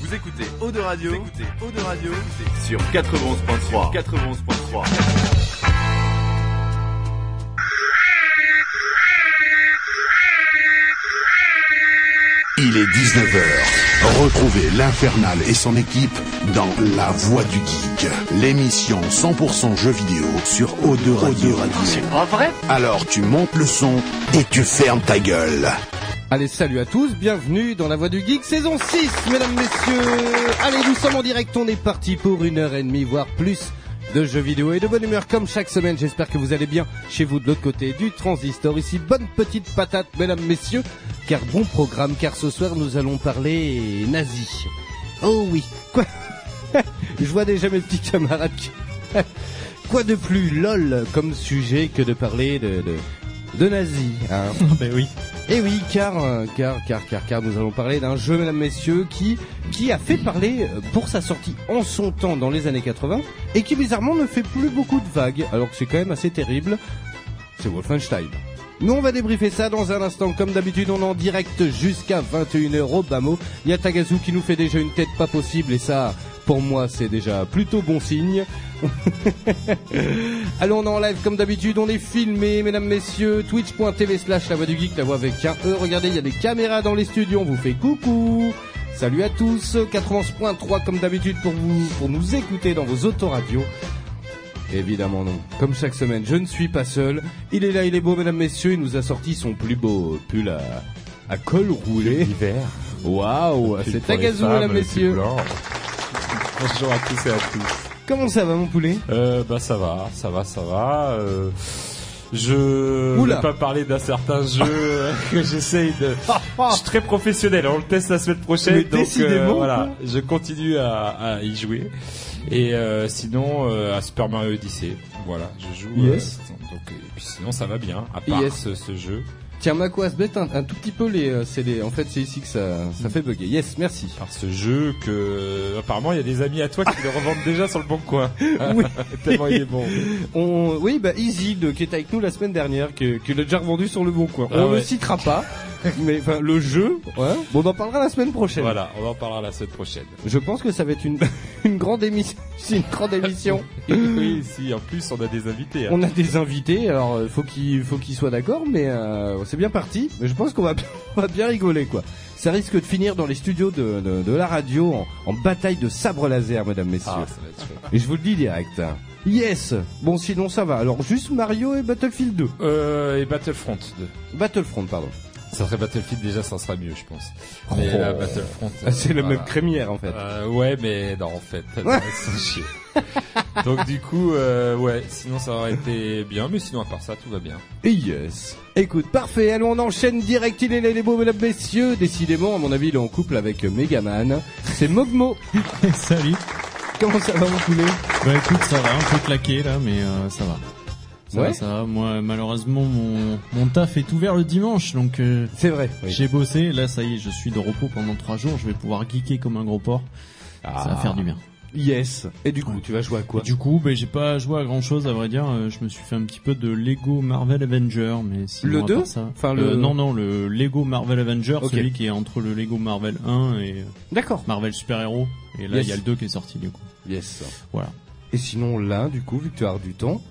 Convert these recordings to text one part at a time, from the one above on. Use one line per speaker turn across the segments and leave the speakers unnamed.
Vous écoutez Eau de Radio, vous écoutez Eau de Radio
sur 91.3.
91.3.
Il est 19h. Retrouvez l'Infernal et son équipe dans La Voix du Geek, l'émission 100% jeux vidéo sur O2 Radio. Ah, Alors tu montes le son et tu fermes ta gueule.
Allez, salut à tous, bienvenue dans La Voix du Geek, saison 6, mesdames, messieurs. Allez, nous sommes en direct, on est parti pour une heure et demie, voire plus de jeux vidéo et de bonne humeur comme chaque semaine. J'espère que vous allez bien chez vous de l'autre côté du transistor. Ici, bonne petite patate, mesdames, messieurs, car bon programme, car ce soir, nous allons parler nazi. Oh oui, quoi Je vois déjà mes petits camarades qui... Quoi de plus lol comme sujet que de parler de, de, de nazis hein
Ben oui.
et oui, car, euh, car, car, car, car, nous allons parler d'un jeu, mesdames, messieurs, qui, qui a fait parler euh, pour sa sortie en son temps dans les années 80 et qui bizarrement ne fait plus beaucoup de vagues, alors que c'est quand même assez terrible. C'est Wolfenstein. Nous, on va débriefer ça dans un instant. Comme d'habitude, on est en direct jusqu'à 21h au Bamo. Il y a Tagazu qui nous fait déjà une tête pas possible et ça, pour moi, c'est déjà plutôt bon signe. Allons, on est en live comme d'habitude, on est filmé, mesdames, messieurs, twitch.tv slash la voix du geek, la voix avec un E. Regardez, il y a des caméras dans les studios, on vous fait coucou. Salut à tous, 91.3 comme d'habitude pour vous, pour nous écouter dans vos autoradios. Évidemment non. Comme chaque semaine, je ne suis pas seul. Il est là, il est beau, mesdames, messieurs, il nous a sorti son plus beau pull à, à col roulé.
L'hiver.
Waouh, c'est Tagazu, mesdames, messieurs.
Bonjour à tous et à tous.
Comment ça va, mon poulet
Euh, bah ça va, ça va, ça va. euh, je
Oula.
vais pas parler d'un certain jeu euh, que j'essaye de. Je suis très professionnel.
hein.
On le teste la semaine prochaine.
Mais
donc euh,
décidément,
voilà,
quoi.
je continue à, à y jouer. Et euh, sinon euh, à Super Mario Odyssey. Voilà, je joue. euh,
Yes.
donc, et puis sinon ça va bien. À part
Yes.
ce, ce jeu.
Tiens, Mako Asbeth, un, un tout petit peu les, euh, c'est les- en fait, c'est ici que ça, ça fait bugger. Yes, merci.
Mm. Par ce jeu que apparemment il y a des amis à toi qui le revendent déjà sur le bon coin. Ah,
Oui.
Tellement il est bon.
On, oui, bah, Isilde, qui était avec nous la semaine dernière, qui, qui l'a déjà revendu sur le bon coin.
Ah
on ne
ouais.
citera pas. Mais, enfin, le jeu, ouais. Bon, on en parlera la semaine prochaine.
Voilà, on en parlera la semaine prochaine.
Je pense que ça va être une, une grande émission. C'est une grande émission.
oui, si, en plus, on a des invités. hein.
On a des invités, alors euh, faut qu'ils faut qu'ils soient d'accord, mais euh, c'est bien parti. Mais je pense qu'on va, bien- on va bien rigoler quoi. Ça risque de finir dans les studios de, de, de la radio en, en bataille de sabre laser, mesdames messieurs.
Ah, ça va être chouette.
Et je vous le dis direct. hein. Yes. Bon sinon ça va. Alors juste Mario et Battlefield 2.
Euh, et Battlefront 2.
Battlefront pardon.
Ça serait Battlefield déjà, ça sera mieux, je pense. Mais
Oh.
là, Battlefront.
Ah, C'est
euh,
la
voilà.
même crémière en fait.
Euh, ouais, mais non, en fait, ça va être sans chier. Donc du coup, euh, ouais, sinon ça aurait été bien, mais sinon à part ça, tout va bien.
Et yes. Écoute, parfait. Allons, on enchaîne direct. Il est là, les beaux, mesdames, messieurs. Décidément, à mon avis, il est en couple avec euh, Megaman. C'est Mogmo.
Salut.
Comment ça va, mon poulet
Bah écoute, ça va, un peu claqué là, mais euh, ça va. Ça
Ouais.
va, ça va. Moi, malheureusement, mon, mon taf est ouvert le dimanche, donc euh,
C'est vrai. oui.
j'ai bossé. Là, ça y est, je suis de repos pendant trois jours. Je vais pouvoir geeker comme un gros porc. Ça va faire du bien.
Ah. Yes. Et du coup, tu vas jouer à quoi
Du coup, bah, j'ai pas joué à grand chose, à vrai dire. Euh, Je me suis fait un petit peu de Lego Marvel Avenger, mais sinon,
Le
à part
2?
ça-
Enfin,
Euh,
le-
non, non, le Lego Marvel Avenger,
Ok.
celui qui est entre le Lego Marvel 1 et euh,
D'accord.
Marvel Super Hero. Et là, il
Yes.
y a le 2 qui est sorti du coup.
Yes.
Voilà.
Et sinon, là, du coup, vu que tu as du temps.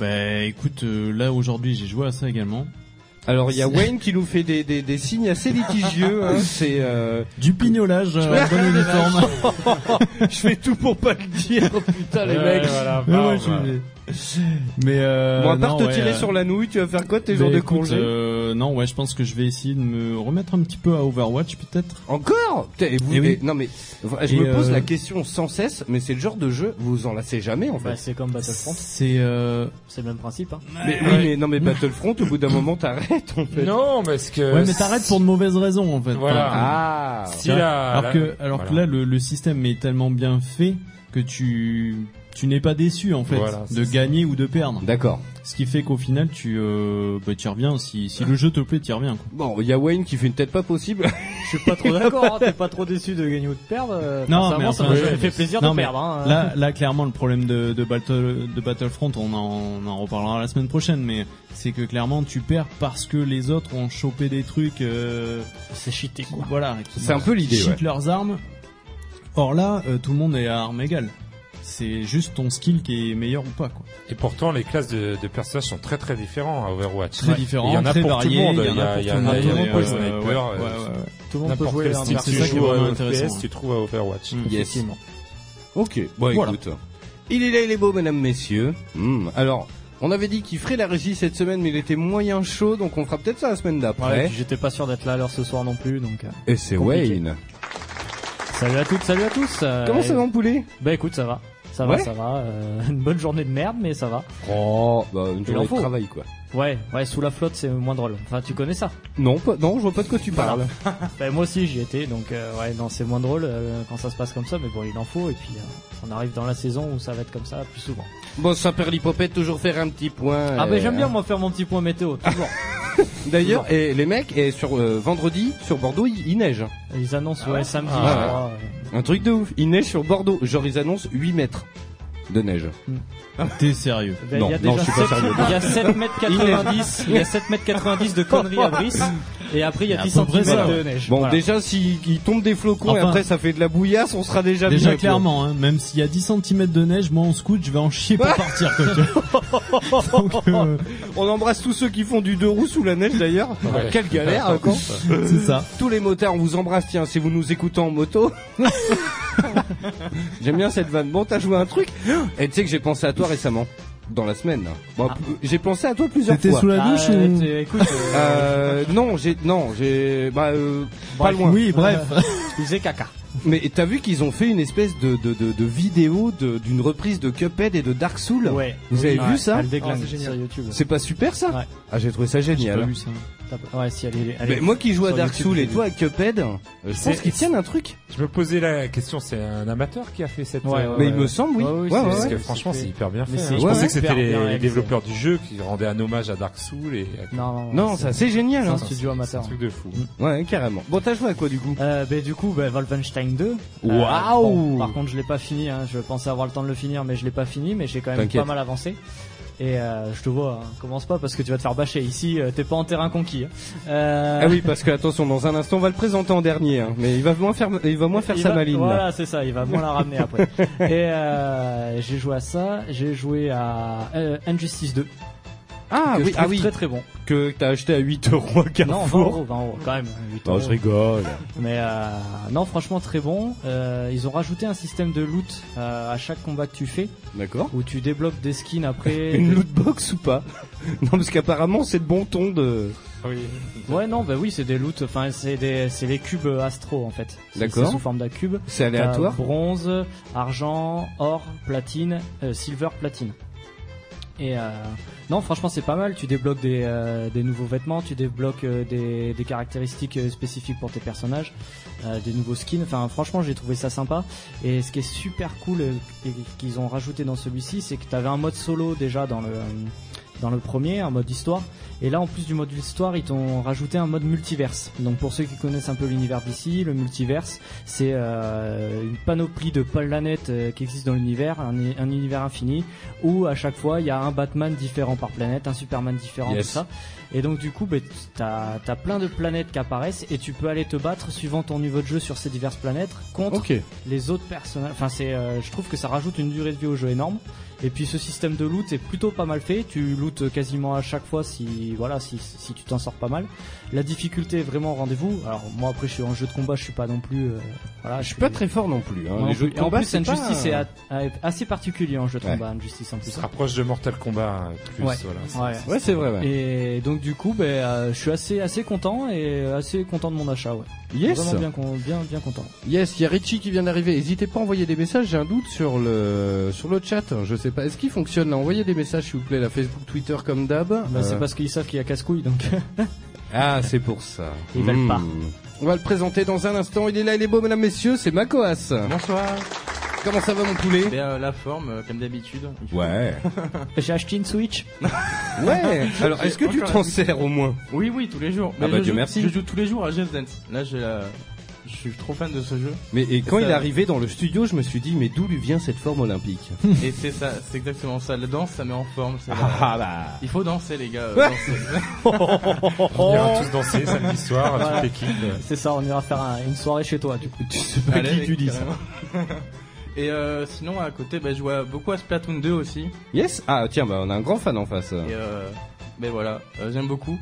Bah écoute, euh, là aujourd'hui, j'ai joué à ça également.
Alors, il y a Wayne qui nous fait des, des, des signes assez litigieux. hein. C'est, euh,
Du pignolage euh, dans l'uniforme.
je fais tout pour pas le dire. Oh, Putain, les mecs.
Mais ouais, je- Mais euh,
Bon, à part
non,
te
ouais,
tirer
euh,
sur la nouille, tu vas faire quoi tes
mais
jours de
écoute,
congé
euh, Non, ouais, je pense que je vais essayer de me remettre un petit peu à Overwatch peut-être.
Encore Putain, et vous,
Eh oui.
et- Non mais je
Et
me pose
euh,
la question sans cesse, mais c'est le genre de jeu vous en lassez jamais en fait.
Bah, c'est comme Battlefront,
C'est euh...
c'est le même principe. Hein.
mais, oui, mais non mais Battlefront au bout d'un moment t'arrêtes en fait.
Non, parce que.
ouais, mais t'arrêtes pour de mauvaises raisons en fait.
Voilà.
Enfin,
Ah.
Si là,
alors
là-
que alors que
voilà.
là le, le système est tellement bien fait que tu tu n'es pas déçu en fait
Voilà, c'est
de
ça.
gagner ou de perdre.
D'accord.
Ce qui fait qu'au final tu euh, bah, tu reviens si si le jeu te plaît, tu reviens quoi.
Bon, il y a Wayne qui fait une tête pas possible.
Je suis pas trop d'accord, hein, t'es pas trop déçu de gagner ou de perdre. euh,
Non,
sincèrement,
mais
ça
enfin,
m'a
ouais,
jamais
mais-
fait plaisir
non,
de
mais
perdre. Hein.
Là, là, clairement, le problème de, de, Battle- de Battlefront, on en, on en reparlera la semaine prochaine, mais c'est que clairement, tu perds parce que les autres ont chopé des trucs, euh,
c'est cheaté
voilà, qui
C'est un peu l'idée.
cheatent
Ouais.
leurs armes. Or là, euh, tout le monde est à armes égales. C'est juste ton skill qui est meilleur ou pas, quoi.
Et pourtant, les classes de, de personnages sont très très différents à Overwatch.
Très
Ouais.
différent,
Il y en a
très
pour
varié,
tout le monde.
il y en a pour
il y
tout
en a,
le monde,
il y en a
et,
pour le
euh,
sniper.
ouais,
euh,
ouais, ouais, ouais.
Tout le monde peut
N'importe
jouer
quel
à un
style
c'est
tu
ça qui est
joues
vraiment
à
intéressant, hein.
FPS, tu trouves à Overwatch.
Mm.
Yes.
Effectivement.
Ok, bon,
Voilà.
écoute. Il est là, il est beau, mesdames, messieurs. Hmm, Alors, on avait dit qu'il ferait la régie cette semaine, mais il était moyen chaud, donc on fera peut-être ça la semaine
Ouais,
d'après.
puis j'étais pas sûr d'être là à l'heure ce soir non plus, donc euh,
Et c'est
Compliqué.
Wayne.
salut à toutes, salut à tous. euh,
Comment
et-
ça va, mon poulet
Bah écoute, ça va, ça
Ouais.
va, ça va. euh, une bonne journée de merde, mais ça va.
Oh, bah, une journée de
l'info.
travail, quoi.
Ouais, ouais, sous la flotte c'est moins drôle. Enfin, tu connais ça.
Non, pas- non, je vois pas de quoi tu parles.
Bah, moi aussi j'y étais, donc euh, ouais, non, c'est moins drôle euh, quand ça se passe comme ça, mais bon, il en faut. Et puis euh, on arrive dans la saison où ça va être comme ça plus souvent.
Bon, ça perd l'hypopète, toujours faire un petit point.
Ah
euh,
bah j'aime bien moi faire mon petit point météo toujours.
D'ailleurs, et les mecs, et sur euh, vendredi, sur Bordeaux, il, il neige.
Ils annoncent ouais, samedi.
Ah
je
ouais.
crois, euh,
Un truc de ouf. Il neige sur Bordeaux. Genre, ils annoncent 8 mètres de neige. Ah.
T'es sérieux.
Hmm. Ben,
Non,
il y a
non,
déjà
je suis
7
pas sérieux.
Il y a 7 mètres 90, il y a 7 mètres 90 de conneries à Brice, et après il y a
à
10
peu près
cm
ça,
de neige.
Bon,
Voilà.
déjà, s'il il tombe des flocons et
Enfin.
après ça fait de la bouillasse, on sera déjà bien
Déjà
au courant.
clairement, hein, même s'il y a 10 cm de neige, moi en scout, je vais en chier pour partir. Quoi, tu vois. Donc, euh,
On embrasse tous ceux qui font du deux roues sous la neige d'ailleurs.
Ouais.
Quelle galère, hein, quand
Ah c'est ça.
Tous les motards, on vous embrasse, tiens, si vous nous écoutez en moto. J'aime bien cette vanne. Bon, t'as joué à un truc Et tu sais que j'ai pensé à toi récemment. Dans la semaine. Bon, p- J'ai pensé à toi plusieurs
Ah. T'étais
fois.
sous la
Ah,
douche
euh,
ou
t'es- écoute, euh,
Euh, non, j'ai, non, j'ai, bah, euh, pas
Bref.
loin.
Oui, bref.
Euh, il faisait caca.
Mais t'as vu qu'ils ont fait une espèce de, de, de, de vidéo de- d'une reprise de Cuphead et de Dark Souls
Ouais.
Vous avez
Oui,
vu
ouais,
ça
Elle déglingue
Ah, c'est
sur YouTube.
C'est pas super ça
Ouais.
Ah, j'ai trouvé ça
J'ai pas
génial.
vu ça.
T'as- Ouais, si elle est. elle est-
Ah. Mais moi qui joue à
sur
Dark
YouTube,
Souls et
j'ai
toi à Cuphead, je pense
C'est-
qu'ils tiennent un truc.
Je me posais la question, c'est un amateur qui a fait cette.
Ouais,
euh,
Mais il me semble, oui.
Ouais, oui,
Ouais,
c'est-
ouais,
Parce
ouais.
que franchement, c'est hyper bien fait.
Mais
hein.
c'est-
Je
ouais,
pensais
ouais.
que c'était
hyper bien
les, les
réalisé.
développeurs du jeu qui rendaient un hommage à Dark Souls et à-
Non, non,
Non,
c'est
ça c'est génial.
c'est un
Hein.
studio
c'est un
amateur. Mm.
truc de fou.
Ouais, carrément. Bon, t'as joué à quoi du coup
Euh, ben du coup, ben, Wolfenstein 2. Euh,
Waouh
bon, Par contre, je l'ai pas fini. Hein. Je pensais avoir le temps de le finir, mais je l'ai pas fini. Mais j'ai quand même
T'inquiète.
pas mal avancé. Et euh, je te vois, hein, commence pas parce que tu vas te faire bâcher. Ici, euh, t'es pas en terrain conquis. hein. Euh,
Ah oui, parce que attention, dans un instant, on va le présenter en dernier. hein. Mais il va moins faire, il va moins faire
Il
sa
va-
maline. là.
Voilà, c'est ça, il va moins la ramener après. Et euh, j'ai joué à ça, j'ai joué à euh, Injustice 2.
Ah
que je
oui,
trouve
ah oui,
très très bon.
que t'as acheté à 8 euros
Non,
à
20
Carrefour.
euros, 20 euros, quand même. 8 euros.
rigole.
Mais euh, non, franchement très bon. Euh, ils ont rajouté un système de loot euh, à chaque combat que tu fais,
D'accord.
où tu débloques des skins après.
Une loot box ou pas Non, parce qu'apparemment c'est de bon ton de.
Ouais, non, bah oui, c'est des loots. Enfin, c'est des, c'est les cubes euh, astro en fait. C'est-
D'accord.
c'est Sous forme d'un cube.
C'est
T'as
aléatoire.
Bronze, argent, or, platine, euh, silver, platine. Et euh, non, franchement, c'est pas mal. Tu débloques des, euh, des nouveaux vêtements, tu débloques euh, des, des caractéristiques euh, spécifiques pour tes personnages, euh, des nouveaux skins. Enfin, franchement, j'ai trouvé ça sympa. Et ce qui est super cool euh, et qu'ils ont rajouté dans celui-ci, c'est que t'avais un mode solo déjà dans le euh, dans le premier, un mode histoire. Et là, en plus du mode histoire, ils t'ont rajouté un mode multiverse. Donc, pour ceux qui connaissent un peu l'univers d'ici, le multiverse, c'est euh, une panoplie de planètes euh, qui existent dans l'univers, un, un univers infini, où à chaque fois il y a un Batman différent par planète, un Superman différent,
Yes.
tout ça. Et donc du coup, ben, t'as as plein de planètes qui apparaissent et tu peux aller te battre suivant ton niveau de jeu sur ces diverses planètes contre
Ok.
les autres personnages. Enfin, c'est, euh, je trouve que ça rajoute une durée de vie au jeu énorme. Et puis ce système de loot est plutôt pas mal fait. Tu lootes quasiment à chaque fois si voilà si, si tu t'en sors pas mal. La difficulté est vraiment au rendez-vous. Alors moi après je suis en jeu de combat, je suis pas non plus euh, voilà.
Je suis pas très fort non plus. Hein.
en
Les
plus-
jeux de
et en
combat,
plus,
c'est
Injustice
pas-
est a- a- assez particulier en jeu de
Ouais.
combat. Injustice en plus.
Ça se rapproche de Mortal Kombat euh, plus.
Ouais.
Voilà.
Ouais.
Ouais, c'est vrai. Ouais.
Et donc du coup, ben, euh, je suis assez assez content et euh, assez content de mon achat. Ouais.
Yes.
Vraiment bien con- bien bien content.
Yes, il y a Richie qui vient d'arriver. N'hésitez pas à envoyer des messages. J'ai un doute sur le sur le chat. hein, Je sais pas. Est-ce qu'il fonctionne là Envoyez des messages, s'il vous plaît. La Facebook, Twitter, comme d'hab.
Bah,
Euh,
C'est parce qu'ils savent qu'il y a casse couille donc.
Ah, c'est pour ça.
Ils veulent pas.
Hmm. On va le présenter dans un instant. Il est là, il est beau, mesdames, messieurs. C'est Makoas.
Bonsoir.
Comment ça va, mon poulet
Et, euh, la forme, euh, comme d'habitude.
Ouais.
J'ai acheté une Switch.
Ouais. Alors, est-ce que tu t'en sers au moins
Oui, oui, tous les jours.
Ah bah,
je
Dieu
joue,
merci.
Je joue tous les jours à Just Dance. Là, j'ai la, Je suis trop fan de ce jeu.
Mais et quand
Ça-
il est arrivé dans le studio, je me suis dit, mais d'où lui vient cette forme olympique
Et c'est ça, c'est exactement ça. La danse, ça met en forme. c'est vrai.
Ah bah
Il faut danser, les gars. euh,
Ouais.
danser.
On ira tous danser samedi soir,
Voilà.
toute l'équipe.
C'est ça, on ira faire un- une soirée chez toi, du coup. Tu sais
Allez, mec, carrément. Et euh, sinon, à côté, bah, je jouais beaucoup à Splatoon 2 aussi.
Yes Ah tiens, bah on a un grand fan en face.
Et euh, ben voilà, euh, j'aime beaucoup.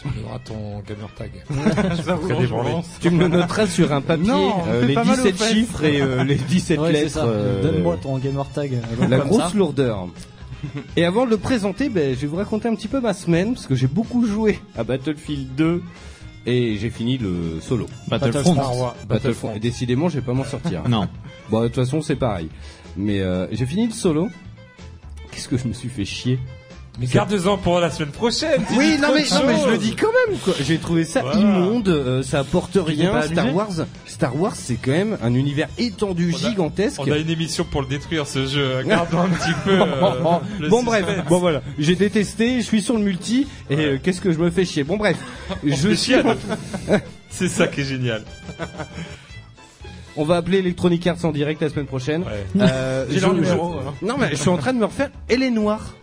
Tu me donneras ton gamer tag.
Très
débranlé.
Tu me le noteras sur un papier
Non,
euh,
fais
les
pas mal aux
17
fesses.
chiffres et euh, les 17
Ouais, c'est
lettres.
ça.
euh,
Donne-moi ton gamer tag. euh, donc
La
comme
grosse
ça.
lourdeur. Et avant de le présenter, ben, je vais vous raconter un petit peu ma semaine, parce que j'ai beaucoup joué à Battlefield 2, et j'ai fini le solo.
Battlefront.
Battlefront. Et décidément, je vais pas m'en sortir.
Non.
Bon, de toute façon, c'est pareil. Mais euh, j'ai fini le solo. Qu'est-ce que je me suis fait chier
Mais garde-en pour la semaine prochaine. dis
Oui,
juste
non mais,
autre
non, mais je
chose.
le dis quand même quoi. J'ai trouvé ça
Voilà.
immonde, euh, ça apporte rien.
pas
Star
allumé
Wars, Star Wars, c'est quand même un univers
On
étendu,
a-
gigantesque.
On a une émission pour le détruire ce jeu. Garde-en Euh, un petit peu. euh, le
bon
suspense.
bref, bon voilà, j'ai détesté, je suis sur le multi et
Ouais.
euh, qu'est-ce que je me fais chier. Bon bref, je
fait
suis.
chier, C'est ça qui est génial.
On va appeler Electronic Arts en direct la semaine prochaine.
Ouais.
Euh,
J'ai
je-
leur
je-
numéro.
hein.
alors.
Non mais je suis en train de me refaire. Elle est noire.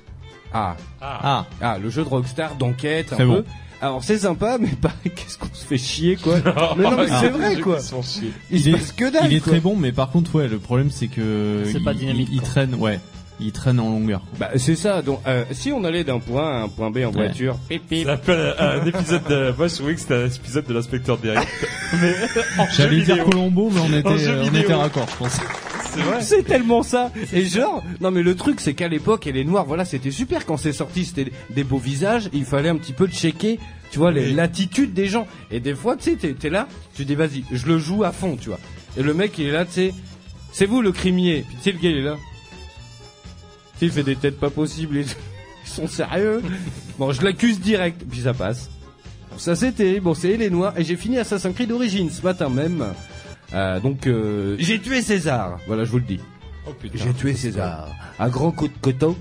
Ah,
Ah.
Ah,
ah, le jeu de Rockstar d'enquête un
Très
peu.
bon.
Alors c'est sympa, mais pareil, qu'est-ce qu'on se fait chier quoi. mais non mais
Ah.
c'est vrai
Ceux
quoi.
qui se font chier.
Il, se
Il est-
passe que dalle.
il est
quoi.
très bon, mais par contre, ouais, le problème c'est que
C'est
il-
pas dynamique,
Il, il
quoi.
traîne, ouais, il traîne en longueur.
Bah, c'est ça. Donc, euh, si on allait d'un point A à un point B en voiture,
Ça rappelle un épisode de. Moi, je trouvais que c'était un épisode de l'inspecteur direct. Mais en jeu
J'allais dire
vidéo.
Colombo, mais on
En
était,
jeu
euh, on
vidéo.
était raccord, je pense.
C'est vrai.
c'est tellement ça. Et genre, non mais le truc, c'est qu'à l'époque, elle est noire. Voilà, c'était super quand c'est sorti. C'était des beaux visages. Il fallait un petit peu checker, tu vois, les-
Oui.
l'attitude des gens. Et des fois, tu sais, t'es- t'es là, tu dis vas-y, je le joue à fond, tu vois. Et le mec, il est là, tu sais, c'est vous le crimier. Puis tu sais, le gars, il est là. Tu sais, Il fait des têtes pas possibles. et tout. Ils sont sérieux. Bon, je l'accuse direct. Puis ça passe. Ça c'était, bon c'est les Noirs et j'ai fini Assassin's Creed Origins ce matin même. Euh, donc euh, j'ai tué César, voilà je vous le dis.
Oh putain.
J'ai tué César. À grand coup de coteau.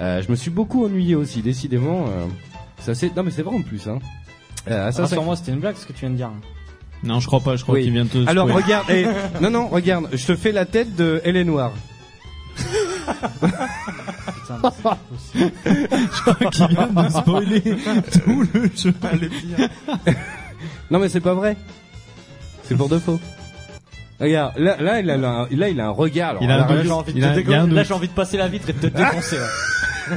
Euh, je me suis beaucoup ennuyé aussi, décidément. euh, ça c'est, non mais c'est vrai en plus. Hein. Euh, Assassin's
Rassure-moi, c'était une blague ce que tu viens de dire.
Non, je crois pas, je crois
Oui.
qu'il vient de te.
Alors
secouer.
regarde, eh, non non regarde, je te fais la tête de Elle est Noire.
Putain, mais c'est pas possible.
qui vient de spoiler tout le jeu.
Non mais c'est pas vrai. C'est pour de faux. Regarde, là, là, il a, un- là il a un regard. alors,
Il a
là,
un doute.
J'ai envie de
Il a-
te
il a un
dégon- Là,
doute.
j'ai envie de passer la vitre et de te défoncer. là.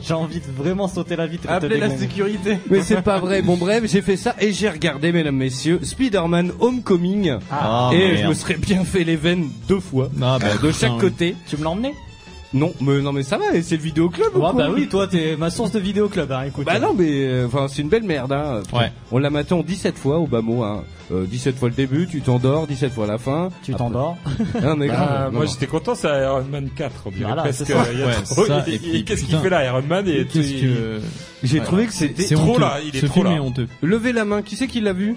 J'ai envie de vraiment sauter la
Ah
vitre et de te
Appelez la
défoncer.
sécurité.
Mais c'est pas vrai. Bon bref, j'ai fait ça et j'ai regardé, mesdames, messieurs, Spider-Man Homecoming.
Ah,
et
merde.
je me serais bien fait les veines deux fois.
Ah, bah,
Euh, de chaque
putain,
côté.
Tu me l'as emmené
Non, mais non, mais ça va. C'est le vidéoclub ou
Ouais,
quoi
bah oui, toi, t'es ma source de vidéoclub, hein, écoute.
Bah non, mais euh, enfin c'est une belle merde. Hein.
Ouais.
On l'a maté en 17 fois au bas mot. Hein. Euh, 17 fois le début, tu t'endors, 17 fois la fin.
Tu
Après-
t'endors.
Non, mais grave.
Bah,
non,
moi
non.
j'étais content, c'est Iron Man 4, on dirait.
Voilà,
parce
c'est
que
ça.
il y a
Ouais,
trop-
ça,
il-
et puis,
il- qu'est-ce qu'il
putain.
fait là, Iron Man et euh,
Qu'est-ce
il-
que
J'ai
Ouais.
trouvé que c'était
c'est
trop
honteux.
là, il est
Ce
trop
film
là.
est honteux.
Levez la main, qui c'est qui l'a vu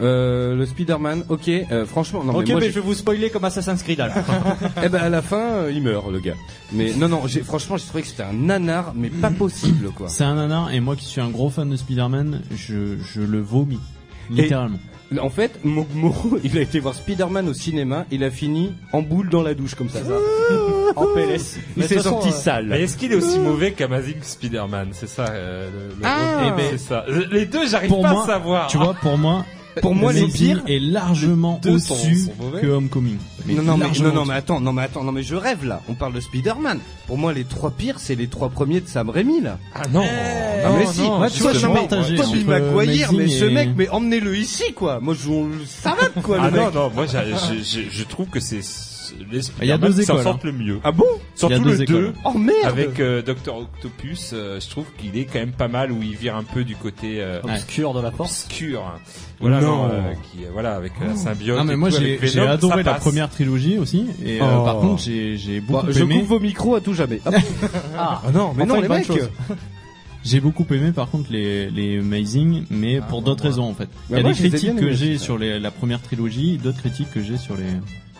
euh, le Spider-Man, ok, euh, franchement, non
Ok,
mais moi,
mais
j'ai-
je vais vous spoiler comme Assassin's Creed alors.
Eh ben à la fin, euh, il meurt le gars. Mais non non, j'ai franchement, j'ai trouvé que c'était un nanar mais pas possible quoi.
Mm. C'est un nanar et moi qui suis un gros fan de Spider-Man, je, je le vomis. Littéralement.
En fait, Mo- Moreau, il a été voir Spider-Man au cinéma, il a fini en boule dans la douche comme ça.
en PLS.
Il
Mais de
s'est
toute façon,
senti
euh,
sale.
Mais est-ce qu'il est aussi mauvais qu'Amazing Spider-Man C'est ça euh, le, le-
Ah
Eh ben, c'est ça. Les deux, j'arrive
Pour
pas
moi,
à savoir.
Tu vois, pour moi,
Pour moi les
Amazing
pires
est largement
deux sont-
au-dessus
sont mauvais.
que Homecoming.
non, non, mais,
largement
non, non, mais attends, non, mais attends, non, mais je rêve là. On parle de Spider-Man. Pour moi, les trois pires, c'est les trois premiers de Sam Raimi là.
Ah non,
Ah, mais si, moi, tu vois, je
justement,
mets
partagé
Tobey
entre
Maguire,
Amazing
mais ce
et-
mec, mais emmenez-le ici quoi. Moi, je on le savate quoi,
Ah
le
non,
mec.
non, moi j'a- je, je, je trouve que c'est c'est les
Il y a
Spider-Man
deux
qui s'en
écoles, hein.
sortent le mieux.
Ah bon
Surtout
deux
le
écoles.
2
Oh merde
avec euh, Docteur Octopus, euh, je trouve qu'il est quand même pas mal où il vire un peu du côté euh,
Obscur de la force.
obscur. Voilà,
Non.
euh, qui, euh, voilà avec
Oh.
la symbiote.
Ah mais
et
moi
tout,
j'ai
avec
j'ai
Venom, ça
adoré la
passe.
première trilogie aussi et euh,
Oh.
par contre j'ai j'ai beaucoup
Bah, je
aimé
coupe vos micros à tout jamais. Hop.
Ah,
Ah non, mais
Enfin,
non,
une
les
bonne
mecs.
chose. j'ai beaucoup aimé par contre les les Amazing mais pour d'autres raisons en fait. Il y a
Ah, moi,
des
je les ai
critiques
bien
que
aimés
j'ai
aussi,
sur les, la première trilogie, d'autres critiques que j'ai sur les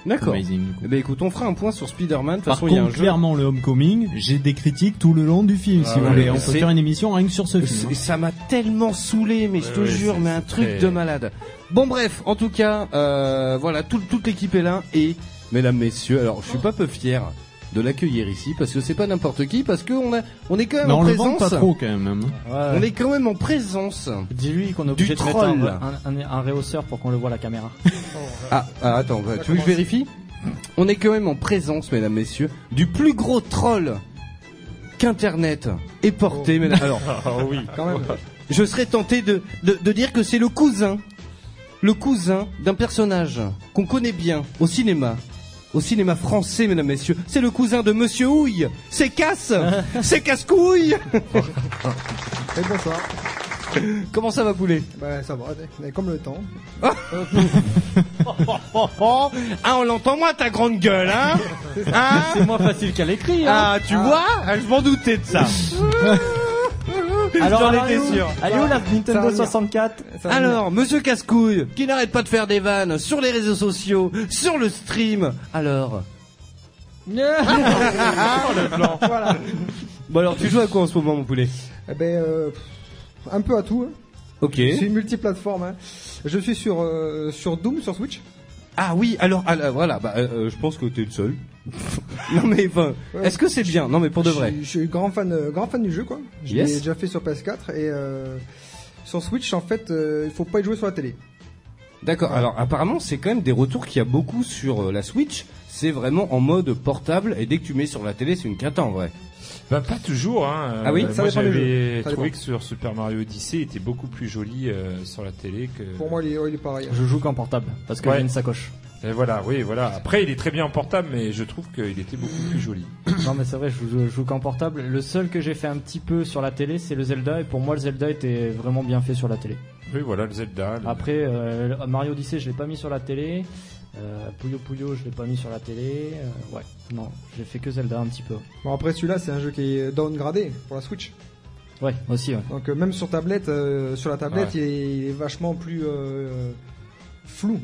D'accord.
Amazing, du coup.
Eh ben écoute, on fera un point sur Spider-Man. De toute
Par
façon, il y a un
contre,
jeu. Ah
clairement, le Homecoming, j'ai des critiques tout le long du film, si vous
ouais,
voulez. On peut
c'est-
faire une émission rien que sur ce film. hein.
C'est- Ça m'a tellement saoulé, mais je te
ouais,
jure,
c'est-
mais un
c'est
truc
très-
de malade. Bon bref, en tout cas, euh, voilà, tout- toute l'équipe est là et mesdames, messieurs, alors je suis pas peu fier de l'accueillir ici parce que c'est pas n'importe qui, parce qu'on a, on est quand même
Mais
en
on le vend
présence.
pas trop, quand même. hein.
On est quand même en présence.
Dis-lui qu'on est
Du
obligé de mettre
troll.
un, un, un- un réhausseur pour qu'on le voit à la caméra.
Ah, ah, attends, bah, tu veux que je vérifie On est quand même en présence, mesdames, messieurs, du plus gros troll qu'Internet ait porté, mesdames. Alors,
oui.
quand même, je serais tenté de, de, de dire que c'est le cousin, le cousin d'un personnage qu'on connaît bien au cinéma. Au cinéma français, mesdames, messieurs, c'est le cousin de Monsieur Houille. C'est Casse C'est Casse-Couille
Et bonsoir.
Eh, Comment ça va, poulet Ah
Bah, ça va, mais comme le temps.
Oh, oh. Ah, on l'entend moins, ta grande gueule, hein Hein
C'est moins facile qu'à l'écrit. Hein.
Ah, tu vois Ah, Je m'en doutais de ça.
Alors,
J'en
alors,
étais
allez où
sûr.
Allez où la Nintendo
venir.
64
Ça va
Alors, monsieur Cascouille, qui n'arrête pas de faire des vannes sur les réseaux sociaux, sur le stream, alors
Voilà.
Bon alors, tu joues à quoi en ce moment, mon poulet
Eh ben, euh, pff, un peu à tout. hein.
Ok.
Je suis multiplateforme. hein. Je suis sur, euh, sur Doom, sur Switch.
Ah oui, alors, ah, là, voilà, bah, euh, euh, je pense que t'es le seul. non mais, enfin, est-ce que c'est bien Non mais pour de vrai.
Je suis- Je suis grand fan, euh, grand fan du jeu, quoi. Je
Yes.
l'ai déjà fait sur PS4 et euh, sur Switch, en fait, euh, il faut pas y jouer sur la télé.
D'accord. Alors apparemment, c'est quand même des retours qu'il y a beaucoup sur euh, la Switch. C'est vraiment en mode portable et dès que tu mets sur la télé, c'est une cata en vrai.
Bah, pas toujours, hein.
Ah oui,
Euh,
ça
moi,
dépend des
j'avais
jeux. Ça
trouvé que
dépend.
sur Super Mario Odyssey était beaucoup plus joli euh, sur la télé que.
Pour moi, il est, il est pareil.
Je joue qu'en portable parce que
Ouais.
j'ai une sacoche.
Et voilà, oui, voilà. Après, il est très bien en portable, mais je trouve qu'il était beaucoup plus joli.
Non mais c'est vrai, je joue, je joue qu'en portable. Le seul que j'ai fait un petit peu sur la télé, c'est le Zelda et pour moi le Zelda était vraiment bien fait sur la télé.
Oui, voilà, le
Ah,
Zelda. le-
Après euh, Mario Odyssey, je l'ai pas mis sur la télé. Euh, Puyo Puyo, je l'ai pas mis sur la télé. Euh, ouais, non, j'ai fait que Zelda un petit peu.
Bon, après, celui-là, c'est un jeu qui est downgradé pour la Switch.
Ouais, aussi. Ouais.
Donc, euh, même sur tablette, euh, sur la tablette,
Ouais.
il, est, il est vachement plus euh, flou,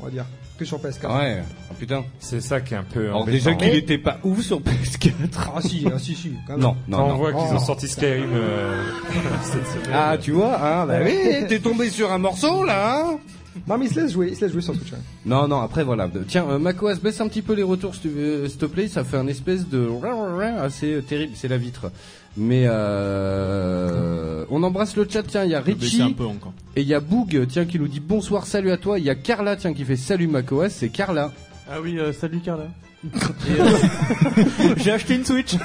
on va dire, que sur PS4.
Ouais. Oh, putain.
C'est ça qui est un peu.
Alors
embêtant.
déjà qu'il était pas ouf sur PS4.
Ah si, ah, si, si, quand même.
Non,
Quand
non,
on
non.
voit qu'ils ont
Oh.
sorti Skyrim euh, cette semaine.
Ah, tu vois, hein, bah oui,
Ouais.
t'es tombé sur un morceau là, hein
Non, mais il se laisse jouer, il se laisse jouer sur Switch. ouais.
Non, non, après voilà. De- Tiens, euh, macOS, baisse un petit peu les retours, s'il te euh, s'il te plaît, ça fait un espèce de assez euh, terrible, c'est la vitre. Mais euh, on embrasse le chat, tiens, il y a
Baisser un
Richie
peu encore.
et il y a Boog, tiens, qui nous dit bonsoir, salut à toi, il y a Carla, tiens, qui fait salut macOS, c'est Carla.
Ah oui, euh, salut Carla.
j'ai acheté une Switch.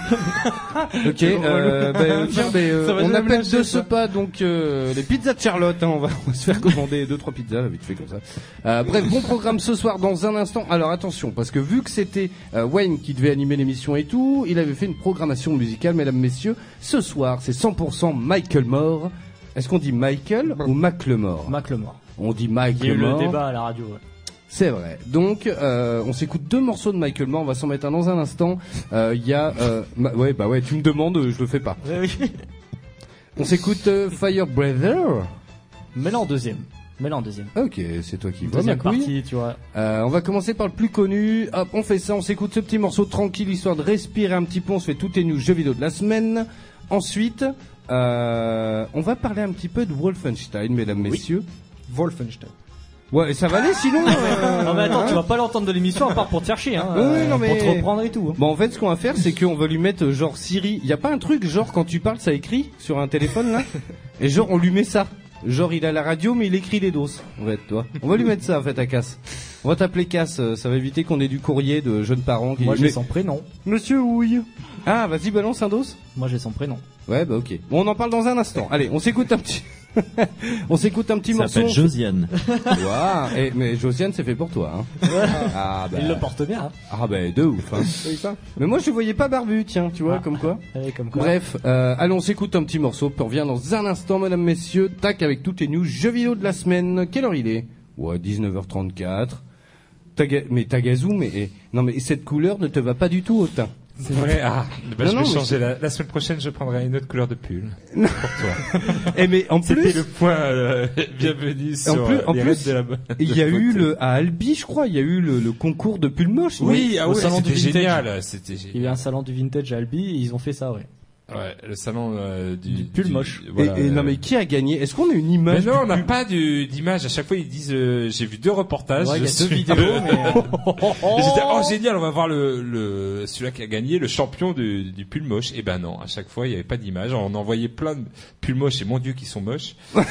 Ok, euh, bah, tiens, bah, euh,
Ça va
on
jamais me
appelle
lâcher,
de ce
ça.
pas donc euh, les pizzas de Charlotte. hein, on, va, on va se faire commander deux trois pizzas là, vite fait comme ça. Euh, bref, bon programme ce soir dans un instant. Alors attention, parce que vu que c'était euh, Wayne qui devait animer l'émission et tout, il avait fait une programmation musicale, mesdames messieurs. Ce soir, c'est 100% Michael Moore. Est-ce qu'on dit Michael ou Macklemore
Mac le mort.
On dit
Il y a eu
Michael
le
Moore.
débat à la radio. ouais.
C'est vrai. Donc, euh, on s'écoute deux morceaux de Michael Moore. On va s'en mettre un dans un instant. Euh, Il y a, euh, ma- ouais, bah ouais, tu me demandes, euh, je le fais pas. on s'écoute euh, Fire Brother.
Mets-le en deuxième. Mets-le en deuxième.
Ok, c'est toi qui vois ma
Deuxième
couille.
partie, tu vois.
Euh, on va commencer par le plus connu. Hop, on fait ça, on s'écoute ce petit morceau tranquille, histoire de respirer un petit peu. On se fait toutes les news jeux vidéo de la semaine. Ensuite, euh, on va parler un petit peu de Wolfenstein, mesdames, messieurs.
Wolfenstein.
Ouais, ça va aller sinon euh,
non mais attends, tu vas pas l'entendre de l'émission à part pour te faire chier, hein,
Oui, oui, non, mais-
pour te reprendre et tout. hein.
Bon, en fait, ce qu'on va faire, c'est qu'on va lui mettre euh, genre Siri. Il y a pas un truc genre quand tu parles, ça écrit sur un téléphone là Et genre on lui met ça. Genre il a la radio, mais il écrit les doses. En fait, toi. On va lui mettre ça en fait à Casse. On va t'appeler Casse. euh, Ça va éviter qu'on ait du courrier de jeunes parents qui.
Moi j'ai
Mais-
son prénom.
Monsieur Houille. Ah, vas-y, balance un dos.
Moi j'ai son prénom.
Ouais, bah ok. Bon, on en parle dans un instant. Allez, on s'écoute un petit. on s'écoute un petit
Ça
morceau.
s'appelle Josiane.
Ouah, eh, mais Josiane, c'est fait pour toi. Hein. ah bah.
Il le porte bien. Hein.
Ah bah de ouf. hein.
Oui, ça
Mais moi, je voyais pas barbu, tiens, tu vois,
Ah.
comme quoi.
Allez, comme quoi.
Bref, euh, allons, on s'écoute un petit morceau, puis on revient dans un instant, mesdames, messieurs, tac, avec toutes les news jeux vidéo de la semaine. Quelle heure il est Ouais, 19h34. Taga- mais Tagazu, mais eh, non mais cette couleur ne te va pas du tout au teint.
C'est vrai. Ah, bah,
Non,
je
non,
vais
mais
changer. La, la semaine prochaine, je prendrai une autre couleur de pull. Pour toi.
Eh mais en
C'était
plus,
le point. euh, bienvenue
En
sur
plus-
euh,
en
les
plus,
rêves de la bo-
il y a
de
eu
beauté.
le à Albi, je crois, il y a eu le, le concours de pull moche.
Oui, ah
au
ouais,
salon
c'était
du vintage.
génial. C'était gé-
Il y avait un salon du vintage à Albi et ils ont fait ça, ouais.
ouais, le salon euh, du,
Du pull moche.
Et-
voilà,
et, non
euh,
mais qui a gagné Est-ce qu'on a une
Mais
image
non, on n'a pas du- d'image. À chaque fois, ils disent euh, j'ai vu deux reportages.
Ouais, il y a
sur-
deux vidéos, mais, euh,
Et j'étais, oh génial, on va voir le, le celui-là qui a gagné, le champion du, du pull moche. Et ben non, à chaque fois il n'y avait pas d'image. On envoyait plein de pulls moches et mon dieu qu'ils sont moches.
Bah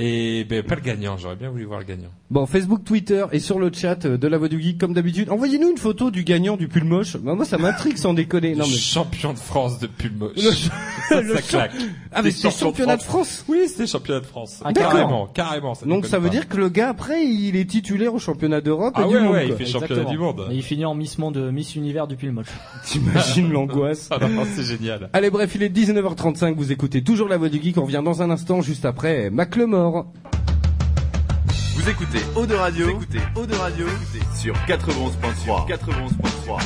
et ben pas le gagnant, j'aurais bien voulu voir le gagnant.
Bon, Facebook, Twitter et sur le chat euh, de la voix du geek comme d'habitude. Envoyez-nous une photo du gagnant du pull moche. Bah, moi ça m'intrigue sans déconner. Non
Le
mais
Champion de France de pull moche. ça,
le
ça
champ-
claque.
ah mais
Des
c'est
champions
le
de
championnat de
France.
France.
Oui, c'était championnat de France.
Ah,
d'accord.
carrément, carrément. Ça
Donc
déconne
ça veut
pas.
dire que le gars après il est titulaire au championnat d'Europe et
ah
du
ouais,
monde.
ouais, il
quoi.
fait championnat
Exactement.
du monde.
Et il finit en Miss Monde, euh, Miss Univers du Pilmoch.
T'imagines l'angoisse.
Ah non, c'est génial.
Allez bref, il est 19h35, vous écoutez toujours la voix du geek, on revient dans un instant juste après Macklemore.
Vous écoutez Eau de Radio. Vous écoutez Eau de Radio.
sur 91.3 91.3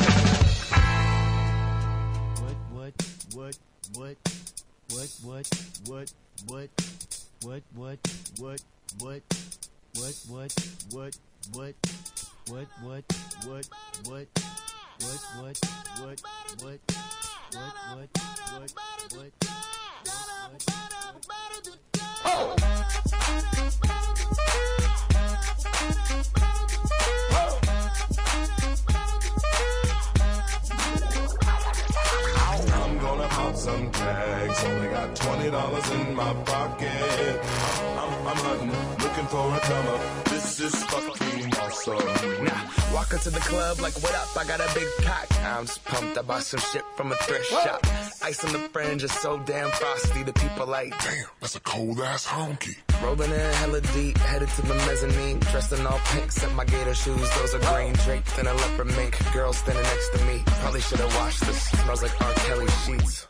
I'm gonna pop some tags. Only got twenty dollars in my pocket. I'm, I'm hunting, looking for a comer. This is fucking awesome.
Nah, walk into the club like, what up? I got a big pack. I'm just pumped. I bought some shit from a thrift shop. Ice on the fringe is so damn frosty. The people like,
Damn, that's a cold ass honky.
rolling in hella deep, headed to the mezzanine. Dressed in all pink, set my gator shoes. Those are green draped in a leopard mink. Girl standing next to me. Probably should have washed this. Smells like R. Kelly sheets.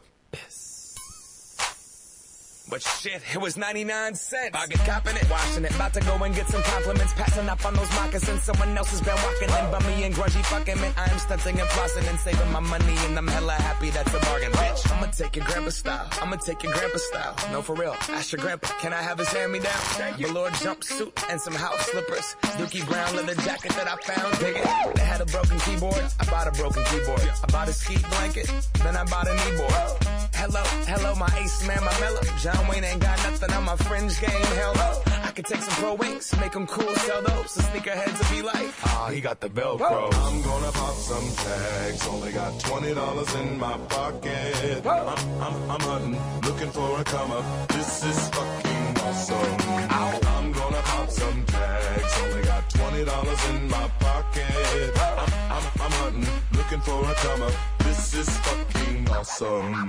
But shit, it was 99 cents. I get copping it, washing it. About to go and get some compliments. Passing up on those moccasins. Someone else has been walking in. Bummy and grungy fucking man. I am stunting and flossing and saving my money. And I'm hella happy that's a bargain, bitch. I'ma take your grandpa style. I'ma take your grandpa style. No, for real. Ask your grandpa, can I have his hand me down? Thank you. Velour jumpsuit and some house slippers. Dookie brown leather jacket that I found. Dig it. They had a broken keyboard. I bought a broken keyboard. I bought a ski blanket. Then I bought a kneeboard. Hello, hello, my ace man, my mellow. John Wayne ain't got nothing on my fringe game. Hell no. I could take some pro wings, make them cool, sell those. The sneakerheads will be like,
Ah, he got the Velcro. I'm gonna pop some tags. Only got twenty dollars in my pocket. I'm, I'm, I'm hunting, looking for a come up. This is fucking awesome. I'm gonna pop some tags. Only got twenty dollars in my pocket. I'm, I'm, I'm hunting, looking for a come up. This is fucking awesome.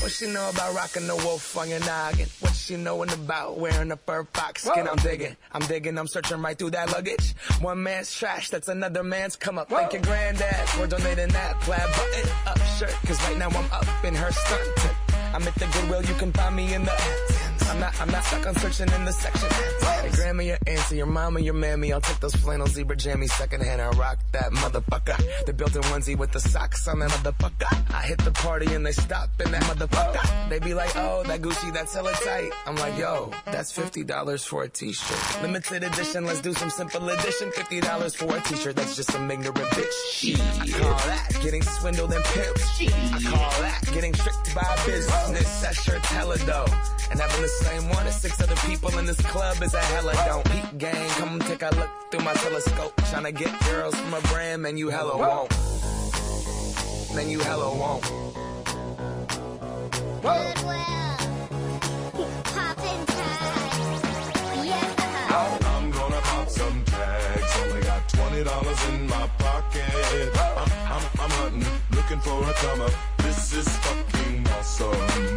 what she know about rocking the wolf on your noggin? What she knowing about wearing a fur fox skin? I'm digging, I'm digging, I'm searching right through that luggage. One man's trash, that's another man's come up. Thank your granddad for donating that plaid button up shirt. Cause right now I'm up in her stunt. I'm at the Goodwill, you can find me in the. I'm not, I'm not stuck on searching in the section. Your grandma, your auntie, your mama, your mammy. I'll take those flannel zebra jammies secondhand and rock that motherfucker. The built-in onesie with the socks on that motherfucker. I hit the party and they stop in that motherfucker. They be like, oh, that Gucci, that's hella tight. I'm like, yo, that's $50 for a t-shirt. Limited edition, let's do some simple edition. $50 for a t-shirt, that's just some ignorant bitch. Shit. I call that getting swindled and pimped. I call that getting tricked by business. That's your hella though. And having the same one as six other people in this club is a hella don't. Peep gang, come take a look through my telescope. Tryna get girls from a brand, man, you hella won't. Man, you hella won't.
I'm gonna pop some tags. Only got twenty dollars in my pocket. I'm, I'm, I'm hunting, looking for a come up. This is fucking awesome.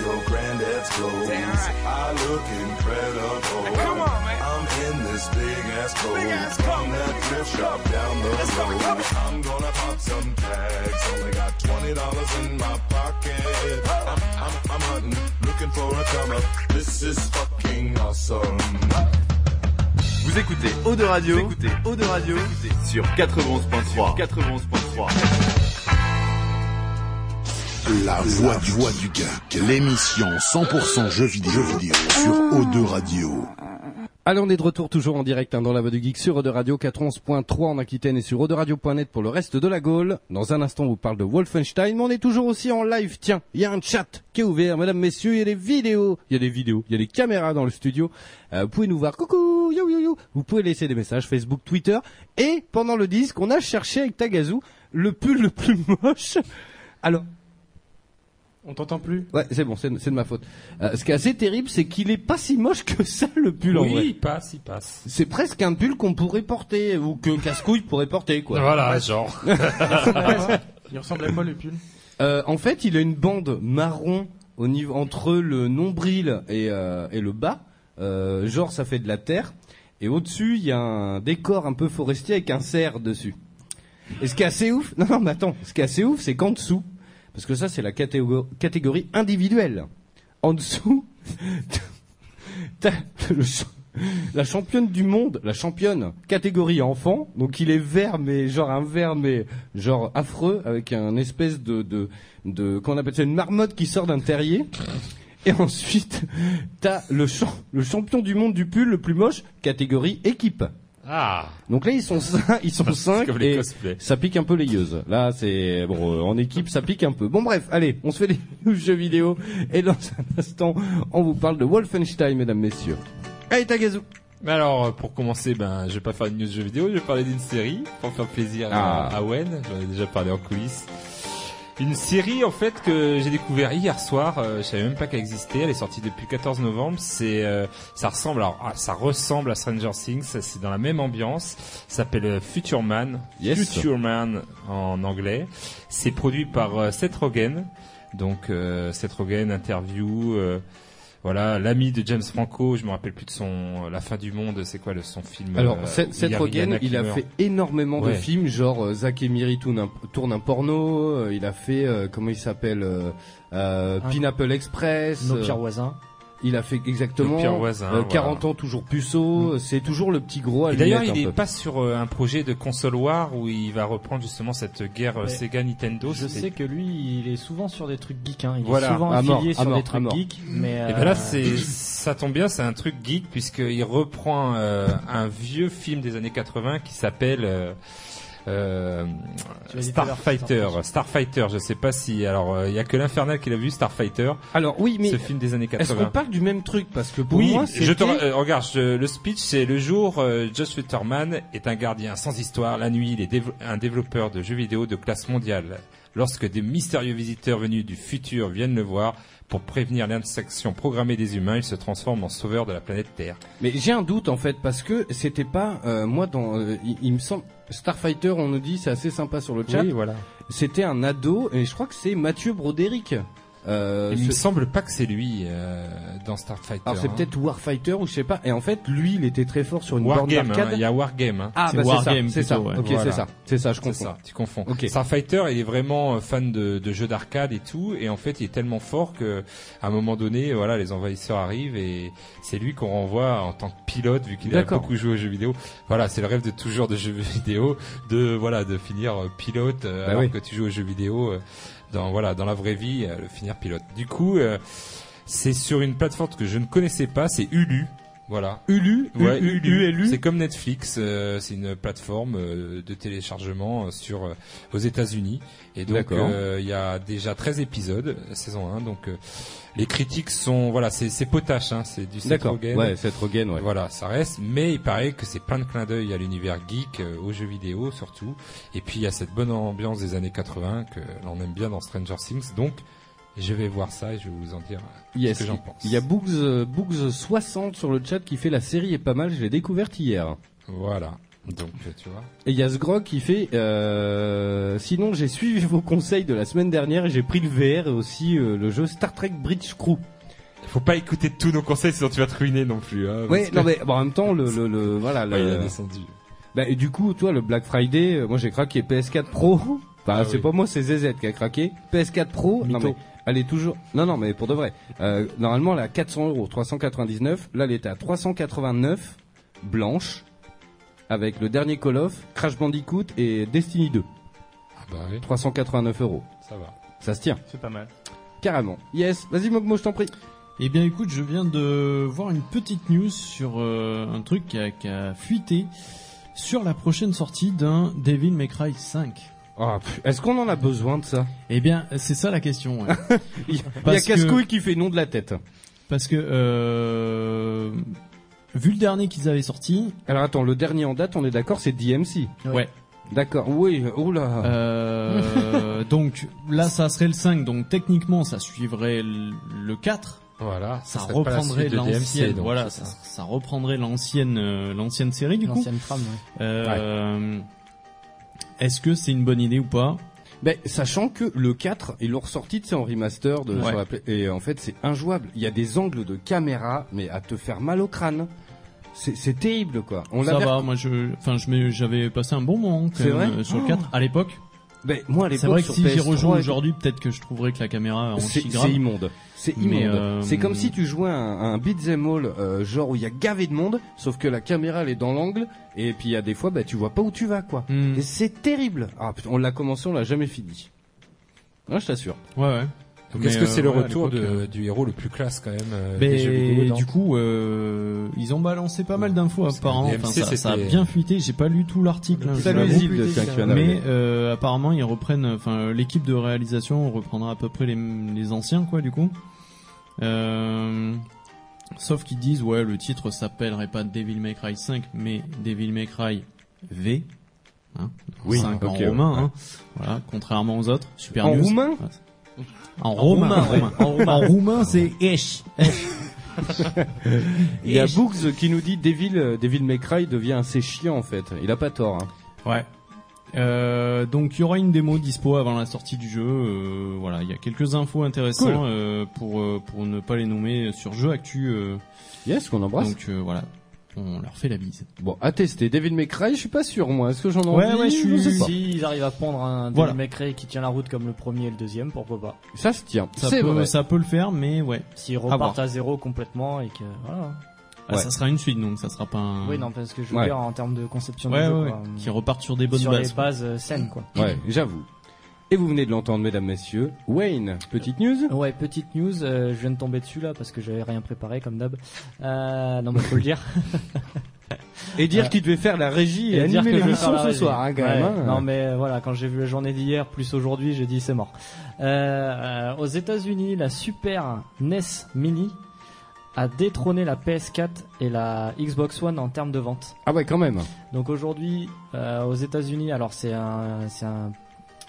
your granddad's clothes.
Damn right.
I look incredible.
Now, come on, man.
I'm in this big ass coat
Big ass
from that thrift shop down the
Let's go,
road.
come on.
I'm gonna pop some tags. Only got twenty dollars in my pocket. I'm, I'm, I'm hunting, wanna come up. This is fucking awesome.
Vous écoutez Eau de Radio. Vous écoutez Eau de Radio. Sur 91.3. 91.3.
La voix du, voix du geek. L'émission 100% jeux vidéo, jeux vidéo sur O2 Radio.
Allez, on est de retour toujours en direct hein, dans la voie du geek sur Eau de Radio 411.3 en Aquitaine et sur Radio.net pour le reste de la Gaule. Dans un instant, on vous parle de Wolfenstein, mais on est toujours aussi en live. Tiens, il y a un chat qui est ouvert, mesdames, messieurs, il y a des vidéos, il y a des vidéos, il y a des caméras dans le studio. Euh, vous pouvez nous voir. Coucou, yo yo yo. Vous pouvez laisser des messages Facebook, Twitter. Et pendant le disque, on a cherché avec Tagazu le pull le plus moche. Alors,
On t'entend plus
Ouais, c'est bon, c'est de c'est de ma faute. Euh, ce qui est assez terrible, c'est qu'il est pas si moche que ça le pull en
oui,
vrai.
il passe, il passe.
C'est presque un pull qu'on pourrait porter ou que Cascouille pourrait porter quoi.
Voilà, genre.
Il ressemble à quoi le pull
Euh, en fait, il a une bande marron au niveau entre le nombril et, euh, et le bas. Euh, genre, ça fait de la terre. Et au-dessus, il y a un décor un peu forestier avec un cerf dessus. Et ce qui est assez ouf, non, non, mais attends, ce qui est assez ouf, c'est qu'en dessous, parce que ça, c'est la catégo- catégorie individuelle. En dessous, T'as le cha- la championne du monde, la championne catégorie enfant, donc il est vert mais genre un vert mais genre affreux avec un espèce de de de qu'on appelle ça une marmotte qui sort d'un terrier. Et ensuite, t'as le champ- le champion du monde du pull le plus moche catégorie équipe.
Ah.
Donc là ils sont cin- ils sont cinq
comme les
et
cosplays.
ça pique un peu les yeuses. Là c'est bon euh, en équipe ça pique un peu. Bon bref, allez, on se fait des news jeux vidéo et dans un instant on vous parle de Wolfenstein mesdames messieurs. Allez, Ah, Tagazu.
Mais alors, euh, pour commencer, ben, je vais pas faire de news jeux vidéo, je vais parler d'une série, pour faire plaisir à-
Ah.
à Wen, j'en ai déjà parlé en coulisses. Une série, en fait, que j'ai découvert hier soir, euh, je savais même pas qu'elle existait, elle est sortie depuis 14 novembre, c'est, euh, ça ressemble, alors, ah, ça ressemble à Stranger Things, ça, c'est dans la même ambiance, ça s'appelle euh, Future Man,
Yes.
Future Man en anglais, c'est produit par euh, Seth Rogen, donc euh, Seth Rogen interview, euh, voilà l'ami de James Franco. Je me rappelle plus de son euh, La fin du monde. C'est quoi le son film
Alors,
euh, où
Seth, Seth
il y a
Rogen,
Rihanna qui
il a
meurt.
fait énormément de
Ouais.
films, genre euh, Zack et Miri tourne un, tourne un porno, euh, il a fait, euh, comment il s'appelle, euh, euh,
Un-
Pineapple Express.
Ah, Nos
euh,
pires voisins.
Il a fait exactement euh,
Nos pires voisins, voilà. Mm.
40 ans toujours puceau, euh, c'est toujours le petit gros à
Et D'ailleurs,
lunettes
il
un
n'est
peu.
pas sur euh, un projet de console war où il va reprendre justement cette guerre euh,
Mais
Sega Nintendo.
Je
c'était-
sais que lui, il est souvent sur des trucs geeks. Hein. Il
Voilà.
est souvent
À
affilié
mort, à
sur
mort,
des
à
trucs
mort.
geeks. Mais
Et ben là,
euh,
c'est ça tombe bien, c'est un truc geek puisqu'il reprend euh, un vieux film des années 80 qui s'appelle euh, euh,
Tu vas dire tout à l'heure,
Starfighter. Starfighter, je sais pas si alors euh, il y a que l'infernal qui l'a vu Starfighter.
Alors oui, mais
ce film des années 80.
Est-ce qu'on parle du même truc Parce que pour
oui,
moi,
je te,
c'était-
euh, regarde, je- le speech, c'est le jour, euh, Josh Wetterman est un gardien sans histoire. La nuit, il est dév- un développeur de jeux vidéo de classe mondiale. Lorsque des mystérieux visiteurs venus du futur viennent le voir pour prévenir l'insection programmée des humains, il se transforme en sauveur de la planète Terre.
Mais j'ai un doute en fait parce que c'était pas euh, moi dans euh, il, il me semble Starfighter on nous dit c'est assez sympa sur le chat.
Oui, voilà.
C'était un ado et je crois que c'est Mathieu Broderick. Euh,
il
ce-
me semble pas que c'est lui euh, dans Starfighter.
Alors c'est
hein.
peut-être Warfighter ou je sais pas. Et en fait lui il était très fort sur une borne
Wargame. hein,
d'arcade.
Il y a Wargame. hein.
Ah bah c'est ça, c'est ça. Ok
Voilà.
c'est ça, c'est ça je
C'est
comprends.
ça, tu confonds.
Ok.
Starfighter, il est vraiment euh, fan de, de jeux d'arcade et tout, et en fait, il est tellement fort que, à un moment donné, voilà, les envahisseurs arrivent et c'est lui qu'on renvoie en tant que pilote, vu qu'il a
D'accord.
beaucoup joué aux jeux vidéo. Voilà, c'est le rêve de toujours de jeux vidéo, de voilà, de finir euh, pilote euh,
Bah
alors
oui.
que tu joues aux jeux vidéo. euh, Dans voilà, dans la vraie vie, euh, le finir pilote. Du coup, euh, c'est sur une plateforme que je ne connaissais pas, c'est Hulu. Voilà.
Ulu,
Ouais,
U-
Hulu.
U- Ulu.
C'est comme Netflix, euh, c'est une plateforme euh, de téléchargement euh, sur euh, aux États-Unis et donc
D'accord.
euh, il y a déjà 13 épisodes euh, saison 1 donc euh, les critiques sont voilà, c'est c'est potache hein, c'est du Seth
D'accord.
Rogen.
Ouais, Seth Rogen, ouais.
Voilà, ça reste mais il paraît que c'est plein de clins d'œil à l'univers geek, euh, aux jeux vidéo surtout et puis il y a cette bonne ambiance des années 80 que l'on aime bien dans Stranger Things donc je vais voir ça et je vais vous en dire euh,
Yes.
ce que j'en pense.
Il y a Boogs euh, Boogs 60 sur le chat qui fait la série est pas mal. Je l'ai découverte hier.
Voilà. Donc euh, tu vois.
Et il y a Sgrog qui fait euh, Sinon, j'ai suivi vos conseils de la semaine dernière et j'ai pris le VR et aussi euh, le jeu Star Trek Bridge Crew.
Faut pas écouter tous nos conseils sinon tu vas te ruiner non plus. Hein,
Ouais,
parce que-
non, mais bon, en même temps, le. le, le- voilà,
Ouais, il a
le,
descendu.
bah, et du coup, toi, le Black Friday, euh, moi j'ai craqué PS4 Pro Enfin,
Ah
c'est
oui.
pas moi, c'est ZZ qui a craqué. PS4 Pro, non,
Mytho.
mais elle est toujours. Non, non, mais pour de vrai. Euh, normalement, elle est à 400 euros, 399. Là, elle était à 389, blanche, avec le dernier Call of, Crash Bandicoot et Destiny 2.
bah oui.
389 euros.
Ça va.
Ça se tient.
C'est pas mal.
Carrément. Yes, vas-y Mogmo, je t'en prie.
Eh bien écoute, je viens de voir une petite news sur euh, un truc qui a, qui a fuité sur la prochaine sortie d'un Devil May Cry 5.
Ah, Est-ce qu'on en a besoin de ça
Eh bien, c'est ça la question. ouais.
Il y a
Parce que-
Cascouille qui fait non de la tête.
Parce que euh, vu le dernier qu'ils avaient sorti,
Alors attends, le dernier en date, on est d'accord, c'est DMC.
Ouais.
D'accord, oui, oh oula.
Euh, donc là, ça serait le 5, donc techniquement, ça suivrait l- le 4.
Voilà,
ça,
ça serait pas la
reprendrait
suite de DMC,
l'ancienne.
donc,
Voilà,
c'est
ça,
ça.
ça reprendrait l'ancienne, euh, l'ancienne série du coup.
L'ancienne trame, ouais.
Euh, Est-ce que c'est une bonne idée ou pas
Ben, sachant que le 4, ils l'ont ressorti, tu sais, en remaster de,
Ouais.
sur la Play- et en fait, c'est injouable. Il y a des angles de caméra, mais à te faire mal au crâne. C'est c'est terrible, quoi. On
Ça
l'avait-
va, moi, je, enfin, je m'ai- j'avais passé un bon moment quand
C'est
même,
vrai
euh, sur le
Oh.
4 à l'époque.
Ben, moi, à
C'est
l'époque,
vrai que
sur
si j'y
PS3,
rejoue aujourd'hui, peut-être que je trouverais que la caméra en
C'est
chigra.
c'est immonde. C'est
Mais,
immonde.
euh,
C'est comme si tu jouais à un, un beat'em all, euh, genre où il y a gavé de monde, sauf que la caméra elle est dans l'angle, et puis il y a des fois, bah tu vois pas où tu vas, quoi.
Hmm.
Et c'est terrible. Ah putain, on l'a commencé, on l'a jamais fini. Non, je t'assure.
Ouais, ouais.
Donc
Mais,
est-ce que
euh,
c'est le
ouais, à
retour
l'époque,
de-
euh,
du héros le plus classe quand même euh, des jeux vidéo
Mais
dans-
du coup, euh, ils ont balancé pas mal d'infos apparemment.
DMC,
Enfin, ça, ça a
c'était-
bien fuité. J'ai pas lu tout l'article. hein, je
Salut,
l'avoue.
Isilde, tiens, qui vient d'arriver.
Mais euh, apparemment, ils reprennent. Enfin, euh, l'équipe de réalisation reprendra à peu près les, les anciens, quoi, du coup. Euh, sauf qu'ils disent, ouais, le titre s'appellerait pas Devil May Cry 5, mais Devil May Cry V. Hein,
Oui,
5
ok,
en
ouais,
roumain,
ouais.
hein. voilà, contrairement aux autres. Super
En
news.
roumain
Ouais. En
En roumain,
roumain, roumain.
ouais.
en roumain. En roumain, c'est Esh.
Il y a Boogs qui nous dit Devil, euh, Devil May Cry devient assez chiant en fait. Il a pas tort. hein.
Ouais. Euh, donc il y aura une démo dispo avant la sortie du jeu. Euh, voilà, il y a quelques infos intéressantes
Cool.
euh, pour euh, pour ne pas les nommer sur jeu actu. euh.
Yes, qu'on embrasse.
Donc euh, voilà, on leur fait la bise.
Bon, à tester. Devil May Cry, je suis pas sûr moi. Est-ce que j'en ai
Ouais,
envie
ouais, je suis-
sais pas.
Si ils arrivent à prendre un voilà.
Voilà.
mec qui tient la route comme le premier et le deuxième, pourquoi pas
Ça se tient.
Ça
C'est
peut
vrai.
ça peut le faire, mais ouais.
S'ils
À voir.
repartent à zéro complètement et que voilà.
Ah, ça sera une suite donc ça sera pas. Un...
Oui, non, parce que je veux
Hmm. Ouais.
dire en termes de conception
Ouais,
de jeu,
ouais,
quoi.
ouais. Qui repartent sur des bonnes
sur
bases.
les bases euh, saines, quoi.
Ouais, j'avoue. Et vous venez de l'entendre, mesdames, messieurs. Wayne, petite news.
Ouais, petite news, euh, je viens de tomber dessus là parce que j'avais rien préparé comme d'hab. Euh, non, mais faut le dire.
Et dire
Euh,
qu'il devait faire la régie et,
dire
animer
que je vais faire
l'émission
la
ce
régie.
soir, hein, quand
Ouais.
même. hein.
Non, mais euh, voilà, quand j'ai vu la journée d'hier plus aujourd'hui, j'ai dit c'est mort. Euh, euh, aux États-Unis, la Super NES Mini a détrôné la PS4 et la Xbox One en termes de vente.
Ah ouais, quand même.
Donc aujourd'hui, euh, aux États-Unis, alors c'est un, c'est un,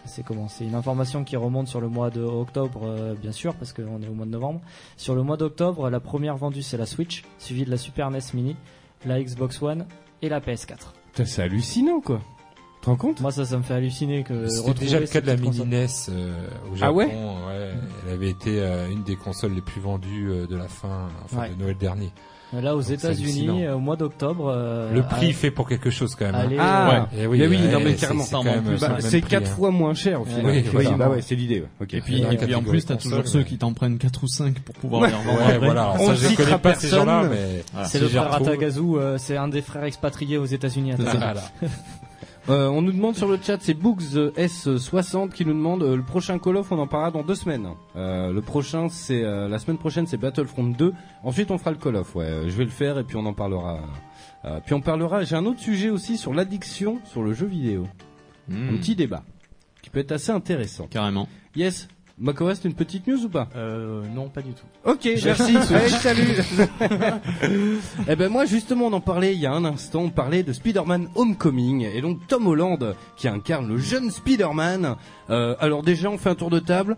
c'est comment C'est une information qui remonte sur le mois de octobre, euh, bien sûr, parce qu'on est au mois de novembre. Sur le mois d'octobre, la première vendue c'est la Switch, suivie de la Super NES Mini, la Xbox One et la PS4.
Putain, c'est hallucinant, quoi. Tu te rends compte
Moi, ça, ça me fait halluciner que.
C'était
retrouver
déjà le cas
cette
de la
console.
Mini NES euh, au Japon.
Ah ouais
ouais, Elle avait été euh, une des consoles les plus vendues euh, de la fin, enfin
Ouais. Euh,
de Noël dernier.
Là, aux
Donc, c'est
États-Unis,
hallucinant.
euh, au mois d'octobre. euh,
le prix
à-
fait pour quelque chose quand même. hein.
Allez,
Ah,
Eh
mais oui,
eh,
non, mais
c'est-
carrément.
c'est quand même,
Bah,
c'est le même
c'est
prix,
quatre
hein.
fois moins cher au final.
Oui,
Oui,
voilà.
bah ouais, c'est l'idée. ouais. Ok.
Et puis, et puis en plus, t'as toujours ceux qui t'en prennent 4 ou 5 pour pouvoir
Ouais.
les revendre.
Ouais,
après.
voilà, alors ça, On je les citera connais pas, ces personne. gens-là, mais
Voilà.
C'est
si
le
j'y
frère
retrouve-
Atagazu, euh, c'est un des frères expatriés aux
Ah,
États-Unis.
C'est ça.
Voilà.
Euh, on nous demande sur le chat, c'est Books euh, S60 qui nous demande euh, le prochain Call of, on en parlera dans deux semaines. Euh, le prochain, c'est euh, la semaine prochaine, c'est Battlefront 2. Ensuite, on fera le Call of. Ouais, Euh, je vais le faire et puis on en parlera. Euh, puis on parlera. J'ai un autre sujet aussi sur l'addiction sur le jeu vidéo. Un petit débat qui peut être assez intéressant.
Hmm. Carrément.
Yes. Macoas, une petite news ou pas
Euh, non, pas du tout.
Ok, merci. Allez, salut. Eh ben moi justement on en parlait il y a un instant, on parlait de Spider-Man Homecoming et donc Tom Holland qui incarne le jeune Spider-Man. Euh, alors déjà on fait un tour de table.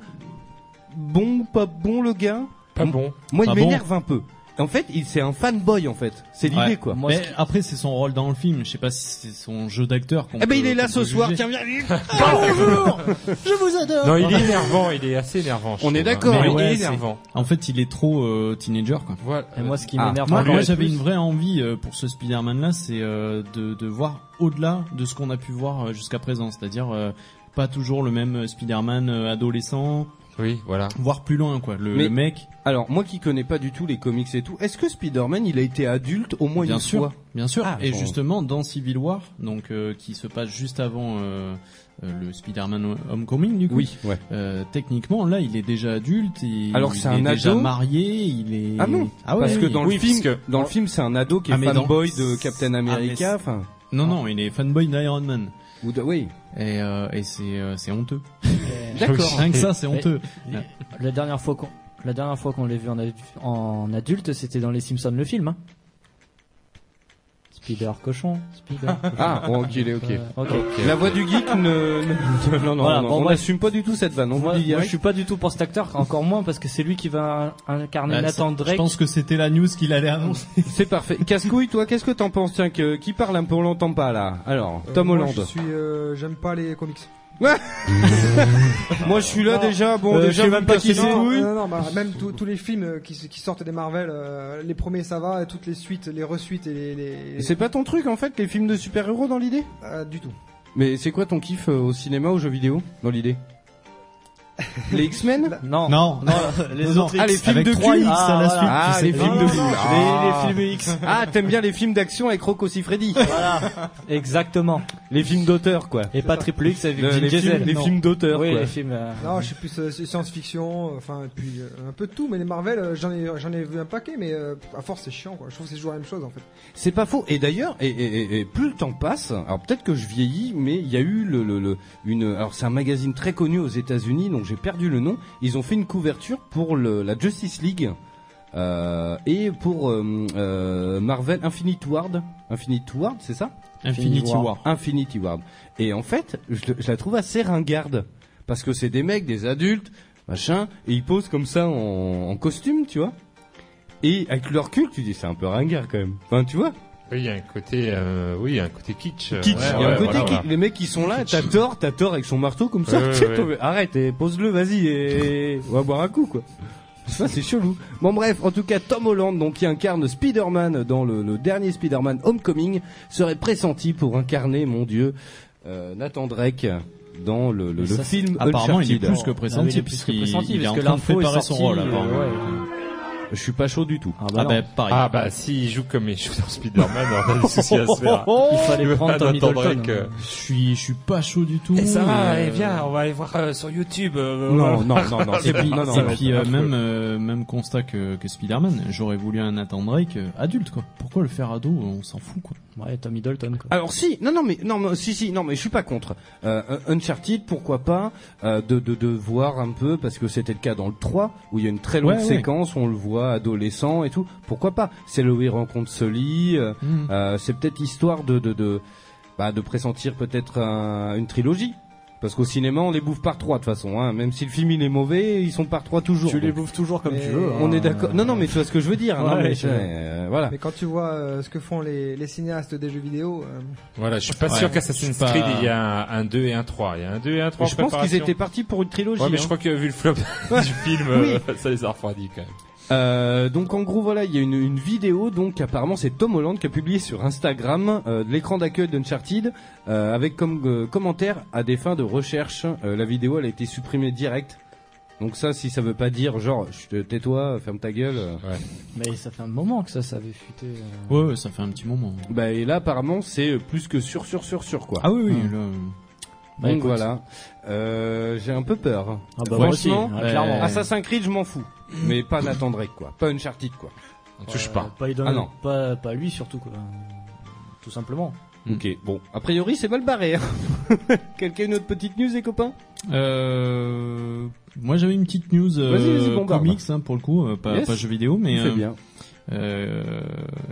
Bon ou pas bon le gars
Pas bon.
Moi
Pas
il
Ah bon.
m'énerve hein. un peu. En fait, il c'est un fanboy en fait. C'est l'idée
Ouais.
quoi.
Mais après, c'est son rôle dans le film. Je sais pas si c'est son jeu d'acteur. qu'on
eh ben
peut-
il est là
qu'on
ce
peut
soir.
juger.
Tiens viens. viens.
bonjour Je vous adore
Non, il est énervant, il est assez énervant. je
On est
trouve, hein.
d'accord,
Mais
ouais,
il est
c'est-
énervant.
En fait, il est trop euh, teenager quoi.
Voilà.
Et moi, ce qui
Ah.
m'énerve.
Moi,
encore
moi,
le
j'avais
plus-
une vraie envie euh, pour ce Spider-Man là, c'est euh, de, de voir au-delà de ce qu'on a pu voir euh, jusqu'à présent, c'est-à-dire euh, pas toujours le même euh, Spider-Man euh, adolescent.
Oui, voilà.
Voire plus loin, quoi. Le,
Mais-
le mec.
Alors, moi qui connais pas du tout les comics et tout, est-ce que Spider-Man, il a été adulte au moins
bien
une
sûr,
fois
Bien sûr.
Ah,
et
bon.
justement, dans Civil War, donc euh, qui se passe juste avant euh, euh, le Spider-Man Homecoming, du coup.
Oui, ouais.
euh, techniquement, là, il est déjà adulte. et
Alors,
il
c'est
est
un
déjà
ado
marié. Il est.
Ah non
Ah ouais,
Parce que
oui.
dans
Oui,
le film,
parce que-
dans le film, c'est un ado qui est
Ah, mais dans-
fanboy de Captain
Ah, mais
America.
c'est-
Enfin,
Non, non, il est fanboy d'Iron Man.
Ou de- oui.
Et, euh, et c'est euh, c'est honteux.
D'accord.
Rien que ça, c'est
Mais-
honteux.
La dernière fois qu'on la dernière fois qu'on l'a vu en, adu- en adulte, c'était dans Les Simpsons le film. hein. Spider cochon, Spider.
Ah, bon, ok, il est ok.
Euh, Ok.
La voix du geek ne, ne- non, non,
Voilà,
non,
bon,
on
bref.
n'assume pas du tout cette vanne. On vous
Moi,
le dit
moi,
direct.
je suis pas du tout pour cet acteur, encore moins parce que c'est lui qui va incarner
Bah,
Nathan
ça-
Drake.
Je pense que c'était la news qu'il allait annoncer.
C'est parfait. Casse-couille, toi, qu'est-ce que t'en penses Tiens, que, qui parle un peu, on l'entend pas là. Alors,
Euh,
Tom
moi,
Holland.
je suis, euh, j'aime pas les comics.
Moi, je suis là déjà. Bon,
Euh,
déjà,
je sais
vous
même pas
me cassez
qui c'est.
les couilles.
Non, non, bah, même tous tous les films euh, qui, se- qui sortent des Marvel, euh, les premiers ça va, et toutes les suites, les resuites et les. les-
Et C'est pas ton truc en fait, les films de super-héros dans l'idée
euh, du tout.
Mais c'est quoi ton kiff euh, au cinéma, aux jeux vidéo, dans l'idée Les X-Men
Non.
Non, non,
les
non.
autres
Ah, les films
Avec
de
3 X
cul.
à
Ah,
la suite.
voilà.
Ah,
tu
les
sais.
films de
non,
cul.
non,
Ah.
je vais- les films X.
Ah, t'aimes bien les films d'action avec Rocco Siffredi
Exactement.
Les films d'auteur, quoi.
Et pas Triple X avec
Le-
Vin
les
Diesel.
films, les
non.
films d'auteur,
Oui,
quoi.
les films. euh,
Non, je suis plus euh, science-fiction, euh, enfin, et puis euh, un peu de tout, mais les Marvel, euh, j'en ai, j'en ai vu un paquet, mais euh, à force c'est chiant, quoi. Je trouve que c'est toujours la même chose en fait.
C'est pas faux. Et d'ailleurs, et, et- et- et plus le temps passe, alors peut-être que je vieillis, mais il y a eu le, le- le- une. Alors c'est un magazine très connu aux États-Unis, donc j'ai perdu le nom. Ils ont fait une couverture pour le- la Justice League euh, et pour euh, euh, Marvel Infinity Ward. Infinity Ward, c'est ça
Infinity War.
Infinity Ward. Et en fait, je, je la trouve assez ringarde. Parce que c'est des mecs, des adultes, machin, et ils posent comme ça en, en costume, tu vois. Et avec leur cul, tu dis, c'est un peu ringard quand même. Enfin, Ben, tu vois.
Oui, il y a un côté, euh, oui, il y a un côté kitsch. euh,
Kitsch.
ouais,
Il y a
ouais,
un côté
voilà,
qui-
voilà.
les mecs qui sont là, t'as tort, t'as tort avec son marteau comme ça.
Ouais,
tu sais,
ouais,
t'en veux- Arrête, et pose-le, vas-y, et on va boire un coup, quoi. Ça, c'est chelou. Bon, bref, en tout cas, Tom Holland, donc, qui incarne Spider-Man dans le, le dernier Spider-Man Homecoming, serait pressenti pour incarner, mon dieu, euh, Nathan Drake dans le, le- le
Ça, c'est-
film
Apparemment, il est
Uncharted.
plus que
Ah oui, il
pressenti,
est plus que
puisqu'il
pressenti,
il est en
parce que
train de
l'info est
préparer son
sortie,
rôle,
euh,
apparemment.
ouais.
Je suis pas chaud du tout.
Ah bah,
Ah
non.
bah, pareil.
Ah bah s'il joue comme les shooters Spider-Man, on a des soucis à se faire.
Il fallait
Le
prendre
fan
Tom
attendrait
Hiddleston.
que-
Je suis, je suis pas chaud du tout.
Eh, ça va,
euh,
eh, viens, on va aller voir euh, sur YouTube. euh,
Non,
voilà.
non, non, non,
Et
c'est
puis,
bon. Non, non,
et
non,
puis,
non,
euh,
non,
même, euh, même constat que, que Spider-Man. J'aurais voulu un Nathan Drake euh, adulte, quoi. Pourquoi le faire ado On s'en fout, quoi.
Ouais, Tom Hiddleston quoi.
Alors si, non non mais non mais, si si non mais je suis pas contre euh, Uncharted pourquoi pas euh, de, de de voir un peu parce que c'était le cas dans le 3 où il y a une très longue
Ouais, ouais.
séquence où on le voit adolescent et tout pourquoi pas c'est le où il rencontre Sully euh,
Mhm.
euh, c'est peut-être histoire de de de bah, de pressentir peut-être un- une trilogie parce qu'au cinéma on les bouffe par trois de toute façon hein. même si le film il est mauvais ils sont par trois toujours
Tu les
Donc,
bouffes toujours comme
Mais
tu veux. hein.
on est d'accord non non mais tu vois ce que je veux dire hein. non
Ouais,
mais
je-
euh, voilà
Mais quand tu vois euh, ce que font les, les cinéastes des jeux vidéo, euh,
Voilà, je suis pas
Ouais,
sûr qu'Assassin's
je suis pas-
Creed, il y a un, un 2 et un 3. Il y a un 2 et un 3
je pense qu'ils étaient partis pour une trilogie
Ouais, mais
hein.
je crois que vu le flop du film, euh, ça les a refroidis quand même.
Euh, donc en gros voilà, il y a une, une vidéo donc apparemment c'est Tom Holland qui a publié sur Instagram euh, de l'écran d'accueil d'Uncharted euh, avec comme euh, commentaire à des fins de recherche. Euh, la vidéo elle a été supprimée direct. Donc ça si ça veut pas dire genre je te- tais-toi, ferme ta gueule. euh.
Mais ça fait un moment que ça, ça avait fuité. euh.
Ouais, ouais, ça fait un petit moment.
Bah et là apparemment c'est plus que sur sur sur sur quoi. Mmh.
Ah oui, oui.
Hum.
le-
bah,
donc
écoute.
voilà. Euh, j'ai un peu peur.
Ah bah, moi aussi,
Franchement,
hein, clairement.
Assassin's Creed je m'en fous, mais pas Nathan Drake quoi, pas Uncharted quoi.
On touche
Euh,
pas.
Pas, Hiddleston,
Ah non.
pas, pas lui surtout quoi. Tout simplement.
Ok bon, a priori c'est mal barré. hein. Quelqu'un une autre petite news les copains?
Euh, moi, j'avais une petite news euh,
Vas-y, vas-y, bombarde.
comics hein, pour le coup, euh, pas,
Yes.
pas jeu vidéo, mais
C'est
euh,
bien.
Euh,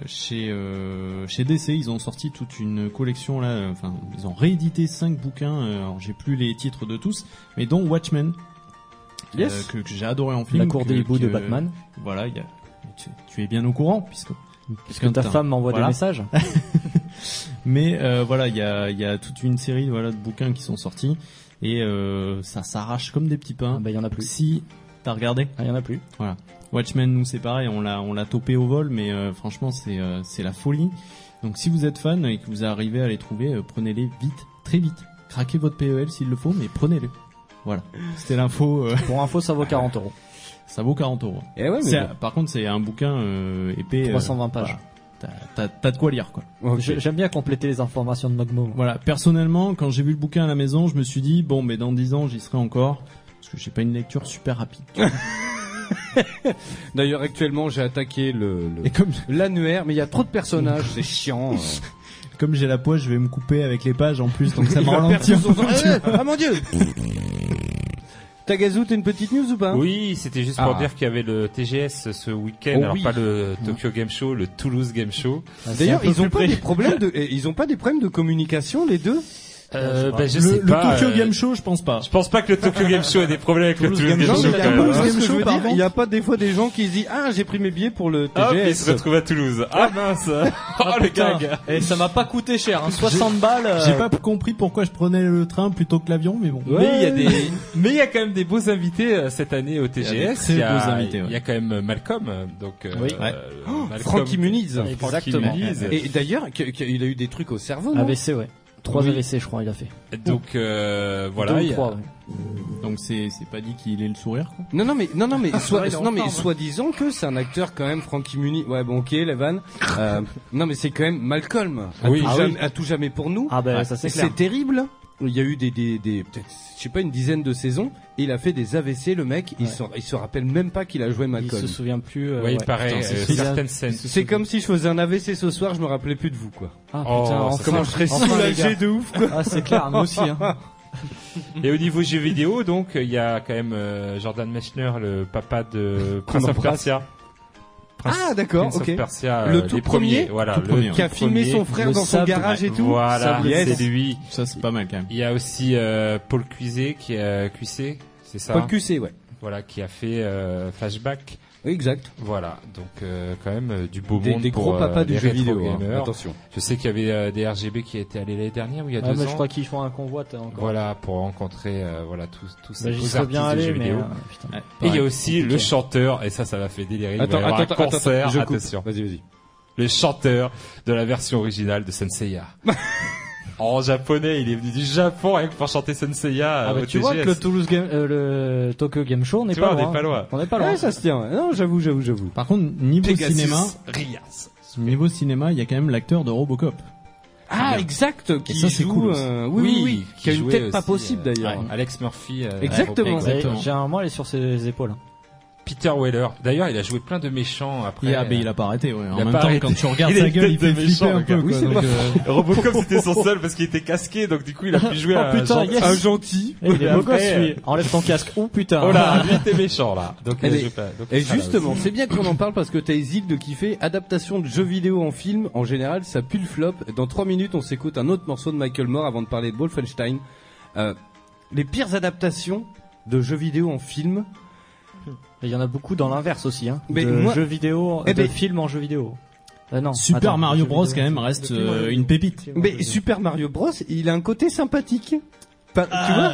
chez euh, chez DC, ils ont sorti toute une collection là. euh, Enfin, ils ont réédité cinq bouquins. euh, Alors, j'ai plus les titres de tous, mais dont Watchmen,
Yes.
euh, que, que j'ai adoré en film.
La cour
que-
des hiboux de
que-
Batman.
Voilà, il y a- tu, tu es bien au courant puisque.
Puisque ta
putain.
femme m'envoie
Voilà.
des messages.
Mais euh, voilà, il y a il y a toute une série voilà de bouquins qui sont sortis et euh, ça s'arrache comme des petits
Ah
pains.
bah il y en a plus.
si t'as regardé
Ah, il y en a plus.
Watchmen, nous c'est pareil, on l'a on l'a topé au vol, mais euh, franchement c'est euh, c'est la folie. Donc si vous êtes fan et que vous arrivez à les trouver, euh, prenez-les vite, très vite, Craquez votre PEL s'il le faut, mais prenez-le. Voilà. C'était l'info. euh.
Pour info, ça vaut 40 euros.
Ça vaut 40 euros.
Eh ouais, mais
C'est-
bon.
Par contre, c'est un bouquin euh, épais. euh,
320 pages.
voilà. T'as- T'as t'as de quoi lire, quoi.
J'ai- J'aime bien compléter les informations de Mogmo.
Voilà, personnellement, quand j'ai vu le bouquin à la maison, je me suis dit bon, mais dans 10 ans, j'y serai encore parce que j'ai pas une lecture super rapide. tu vois.
D'ailleurs, actuellement, j'ai attaqué le le- l'annuaire, mais il y a trop de personnages, c'est chiant. hein.
Comme j'ai la poisse, je vais me couper avec les pages en plus, donc ça
Il
me
va
ralentit.
perdre son-
Tu
Ah,
vois.
ah, mon Dieu Tagazu, t'as une petite news ou pas
Oui, c'était juste pour
Ah.
dire qu'il y avait le TGS ce week-end,
Oh
alors
oui.
pas le Tokyo Game Show, le Toulouse Game Show.
Ah, D'ailleurs, ils ont pas des problèmes de, eh, ils ont pas des problèmes de communication, les deux?
Euh, bah, je
le,
sais
le
pas,
Tokyo
euh,
Game Show, je pense pas.
Je pense pas que le Tokyo Game Show ait des problèmes avec le Toulouse Game
Non,
Show.
mais
quand
la Toulouse
même.
Game
que
Show,
je veux
par
dire,
contre- Il y a pas des fois des gens qui se disent, ah, j'ai pris mes billets pour le
Hop, Ah, il se
TGS.
retrouve à Toulouse. Ah mince
Ah,
Oh le
Putain.
gag
Et ça m'a pas coûté cher, hein. 60 balles. euh,
J'ai pas compris pourquoi je prenais le train plutôt que l'avion, mais bon.
mais il y a des, mais il y a quand même des beaux invités euh, cette année au TGS.
Il y a des très
Il y a-
beaux invités, ouais.
Il y a quand même euh, Malcolm, euh, donc euh,
Oui.
Ouais.
euh,
Oh,
Malcolm-
Frankie Muniz.
Frankie
Exactement.
Muniz.
Et d'ailleurs, que- que- il a eu des trucs au cerveau, non?
AVC, ouais. 3
Oui.
AVC, je crois, il a fait.
Donc euh, voilà.
Deux ou
il y a-
trois, ouais.
Donc c'est c'est pas dit qu'il ait le sourire. Quoi.
Non, non, mais, non, non, mais, soit,
ouais, il est en
non, mais,
forme, hein.
soit disant que c'est un acteur quand même, Frankie Muni. Ouais, bon, ok, la vanne. Euh, non, mais c'est quand même Malcolm. À
Oui.
Tout
Ah
jamais, à tout jamais pour nous.
Ah ben, ça c'est clair.
C'est terrible. Il y a eu des, des, des peut-être, je sais pas, une dizaine de saisons. Et il a fait des AVC, le mec. Il, se, il se rappelle même pas qu'il a joué
Il
Malcolm.
se souvient plus. euh,
Ouais, il
ouais.
paraît
Putain,
euh,
c'est- c'est-
certaines scènes.
C'est comme si je faisais un AVC ce soir, je me rappelais plus de vous, quoi.
Ah
Oh,
putain,
ça
enfin,
commence
Je serais
enfin, les gars.
soulagé de ouf, quoi.
Ah, c'est clair, moi aussi. Hein.
Et au niveau jeux vidéo, donc il y a quand même euh, Jordan Mechner, le papa de Prince of
embrasse.
Persia. Prince-
Ah, d'accord,
Prince of
ok.
Persia,
Le
euh,
tout
les premiers,
premier,
voilà,
tout
le
premier,
tout
Qui a filmé
premier.
son frère
le
dans son
sable,
garage et tout.
Voilà,
Sable, yes.
c'est lui.
Ça c'est pas mal quand même.
Il y a aussi euh, Paul Cuisé qui est Cuisé, c'est ça. hein
Paul QC, ouais.
Voilà, qui a fait euh, Flashback.
Oui, exact.
Voilà, donc euh, quand même euh, du beau
Des,
monde
des
pour
gros
euh,
papas du
les
jeu
rétro
vidéo. hein.
gamers.
Attention. bah,
Je sais qu'il y avait euh, des RGB qui étaient allés l'année dernière ou il y a
Ah,
deux
mais
ans.
je crois qu'ils font un convoi t'as encore.
Voilà, pour rencontrer euh, voilà tous tous
Bah,
ces
J'y
beaux
serais
artistes
bien
des
allé,
jeux
mais.
vidéo.
euh, putain.
Ouais,
Et il y
pareil.
a aussi le chanteur, et ça, ça va fait délirer. il va y
Attends,
avoir
attends,
un
attends,
concert,
je coupe.
attention.
Vas-y, vas-y.
Le chanteur de la version originale de Senseiya. en japonais, il est venu du Japon rien que pour chanter Senseiya
Ah,
euh,
bah,
au
tu vois que
TGS.
le Toulouse Game, euh, le Tokyo Game Show, on n'est
Tu
pas,
vois, on
loin.
n'est pas loin.
On n'est pas loin.
Ouais, ça se tient. ouais. Non, j'avoue, j'avoue, j'avoue.
Par contre niveau
Pegasus
cinéma,
Rias.
niveau cinéma, il y a quand même l'acteur de Robocop.
Ah, exact, qui
ça, c'est
joue,
cool aussi.
euh, oui, oui, oui, qui a une
jouait
tête pas
aussi,
possible
euh,
d'ailleurs.
ouais, Alex Murphy. euh,
Exactement.
Robocop.
Ouais, Généralement, elle est sur ses épaules. hein.
Peter Weller. D'ailleurs, il a joué plein de méchants après.
Il a, mais il a pas arrêté. Ouais. En
il a
même
pas
temps,
arrêté.
quand tu regardes
Il a
sa
une
gueule,
tête
il fait
de
flipper
méchant,
un peu.
le
quoi,
gars. Oui,
donc, euh, Oh,
Robocop, c'était son seul parce qu'il était casqué, donc du coup, il a pu jouer à
Oh, putain,
Jean-
yes.
un
Un
Jean-
gentil. euh,
Eh, il est
Et
beau gosse,
après,
lui. Enlève ton casque. Oh putain.
Oh là, lui était méchant là. Donc, il a
Et
joué pas- donc,
Et
il sera là
justement,
aussi.
c'est bien qu'on en parle parce que t'as hésite de kiffer. Adaptation de jeux vidéo en film, en général, ça pue le flop. Dans trois minutes, on s'écoute un autre morceau de Michael Moore avant de parler de Wolfenstein. Euh, les pires adaptations de jeux vidéo en film.
Il y en a beaucoup dans l'inverse aussi, hein.
Mais
de
moi-
jeux vidéo,
Eh
de
ben-
films en jeux vidéo. Euh, non.
Super
attends,
Mario
jeux
Bros
vidéo.
quand même reste euh, une pépite.
Mais Super Mario Bros, il a un côté sympathique. Pas- tu vois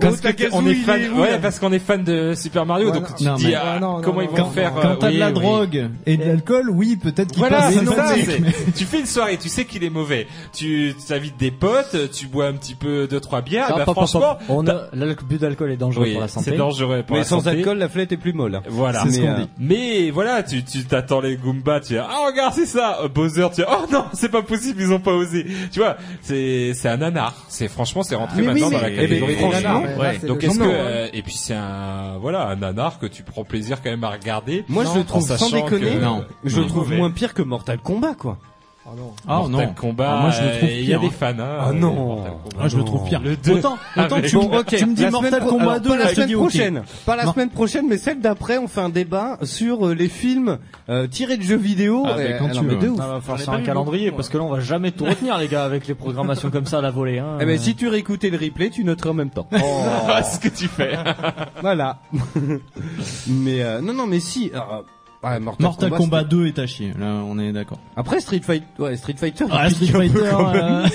Parce
Oh,
que
Takazu,
on est
il
fan,
est où,
ouais,
là
parce qu'on est fan de Super Mario,
Ouais,
donc
non,
tu
non,
te dis
mais-
ah,
ouais, non,
comment
non,
ils vont
non.
faire.
Quand
euh,
t'as
oui,
de la
oui.
drogue et de l'alcool, oui, peut-être qu'il
Voilà,
passe
c'est
une
ça.
tête,
c'est-
mais-
Tu fais une soirée, tu sais qu'il est mauvais. Tu t'invites des potes, tu bois un petit peu deux trois bières.
Ah,
et bah,
pop, pop, pop.
franchement,
on a, le but d'alcool est dangereux
oui,
pour la
c'est
santé.
dangereux pour
Mais
la
sans
santé.
alcool, la flèche est plus molle.
Voilà.
C'est ce
Mais,
qu'on
euh,
dit.
Mais voilà, tu tu t'attends les Goombas, tu dis ah regarde c'est ça, Euh, Bowser, tu dis oh non c'est pas possible, ils ont pas osé, tu vois, c'est c'est un nanar, c'est franchement c'est rentré
Mais oui,
maintenant dans la
mais- eh ben,
catégorie des
franchement,
nanars.
ouais, là, c'est
Donc
le
est-ce que
genre,
euh, et puis c'est un voilà un nanar que tu prends plaisir quand même à regarder.
Moi, je
en
le trouve sans
sachant
déconner.
que-
Non.
Je le
il est
trouve
mauvais.
moins pire que Mortal Kombat, quoi.
Ah non.
Ah
Mortal
non.
Kombat,
Ah, moi je le trouve
euh, il y a
pire.
des
hein.
fans. Hein,
Ah
euh,
non.
Mortal Kombat.
Ah, je le trouve pire.
Le deux.
Autant, autant
Avec-
tu, me-
Bon, ok.
tu me dis
La
Mortal
semaine pro-
Kombat
alors,
2,
pas la
je te dis
semaine
ok.
prochaine. Pas la
Non.
semaine prochaine, mais celle d'après, on fait un débat sur euh, les films euh, tirés de jeux vidéo.
Ah, mais
Euh,
quand
alors,
tu
mais
veux.
de ouf.
Ah, va falloir
J'en ai
faire
pas
un
eu
calendrier
hein.
beaucoup,
parce que là on va jamais tout retenir les gars avec les programmations comme ça à la volée. Hein.
Eh ben, si tu réécoutais le replay, tu noterais en même temps.
Ah, ce que tu fais.
voilà. mais euh, non, non, mais si. alors, euh, ouais, Mortal,
Mortal Kombat
c'était-
2 est à chier, là on est d'accord.
Après Street Fighter, ouais, Street Fighter.
Ah,
il pique
Street
un peu
Fighter,
quand même.
euh,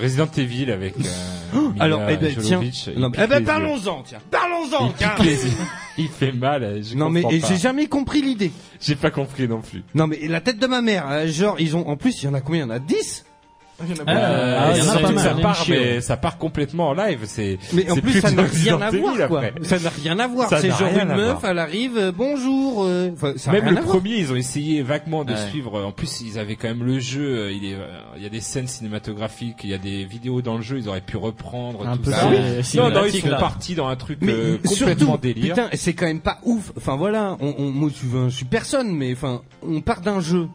Resident Evil avec. euh, Mila
Alors, eh ben, tiens.
Jovovich, il
Non,
pique
eh ben,
les yeux.
parlons-en, tiens. Parlons-en,
Il
tiens.
pique les yeux. Il fait mal. euh, je
Non, mais
comprends
et
pas.
j'ai jamais compris l'idée.
j'ai pas compris non plus.
Non, mais la tête de ma mère, euh, genre, ils ont, en plus, il y en a combien? Il y en a 10?
Il y en a
Ah,
pas mal.
euh,
Ah, il y en a
surtout
pas
que
mal.
Ça part,
Chier,
mais
ouais.
ça part complètement en live. C'est
Mais en
c'est
plus, ça
plus
n'a
une
rien à
Resident
voir,
Evil
quoi.
après.
Ça n'a rien à voir.
Ça
C'est
n'a
genre
rien
une
à
meuf,
voir.
elle arrive, euh, bonjour. euh, enfin, ça n'a
Même
rien
le
à voir.
premier, ils ont essayé vaguement de
Ouais.
suivre. euh, En plus, ils avaient quand même le jeu. euh, Il est, euh, il y a des scènes cinématographiques, il y a des vidéos dans le jeu. Ils auraient pu reprendre
Un
tout
peu
ça. Ah
ça, oui.
Non, non, ils
cinématique,
sont
là.
partis dans un truc
Mais
euh, complètement
surtout,
délire.
Putain, c'est quand même pas ouf. Enfin voilà, on, on, moi tu veux, je suis personne, mais enfin, on part d'un jeu.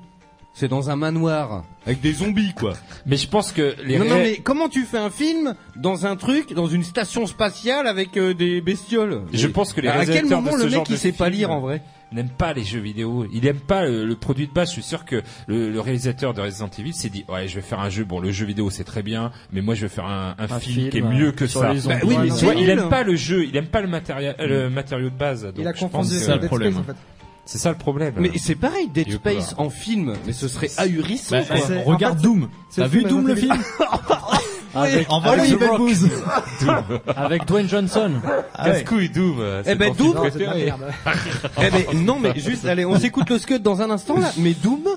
C'est dans un manoir avec des zombies quoi.
Mais je pense que les
non, non
ré-
mais comment tu fais un film dans un truc, dans une station spatiale avec euh, des bestioles
Je pense que les
à quel
réalisateurs
moment
de ce
le
genre
mec il
de
sait pas
film euh,
lire en vrai
N'aime pas les jeux vidéo. Il aime pas euh, le, produit de base. Je suis sûr que le, le réalisateur de Resident Evil s'est dit ouais, je vais faire un jeu. Bon, le jeu vidéo c'est très bien, mais moi je vais faire un, un
Un
film,
film,
qui est mieux que
sur
ça.
les zombies.
Bah oui, mais
Ouais,
tu vois,
non,
il
mais
aime
nul,
pas le jeu. Il aime pas le matériel, euh, le matériau de base. Donc,
a
je
confondu
pense que-
avec C'est ça, le Dead problème. Space, en fait.
C'est ça le problème.
Mais c'est pareil, Dead
Il veut
Space en film, mais ce serait ahurissant.
Bah,
quoi.
c'est- regarde
En fait, Ah
Doom.
c'est
euh, T'as vu
avec
Doom, le
Nathalie-
Ah, Avec-
En voilà
avec
une
The
belle
Rock.
bouse.
Avec Dwayne Johnson.
Ah Casse-couille Doom. euh,
Ah Eh
c'est
ben
ton film
Doom.
Ah,
préféré.
eh ben non mais juste allez, on s'écoute le scud dans un instant là. Mais Doom,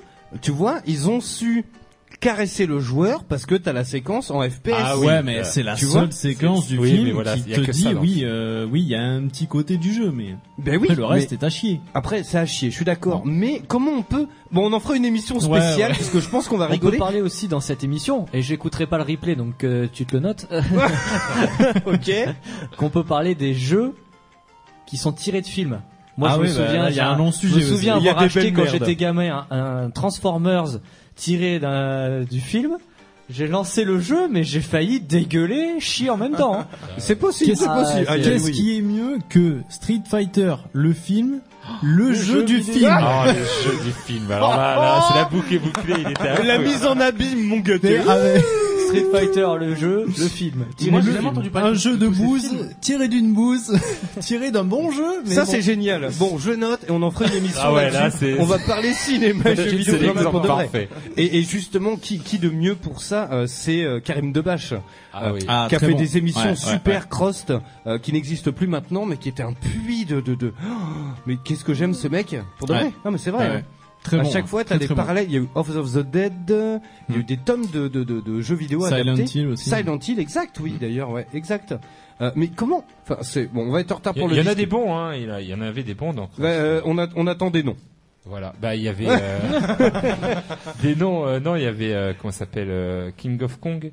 tu vois, ils ont su caresser le joueur parce que t'as la séquence en FPS.
Ah ouais, mais c'est la
euh, Tu
seule
vois
séquence du
Oui,
film
mais voilà,
qui
y a
te
que
dit
ça dans le
oui,
film.
euh, oui, il y a un petit côté du jeu, mais
Ben oui,
après, le reste
mais-
est à chier.
Après, c'est à chier, je suis d'accord. Mais comment on peut Bon, on en fera une émission
Ouais,
spéciale
ouais.
parce que je pense qu'on va
On
rigoler.
peut parler aussi dans cette émission, et j'écouterai pas le replay, donc euh, tu te le notes.
ok.
Qu'on peut parler des jeux qui sont tirés de films. Moi,
Ah
je me
oui, bah,
souviens,
là, il y a
j'ai
un long
Je
sujet
me souviens
aussi. Il y a
avoir
des
acheté
belles
quand
merdes.
j'étais gamin un, un Transformers tiré d'un- du film. J'ai lancé le jeu, mais j'ai failli dégueuler, chier en même temps. hein.
C'est possible, Ah,
Qu'est-ce Ah, qu'est-ce qui est mieux que Street Fighter, le film,
Oh,
le, jeu, du film
Ah,
Oh, le jeu du film. Alors là, là, c'est la boucle est bouclée. Il était affreux.
en abîme, mon gars.
Mais avec-
Street Fighter, le jeu, le film. Tiré
Moi,
du
j'ai
film.
jamais entendu parler Un de- jeu de de tous ces bouse, films. tiré d'une bouse, tiré d'un bon jeu. mais
Ça
bon.
c'est génial. Bon, je note et on en fera une émission.
Ah ouais, là,
là-dessus.
c'est-
on va parler cinéma,
C'est
jeux vidéo,
l'exemple
vraiment pour de vrai.
parfait.
Et, et justement, qui, qui de mieux pour ça, euh, c'est euh, Karim Debache,
Ah oui.
Ah,
qui a
très
fait
bon.
des émissions
Ouais, ouais,
super crust, euh, qui n'existent plus maintenant, mais qui était un puits de de. de... Oh, mais qu'est-ce que j'aime ce mec Pour de
Ouais.
vrai. Non, mais c'est vrai.
Ouais,
hein.
ouais. Très
à
bon,
chaque
hein.
fois, t'as
Très,
des
très bon. Hmm.
parallèles. Il y a eu Office of the Dead, euh, il y a eu des tomes de, de, de, de jeux vidéo
Silent
adaptés.
Hill aussi. Hmm.
Silent Hill, exact, oui, d'ailleurs, ouais, exact. Euh, mais comment Enfin, c'est bon. On va être en retard
Il y,
pour le.
en a
disque.
des bons, hein. Il y en a- il y en avait des bons, donc.
Ouais, euh, on, a- on attend des noms.
Voilà. Bah, il y avait euh, des noms. euh, non, il y avait euh, comment ça s'appelle euh, King of Kong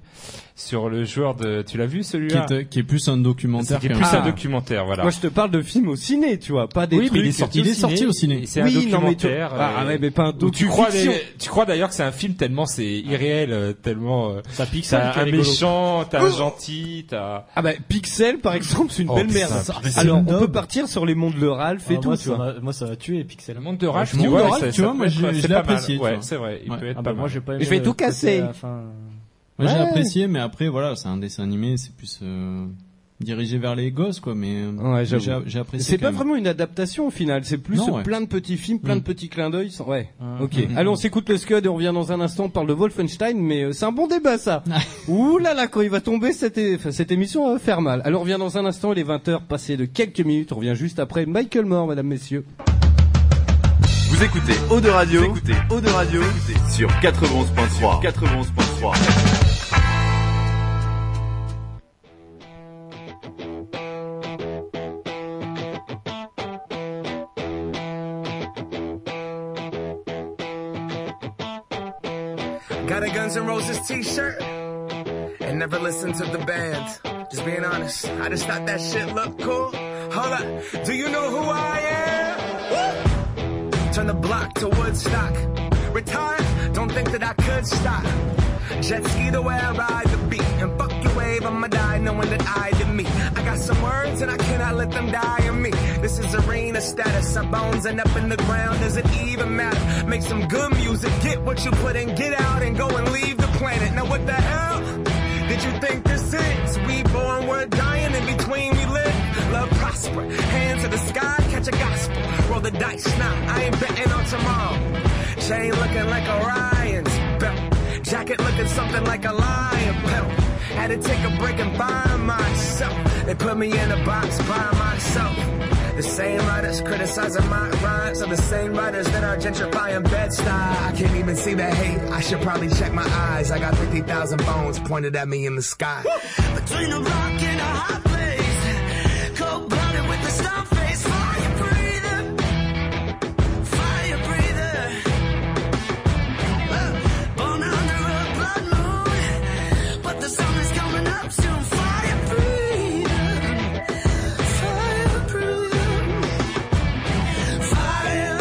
sur le joueur de. Tu l'as vu
Qui
celui-là
est, qui est plus un documentaire
C'était
qu'un
plus
film.
un documentaire, voilà.
Moi, je te parle de films au ciné, tu vois, pas des
oui, mais
trucs.
il est sorti,
Il est sorti au ciné.
et C'est
Oui,
un
non, mais
documentaire.
tu- Ah,
euh,
ouais, mais pas un
où Tu crois,
docu-fiction.
des- tu crois d'ailleurs que c'est un film tellement c'est irréel, euh, tellement euh,
Ça pique
t'as un
rigolo.
méchant, t'as un gentil, t'as.
Oh Ah bah Pixel par exemple c'est une
Oh,
belle
putain,
merde.
Pixel.
Alors on
Nob.
peut partir sur les mondes de Ralph et
Ah,
tout
moi,
tu
ça
vois.
m'a- moi, ça va tuer Ah, Pixel.
Le monde de Ralph,
Le monde de
ouais,
Ralph,
ça-
tu
ça
vois,
peut
moi,
être-
je- je
c'est
l'ai
pas mal.
apprécié, tu
Ouais,
vois.
c'est vrai, il
Ouais.
peut être
Ah
pas
bah,
mal.
moi, j'ai pas aimé
Je vais
le
tout
côté,
casser.
euh, enfin,
Moi, j'ai
Ouais.
apprécié, mais après, voilà, c'est un dessin animé, c'est plus euh, dirigé vers les gosses, quoi. Mais euh,
Ouais, j'avoue.
j'ai j'ai apprécié.
C'est
quand
pas
même.
vraiment une adaptation au final, c'est plus
Non, ouais.
plein de petits films, plein de
Mm.
petits clins d'œil. sans- Ouais.
Mm.
Ok.
Mm.
Allez on s'écoute le Scud et on revient dans un instant. On parle de Wolfenstein, mais euh, c'est un bon débat ça. Ouh là là quand il va tomber cette é- enfin, cette émission va faire mal. Alors on revient dans un instant. Il est 20 h passé de quelques minutes. On revient juste après Michael Moore, mesdames messieurs.
Vous écoutez Eau de Radio, vous écoutez Eau de Radio, vous écoutez sur 91.3, 91.3.
Got a Guns N' Roses t-shirt and never listened to the band. Just being honest, I just thought that shit looked cool. Hold up, do you know who I am? Woo! Turn the block to Woodstock. Retired, don't think that I could stop. Jet ski the way I ride the beat. And fuck your wave, I'ma die knowing that I did me. I got some words and I cannot let them die in me. This is arena status. Our bones and up in the ground. Does it even matter? Make some good music. Get what you put in. Get out and go and leave the planet. Now what the hell did you think this is? We born, we're dying. In between we live. Love prosper. Hands to the sky. Catch a gospel. Roll the dice. Nah, I ain't betting on tomorrow. Chain looking like Orion's belt. Jacket looking something like a lion pelt. Had to take a break and find myself. They put me in a box by myself. The same writers criticizing my rhymes are the same writers that are gentrifying bed I can't even see the hate. I should probably check my eyes. I got 50,000 bones pointed at me in the sky.
Between a rock and a hot place, cold blooded with a stone face, fire breather, fire breather. Uh, Born under a blood moon, but the sun is coming up soon. Fire breather, fire breather, fire, fire,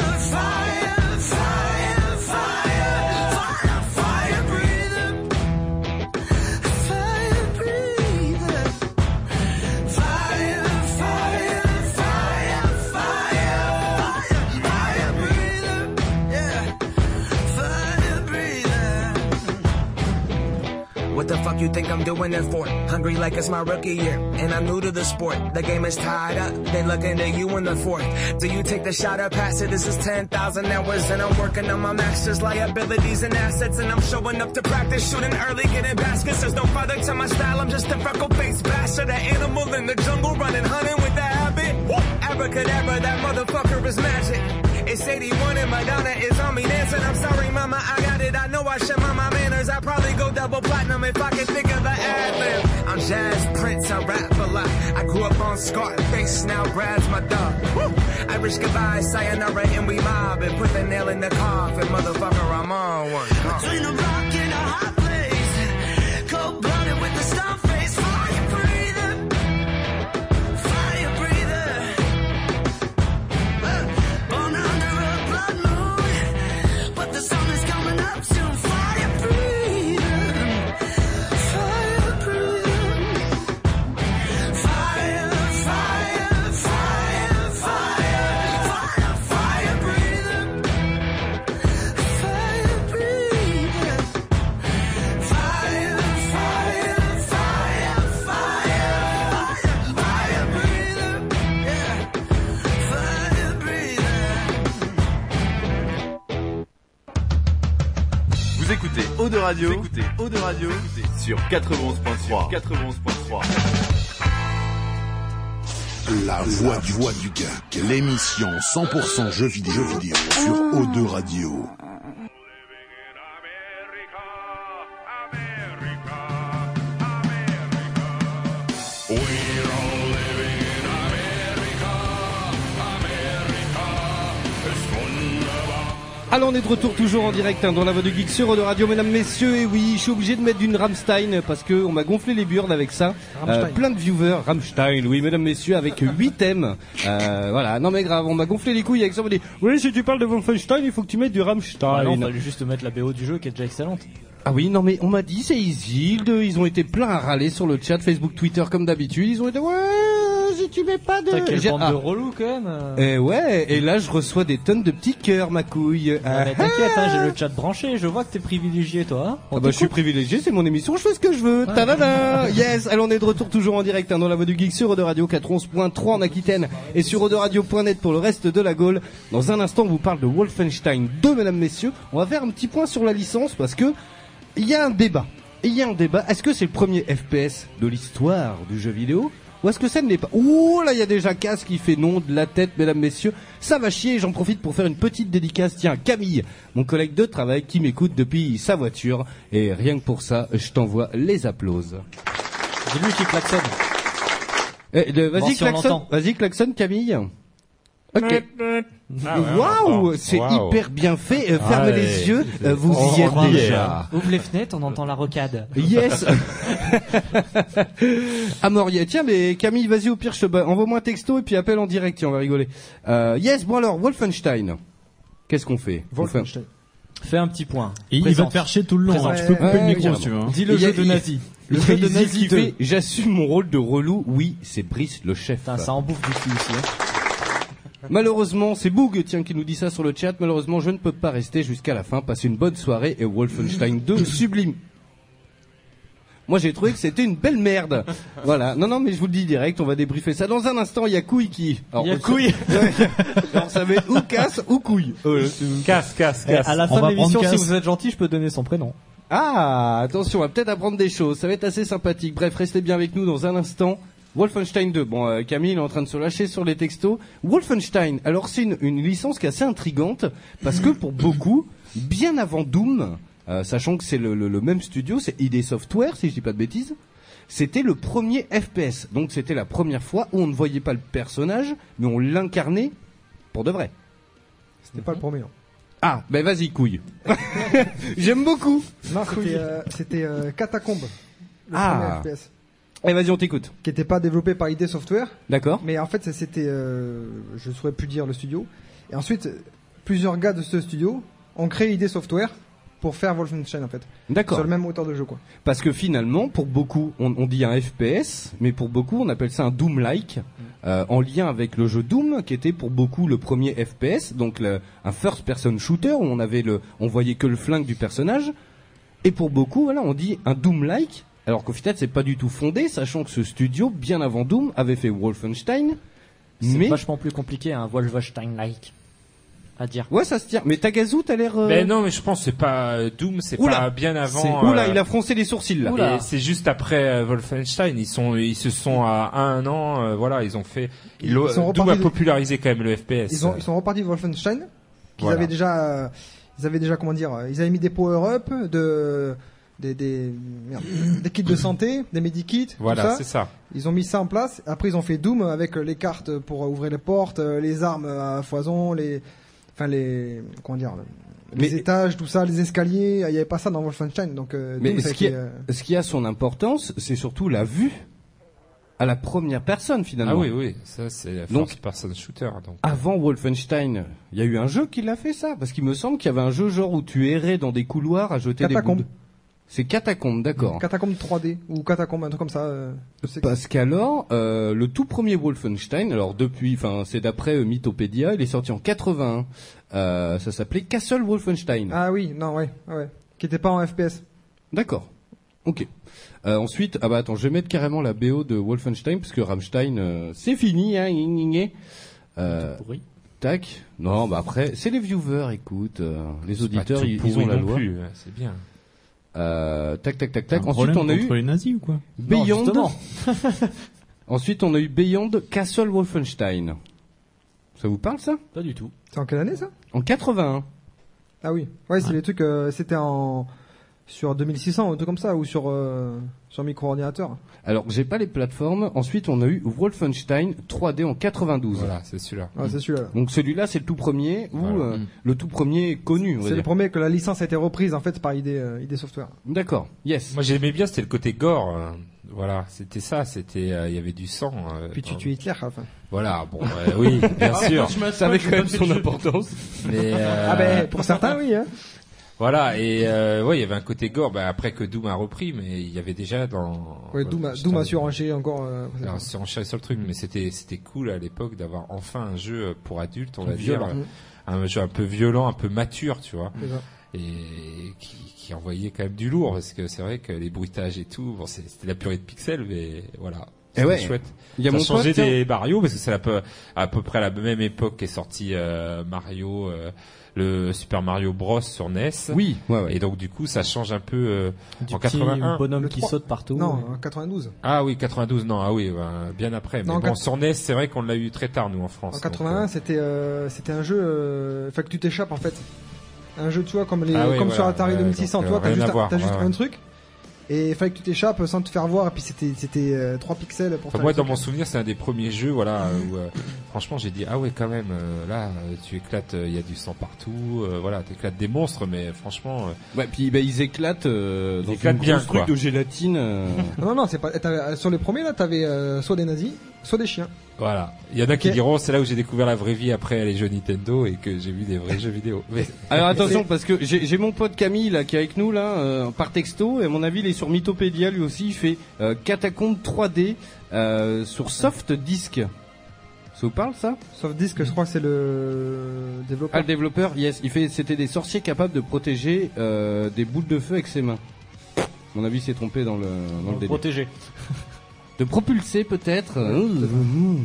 fire, fire, fire, fire breather. Fire breather, fire, fire, fire, fire, fire breather, yeah, fire breather.
What the fuck you think I'm doing it for? Hungry like it's my rookie year, and I'm new to the sport. The game is tied up, they looking at you in the fourth. Do you take the shot or pass it? This is 10,000 hours, and I'm working on my masters, liabilities and assets, and I'm showing up to practice, shooting early, getting baskets. There's no product to my style, I'm just a freckle-faced bastard, an animal in the jungle, running, hunting with the habit. Woo! Abracadabra, that motherfucker is magic. It's 81 and Madonna is on me dancing. I'm sorry, mama, I got it. I know I should mind my manners. I probably go double platinum if I can think of the ad lib. I'm Jazz Prince, I rap a lot. I grew up on Scarface, now Brad's my dog. Woo! Irish goodbye, sayonara, and we mob. And put the nail in the coffin, motherfucker, I'm on one. Uh. Huh.
Between a rock and a hot place, cold blooded with a stone face, fire breather, fire breather. Uh, Born under a blood moon, but the sun is coming up soon. Fire breather, fire breather, fire, fire, fire, fire, fire, fire breather, fire breather. Fire, fire, fire, fire, fire, fire breather, yeah, fire breather.
Vous écoutez Eau de Radio, vous écoutez Eau de Radio sur 91.3. 91.3.
La voix du, voix du geek. L'émission 100% jeux vidéo, Ah. jeux vidéo sur O2 Radio.
Alors on est de retour toujours en direct hein, dans la voix du geek sur de radio mesdames messieurs et oui je suis obligé de mettre d'une Rammstein parce que on m'a gonflé les burnes avec ça Euh,
Rammstein.
plein de viewers Rammstein oui mesdames messieurs avec 8 thèmes Euh, voilà non mais grave on m'a gonflé les couilles avec ça on m'a dit oui si tu parles de Wolfenstein il faut que tu mettes du Rammstein
Ah, non, fallait juste mettre la BO du jeu qui est déjà excellente.
Ah oui, non mais on m'a dit c'est Isild, ils ont été pleins à râler sur le chat Facebook, Twitter comme d'habitude, ils ont été ouais, euh, si tu mets pas de
T'as quelle
J'ai-
bande
ah.
de relous quand même. euh.
Et Euh, ouais, et là je reçois des tonnes de petits cœurs ma couille. Ah,
Ah, mais T'inquiète, hein, j'ai le chat branché, je vois que t'es privilégié toi. hein. On
Ah bah je suis
t'écoute.
privilégié, c'est mon émission, je fais ce que je veux. Tadada Yes, allez on est de retour toujours en direct hein, dans la voix du geek sur Eau de Radio 411.3 en Aquitaine et sur Radio.net pour le reste de la Gaule. Dans un instant, on vous parle de Wolfenstein 2 mesdames messieurs. On va faire un petit point sur la licence parce que il y a un débat. Il y a un débat, est-ce que c'est le premier FPS de l'histoire du jeu vidéo ou est-ce que ça ne l'est pas Ouh là, il y a déjà Casse qui fait non de la tête, mesdames, messieurs. Ça va chier, j'en profite pour faire une petite dédicace. Tiens, Camille, mon collègue de travail qui m'écoute depuis sa voiture. Et rien que pour ça, je t'envoie les applauses.
C'est lui qui klaxonne.
Eh, de-
Bon,
vas-y,
si on
klaxon,
l'entend.
vas-y, klaxon, Camille. Ok.
Ah ouais, on
Waouh,
l'entend.
c'est
Waouh.
hyper bien fait. Euh, fermez
Ouais.
les yeux, euh, vous
On-
y
on
êtes
croit
déjà.
Ouvre les fenêtres, on entend la rocade.
Yes. Amoria, tiens, mais Camille, vas-y, au pire, je te ba- envoie-moi un texto et puis appelle en direct, tiens, on va rigoler. Euh, yes, bon alors, Wolfenstein. Qu'est-ce qu'on fait On fait-
Wolfenstein.
Fais un petit point.
Et il
Présence.
va te faire chier tout le long,
Présence.
hein, tu peux couper le micro
carrément.
si tu veux. hein.
Dis le
Il y a-
jeu de
il y a-
nazi.
il
Le
y a
jeu de
Isil
nazi
qui
2.
fait, J'assume mon rôle de relou. Oui, c'est Brice le chef.
Putain, ça en bouffe du cul ici. hein.
Malheureusement, c'est Boog tiens qui nous dit ça sur le chat. Malheureusement, je ne peux pas rester jusqu'à la fin. Passez une bonne soirée et Wolfenstein 2 sublime. Moi, j'ai trouvé que c'était une belle merde. Voilà. Non, non, mais je vous le dis direct, on va débriefer ça dans un instant. Il y a couille qui. Alors,
Il y a
on-
couille.
Alors, on savait ou casse ou couille. Euh, c'est-
Casse, casse,
Eh,
casse.
à la
On
fin
va
de l'émission,
prendre
si
casse.
vous êtes gentil, je peux donner son prénom.
Ah, attention, on va peut-être apprendre des choses. Ça va être assez sympathique. Bref, restez bien avec nous dans un instant. Wolfenstein 2. Bon, euh, Camille est en train de se lâcher sur les textos. Wolfenstein. Alors c'est une, une licence qui est assez intrigante parce que pour beaucoup, bien avant Doom, euh, sachant que c'est le, le- le même studio, c'est ID Software si je dis pas de bêtises. C'était le premier FPS, donc c'était la première fois où on ne voyait pas le personnage, mais on l'incarnait pour de vrai.
C'était pas le premier. non.
Ah, ben vas-y couille. J'aime beaucoup.
C'était, euh, C'était euh, Catacombe. Le
Ah.
premier FPS.
Et vas-y, on t'écoute.
Qui n'était pas développé par ID Software.
D'accord.
Mais en fait, ça, c'était, euh, je ne saurais plus dire le studio. Et ensuite, plusieurs gars de ce studio ont créé ID Software pour faire Wolfenstein en fait.
D'accord.
Sur le même auteur de jeu quoi.
Parce que finalement, pour beaucoup, on, on dit un FPS, mais pour beaucoup, on appelle ça un Doom-like,
Mm.
euh, en lien avec le jeu Doom, qui était pour beaucoup le premier FPS, donc le- un first-person shooter où on avait le, on voyait que le flingue du personnage. Et pour beaucoup, voilà, on dit un Doom-like, alors qu'au final, c'est pas du tout fondé, sachant que ce studio, bien avant Doom, avait fait Wolfenstein.
C'est vachement plus compliqué, un Wolfenstein-like. À dire. Ben
Ouais, ça se tient. Mais Tagazu, t'as l'air. euh,
Mais non, mais je pense que c'est pas euh, Doom, c'est
Oula.
pas bien avant.
C'est- Oula,
euh,
il a froncé les sourcils là.
Et c'est juste après euh, Wolfenstein, ils sont, ils se sont à un an, euh, voilà, ils ont fait. Ils, l'ont-
Ils sont
Doom a
repartis de-
popularisé quand même le FPS.
Ils, ont, ils sont repartis de Wolfenstein. Qu'ils
Voilà.
avaient déjà, euh, ils avaient déjà comment dire, euh, ils avaient mis des power-up, de, des, des, merde, des kits de santé, des medikits.
Voilà,
tout
c'est ça.
Ils ont mis ça en place. Après, ils ont fait Doom avec euh, les cartes pour euh, ouvrir les portes, euh, les armes à foison, les, enfin les, comment dire, les étages, tout ça, les escaliers. Il n'y avait pas ça dans Wolfenstein, donc. euh,
Mais
Doom, ça a
ce qui,
été,
a,
euh,
ce qui a son importance, c'est surtout la vue à la première personne finalement.
Ah oui, oui, ça c'est la
Donc-
force person shooter. Donc.
Avant Wolfenstein, il y a eu un jeu qui l'a fait ça, parce qu'il me semble qu'il y avait un jeu genre où tu errais dans des couloirs à jeter
Catacombe.
des boules. C'est Catacombe, d'accord.
Catacombe 3D ou Catacombe, un truc comme ça. euh, je sais que-
Parce qu'alors, euh, le tout premier Wolfenstein, alors depuis, enfin c'est d'après euh, Mythopédia, il est sorti en 81. Euh, ça s'appelait Castle Wolfenstein.
Ah oui, non, ouais, ouais. Qui n'était pas en FPS.
D'accord. Ok. Euh, ensuite, ah bah attends, je vais mettre carrément la BO de Wolfenstein parce que Rammstein, euh, c'est fini, hein. gna, gna, gna. Euh, tac. Non, bah après, c'est les viewers, écoute, euh, les
C'est pas
auditeurs,
tout
ils, ils
pourri
ont la
non
loi.
plus, hein, c'est bien.
Euh, tac, tac, tac, tac.
Un
Ensuite,
problème
on a eu
contre les nazis ou quoi
Beyond. Ensuite, on a eu Beyond Castle Wolfenstein. Ça vous parle ça
Pas du tout.
C'est en quelle année ça
En 81.
Ah oui. Ouais, c'est les trucs. euh, C'était en sur 2600 ou un truc comme ça ou sur euh, sur micro-ordinateur.
Alors, j'ai pas les plateformes. Ensuite, on a eu Wolfenstein 3D en 92.
Voilà, c'est celui-là.
Ah, c'est celui-là. là.
Donc celui-là, c'est le tout premier ou
Voilà.
euh, le tout premier connu. on va
C'est le
dire.
premier que la licence a été reprise en fait par ID euh, ID Software.
D'accord. Yes.
Moi j'aimais bien, c'était le côté gore. euh, Voilà, c'était ça, c'était, euh, il y avait du sang. euh,
Puis tu
dans-
tues Hitler. Enfin.
Voilà, bon, euh, oui, bien sûr.
Ça avait quand même son importance.
Mais, euh,
Ah ben pour certains oui. Hein.
Voilà, et euh, ouais, il y avait un côté gore. Bah, après que Doom a repris, mais il y avait déjà dans.
Ouais,
Voilà,
Doom a,
Oh, bah, putain,
Doom a surenchéré encore. euh,
Alors, c'est enchaîné sur le truc, mais c'était c'était cool à l'époque d'avoir enfin un jeu euh, pour adultes, on va
Violent.
dire, un jeu un peu violent, un peu mature, tu vois,
C'est ça.
et qui, qui envoyait quand même du lourd parce que c'est vrai que les bruitages et tout, bon, c'est- c'était la purée de pixels, mais voilà.
Eh ouais.
C'était chouette.
Il y a
Ça
mon
changé
pote, tiens.
des Mario parce que c'est à peu, à peu près à la même époque qu'est sorti euh, Mario, euh, le Super Mario Bros sur NES.
Oui, ouais, ouais.
Et donc du coup, ça change un peu euh,
Du
en
petit
81.
bonhomme
Le
qui
trois.
saute partout.
Non, en 92.
Ah oui, 92, non, ah oui, ben, bien après. Mais
Non, en
bon,
quatre-
sur NES, c'est vrai qu'on l'a eu très tard, nous, en France.
En
donc,
81, c'était euh, c'était un jeu. euh, Enfin que tu t'échappes en fait. Un jeu tu vois comme les
Ah oui,
comme sur
voilà,
Atari
ouais,
2600.
donc,
tu vois
euh,
t'as
rien à
juste, un-
voir,
t'as juste
ouais,
un
ouais.
truc. Et il fallait que tu t'échappes sans te faire voir. Et puis c'était c'était euh, 3 pixels pour.
Enfin,
faire
moi,
le
dans
truc.
mon souvenir, c'est un des premiers jeux, voilà, euh, où euh, franchement, j'ai dit ah ouais, quand même, euh, là, euh, tu éclates, il y a du sang partout, euh, voilà, t'éclates des monstres, mais franchement, euh,
Ouais, puis bah, ils éclatent euh, dans
éclatent
une
bien,
grosse truc
quoi.
de gélatine. euh.
Non, non, c'est pas. t'avais- Sur les premiers là, t'avais euh, soit des nazis, soit des chiens.
voilà. Il y en a qui
Ok.
diront c'est là où j'ai découvert la vraie vie après les jeux Nintendo et que j'ai vu des vrais jeux vidéo. Mais
Alors attention parce que j'ai j'ai mon pote Camille là qui est avec nous là euh, par texto et à mon avis il est sur Mythopédia lui aussi il fait euh, Catacombe 3D euh, sur soft disk. Ça vous parle ça
Sauf disque,
Mhm.
je crois que c'est le
Ah
développeur.
le développeur yes il fait c'était des sorciers capables de protéger euh, des boules de feu avec ses mains. À mon avis il s'est trompé dans le dans le délire.
Protégé.
De propulser peut-être.
Oh,
Euh,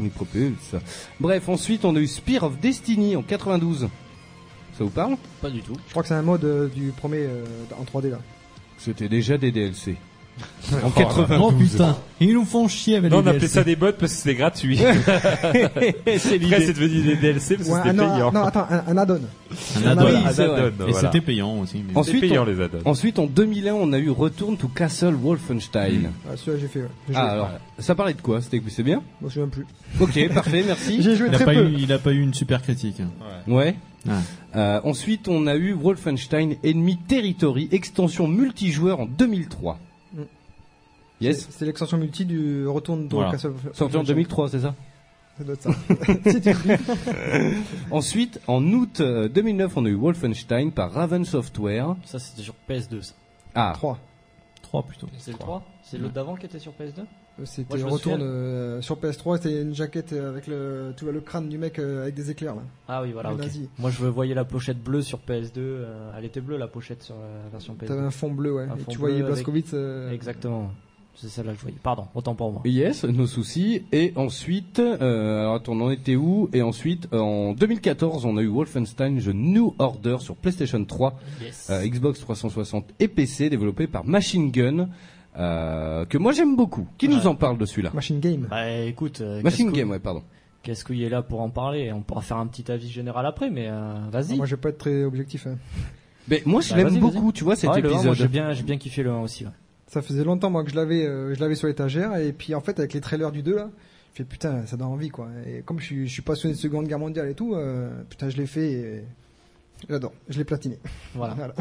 il propulse. Bref, ensuite on a eu Spear of Destiny en 92. Ça vous parle
Pas du tout.
Je crois que c'est un mode euh, du premier euh, en 3D là.
C'était déjà des DLC.
En 92. Oh putain, ils nous font chier avec
Non,
les
on appelait
DLC.
ça des bots parce que c'était gratuit.
C'est
Après,
l'idée.
c'est devenu des DLC parce que
Ouais, un
c'était
an-
payant.
Non, attends, un, un add-on.
Un add-on.
Ah, Oui,
Un
c'est vrai.
add-on,
Et
voilà.
c'était
payant aussi.
Ensuite,
C'était payant,
on-
les add-ons.
ensuite, en 2001, on a eu Return to Castle Wolfenstein.
Ah, celui-là, j'ai fait. ouais. J'ai joué.
Ah, alors, ça parlait de quoi C'était c'est bien
Moi, je me souviens plus.
Ok, parfait, merci.
J'ai joué
il, a
très
pas
peu.
eu, il a pas eu une super critique.
Ouais. Euh, ensuite, on a eu Wolfenstein Enemy Territory, extension multijoueur en 2003.
Mm.
Yes
C'est l'extension multi du Retourne dans
Voilà.
Castle.
Sorti en 2003, c'est ça
Ça doit être ça. Si tu cries.
Ensuite, en août euh, 2009, on a eu Wolfenstein par Raven Software.
Ça, c'était sur PS2, ça.
Ah.
3.
3 plutôt.
C'est le 3 C'est l'autre d'avant qui était sur PS2 Moi,
C'était
je me
Retourne
souviens-
euh, sur PS3, c'était une jaquette euh, avec le, tu vois, le crâne du mec euh, avec des éclairs là.
Ah oui, voilà.
Le
ok.
nazi.
Moi, je voyais la pochette bleue sur PS2. euh, elle était bleue, la pochette sur la version PS2.
T'avais un fond bleu, ouais.
Un
Et
fond
tu voyais
bleu avec-
Blazkowicz. euh,
Exactement. C'est celle-là que je voyais. Pardon, autant pour moi.
Yes, nos soucis. Et ensuite, euh, alors attends, on en était où Et ensuite, euh, en 2014, on a eu Wolfenstein The New Order sur PlayStation 3,
Yes.
euh, Xbox 360 et PC, développé par Machine Gun, euh, que moi j'aime beaucoup. Qui nous en parle de celui-là
Machine Game.
Bah écoute, euh,
Machine
Cascouille-
Game, ouais, pardon.
Cascouille est là pour en parler. On pourra faire un petit avis général après, mais euh, vas-y.
Ah, moi, je vais pas être très objectif. hein.
Mais moi je
Bah,
l'aime
vas-y,
beaucoup,
vas-y.
tu vois, cet
Ouais, le un, moi,
épisode.
J'ai bien, j'ai bien kiffé le 1 aussi. ouais.
Ça faisait longtemps moi que je l'avais, euh, je l'avais sur l'étagère et puis en fait avec les trailers du 2 là, je fais putain ça donne envie quoi. Et comme je suis, je suis passionné de Seconde Guerre mondiale et tout, euh, putain je l'ai fait, et j'adore, je l'ai platiné.
Voilà.
Voilà.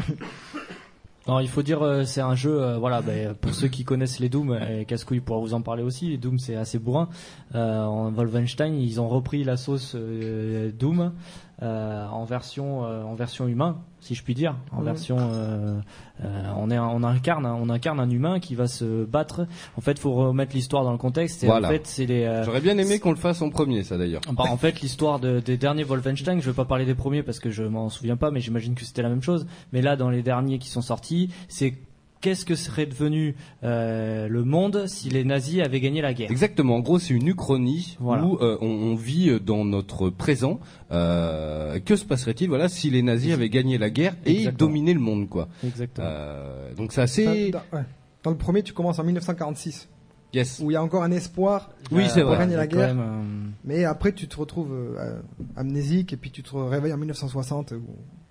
Non, il faut dire, euh, c'est un jeu, euh, voilà, bah, pour ceux qui connaissent les Doom, et Cascouille pourra vous en parler aussi, les Doom c'est assez bourrin. Euh, en Wolfenstein, ils ont repris la sauce euh, Doom euh, en version euh, en version humain, si je puis dire. En
Mhm.
version, euh, euh, on, est, un- on, incarne, un- on incarne un humain qui va se battre. En fait, faut remettre l'histoire dans le contexte. Et
Voilà.
en fait, c'est les. euh,
J'aurais bien aimé qu'on le fasse en premier, ça d'ailleurs.
bah, en fait, l'histoire de- des derniers Wolfenstein, je vais pas parler des premiers parce que je m'en souviens pas, mais j'imagine que c'était la même chose. Mais là, dans les derniers qui sont sortis, c'est qu'est-ce que serait devenu euh, le monde si les nazis avaient gagné la guerre
Exactement. En gros, c'est une uchronie
Voilà.
où euh, on, on vit dans notre présent. Euh, que se passerait-il, voilà, si les nazis avaient gagné la guerre et
Exactement.
dominé le monde, quoi.
Exactement.
Euh, donc c'est assez.
Dans, dans- ouais. Dans le premier tu commences en 1946
Yes.
où il y a encore un espoir
Oui,
euh,
c'est
pour
vrai.
gagner la
Quand
guerre,
même, euh,
mais après tu te retrouves euh, euh, amnésique et puis tu te réveilles en 1960.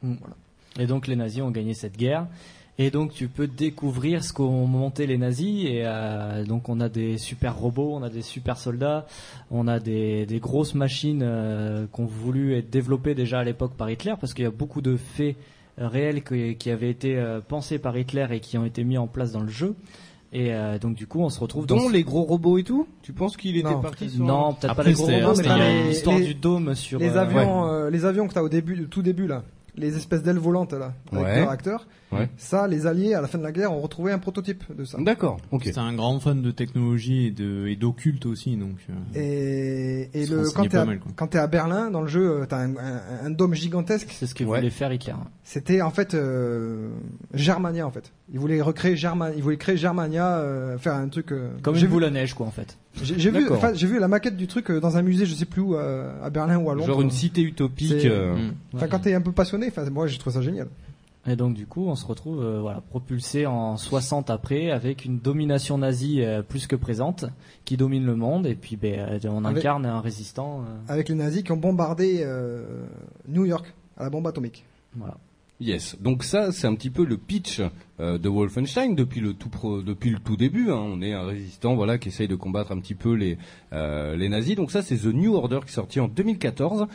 où-
Mm. Et donc les nazis ont gagné cette guerre. Et donc tu peux découvrir ce qu'ont monté les nazis. Et euh, donc on a des super robots, on a des super soldats, on a des, des grosses machines euh, qui ont voulu être développées déjà à l'époque par Hitler, parce qu'il y a beaucoup de faits euh, réels que- qui avaient été euh, pensés par Hitler et qui ont été mis en place dans le jeu. Et euh, donc du coup on se retrouve dans...
Dont les gros robots et tout. Tu penses qu'il était
Non.
parti sur
Non, peut-être pas
Après,
les gros
c'était-
robots, mais
c'était-
dans
les-
l'histoire
les-
du dôme sur...
les
euh,
avions, euh, les avions que t'as au début, tout début là, les espèces d'ailes volantes là, avec
Ouais.
le réacteur,
Ouais.
ça les Alliés à la fin de la guerre ont retrouvé un prototype de ça.
D'accord. Ok.
C'était un grand fan de technologie et de et d'occulte aussi, donc. euh,
Et, et
Se
le,
renseigner
quand t'es
pas
à-
mal, quoi.
quand t'es à Berlin, dans le jeu, euh, t'as un, un- un dôme gigantesque.
C'est ce que
Ouais.
voulait faire Hitler.
C'était en fait euh, Germania en fait. Ils voulaient recréer Germania, ils voulaient créer Germania, euh, faire un truc. euh,
Comme
j'ai
une
vu,
boule à neige quoi en fait.
j'ai j'ai vu,
D'accord.
enfin, j'ai vu la maquette du truc euh, dans un musée, je sais plus où, euh, à Berlin ou à Londres.
Genre une cité utopique.
C'est-
euh,
hmm.
Enfin, quand t'es un peu passionné, enfin, moi, je trouve ça génial.
Et donc du coup, on se retrouve euh, voilà, propulsé en 60 après avec une domination nazie euh, plus que présente qui domine le monde et puis ben, euh, on
Avec-
incarne un résistant euh,
Avec les nazis qui ont bombardé euh, New York à la bombe atomique.
voilà.
Yes. Donc ça, c'est un petit peu le pitch euh, de Wolfenstein depuis le tout pro- depuis le tout début. hein. On est un résistant, voilà, qui essaye de combattre un petit peu les euh, les nazis. Donc ça, c'est The New Order qui est sorti en 2014.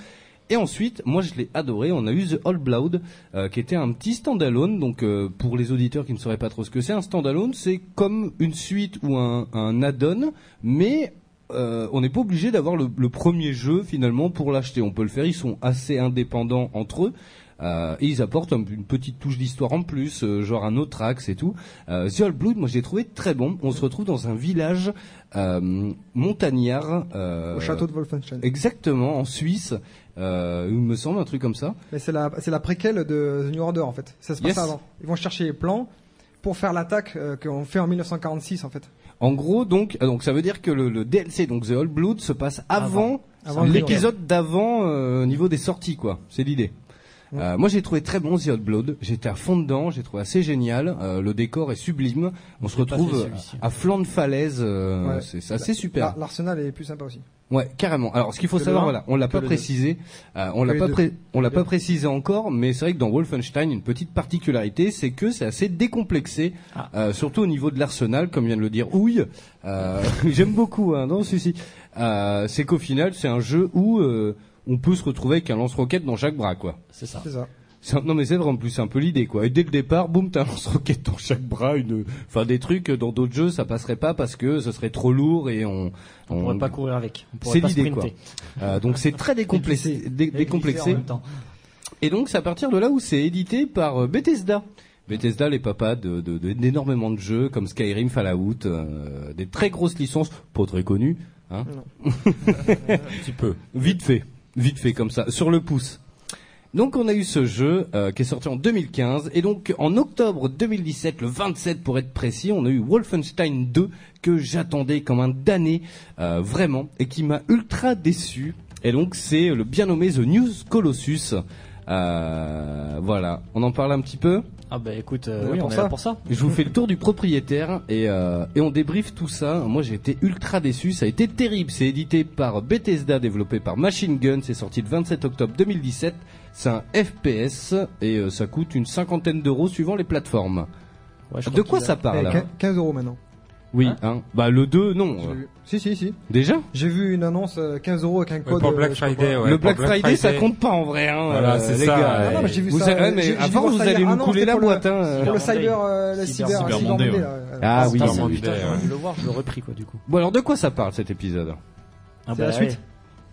Et ensuite, moi je l'ai adoré, on a eu The All Blood, euh, qui était un petit standalone. Donc euh, pour les auditeurs qui ne sauraient pas trop ce que c'est, un standalone, c'est comme une suite ou un, un add-on, mais euh, on n'est pas obligé d'avoir le, le premier jeu finalement pour l'acheter. On peut le faire, ils sont assez indépendants entre eux. Euh, et ils apportent un- une petite touche d'histoire en plus, euh, genre un autre axe et tout. Euh, The Old Blood, moi j'ai trouvé très bon. On se retrouve dans un village euh, montagnard. euh,
Au château de Wolfenstein.
Exactement, en Suisse, euh, il me semble un truc comme ça.
Mais c'est la, c'est la préquelle de The New Order en fait. Ça se passe
Yes.
avant. Ils vont chercher les plans pour faire l'attaque euh, qu'on fait en 1946 en fait.
En gros, donc, euh, donc ça veut dire que le, le DLC, donc The Old Blood, se passe avant,
Avant. Avant
l'épisode d'avant euh, au niveau des sorties, quoi. C'est l'idée. Euh, moi, j'ai trouvé très bon The Hot Blood. J'étais à fond dedans. J'ai trouvé assez génial. Euh, le décor est sublime. On se
pas fait
retrouve
celui-ci.
à flanc de falaise. euh,
Ouais.
C'est c'est assez
La-
super.
la- L'Arsenal est plus sympa aussi.
Ouais, carrément. Alors, ce qu'il faut
Que le
savoir,
un,
voilà, on l'a
que
pas
le
précisé,
deux.
euh, on l'a
Que
pas,
les
pré-
deux.
on l'a
Les
pas
deux.
précisé encore, mais c'est vrai que dans Wolfenstein, une petite particularité, c'est que c'est assez décomplexé, euh, surtout au niveau de l'arsenal, comme vient de le dire Ouille. Euh, J'aime beaucoup, hein, non, si si. Euh, c'est qu'au final, c'est un jeu où euh, on peut se retrouver avec un lance-roquette dans chaque bras, quoi.
C'est ça.
C'est ça.
C'est un- Non mais c'est vrai en plus c'est un peu l'idée quoi. Et dès le départ, boum, t'as un lance-roquette dans chaque bras, une, enfin des trucs euh, dans d'autres jeux ça passerait pas parce que ce serait trop lourd et on on,
pourrait pas courir avec. On pourrait
C'est
pas
l'idée quoi.
sprinter.
Euh, donc c'est très décomplexé, dé-
Et glisser
décomplexé.
en même temps.
Et donc c'est à partir de là où c'est édité par euh, Bethesda. Bethesda, les papas de- de- de- d'énormément de, jeux comme Skyrim, Fallout, euh, des très grosses licences, pas très connues, hein. Un petit peu. Vite fait, vite fait comme ça, sur le pouce. Donc on a eu ce jeu euh, qui est sorti en 2015 et donc en octobre 2017, le 27 pour être précis, on a eu Wolfenstein 2 que j'attendais comme un damné euh, vraiment et qui m'a ultra déçu. Et donc c'est le bien nommé The News Colossus. Euh, voilà, on en parle un petit peu.
Ah bah écoute, euh, oui, on est là pour ça.
Je vous fais le tour du propriétaire et, euh, et on débriefe tout ça. Moi j'ai été ultra déçu, ça a été terrible. C'est édité par Bethesda, développé par Machine Gun, c'est sorti le 27 octobre 2017. C'est un FPS et euh, ça coûte une cinquantaine d'euros suivant les plateformes. De quoi ça parle
Eh, quin- 15 euros maintenant.
Oui, hein bah le 2 non.
J'ai vu- Si, si, si.
Déjà
J'ai vu une annonce euh, 15 euros avec un code.
pour
euh,
Black
je sais pas
Friday,
quoi.
ouais,
Le Black, Friday, ça compte pas en vrai, hein,
Voilà,
euh,
c'est
les
ça,
gars.
ouais. Non, non, mais j'ai vu
vous
ça,
savez-
euh,
mais
j'ai- j'ai
avant,
vu
vous
ça
allez
hier.
me
Ah non,
couler
c'était
la
pour le-
boîte. hein.
pour le cyber, euh, la cyber,
Cyber
cyber
Monday,
Monday,
ouais.
là, ouais.
Ah oui,
Putain,
c'est
putain,
Monday,
je
ouais.
viens de le voir, je le repris quoi du coup.
Bon, alors de quoi ça parle cet épisode
Ah
C'est la suite.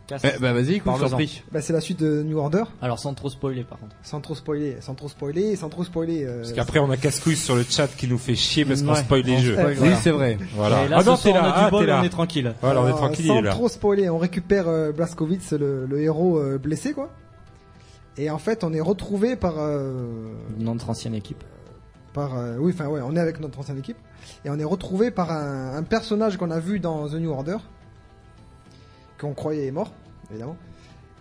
Casse.
Eh ben, vas-y, écoute,
Parle-en.
je t'en prie.
Bah, c'est la suite de New Order.
Alors sans trop spoiler par contre.
Sans trop spoiler, sans trop spoiler, sans trop spoiler. euh,
Parce qu'après, on a casse-couille sur le chat qui nous fait chier parce qu'on
Ouais,
spoil les
on
jeux.
spoil, Oui, voilà. c'est vrai.
Voilà.
Et là,
ah non,
ce
t'es
soir,
là,
on a du
ah,
bol,
t'es là.
on est tranquille.
Voilà, on est
Alors,
tranquille,
Euh, sans
il est là.
trop spoiler, on récupère euh, Blazkowicz, le, le héros euh, blessé, quoi. Et en fait, on est retrouvé par. euh,
Notre ancienne équipe.
par euh, oui, enfin, ouais, on est avec notre ancienne équipe. Et on est retrouvé par un, un personnage qu'on a vu dans The New Order, qu'on croyait est mort, évidemment.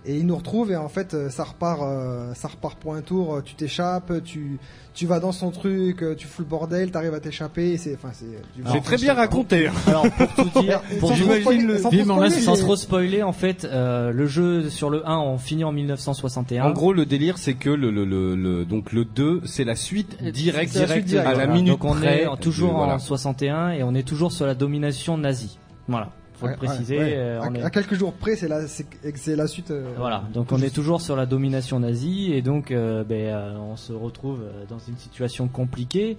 Et il nous retrouve, et en fait, euh, ça repart, euh, ça repart pour un tour. euh, Tu t'échappes, tu, tu vas dans son truc, euh, tu fous le bordel, t'arrives à t'échapper. et C'est, enfin, c'est. euh,
Ah,
du-
J'ai très bien raconté. hein.
Alors pour tout dire, pour
Sans
tout-
trop spoiler- sans trop
Vivement la
spoiler,
suite. sans
mais-
trop spoiler, en fait, euh, le jeu sur le 1, on finit en 1961.
En gros, le délire, c'est que le, le, le, le- donc le 2, c'est la suite directe,
C'est la suite directe,
à la
voilà.
minute
Donc on
près.
est en- toujours
du- voilà.
en 61 et on est toujours sur la domination nazie. Voilà, faut
Ouais,
le préciser.
ouais, ouais.
euh, on
à,
est-
à quelques jours près, c'est la, c'est, c'est la suite. euh,
Voilà, donc on est toujours sur la domination nazie et donc euh, ben, euh, on se retrouve euh, dans une situation compliquée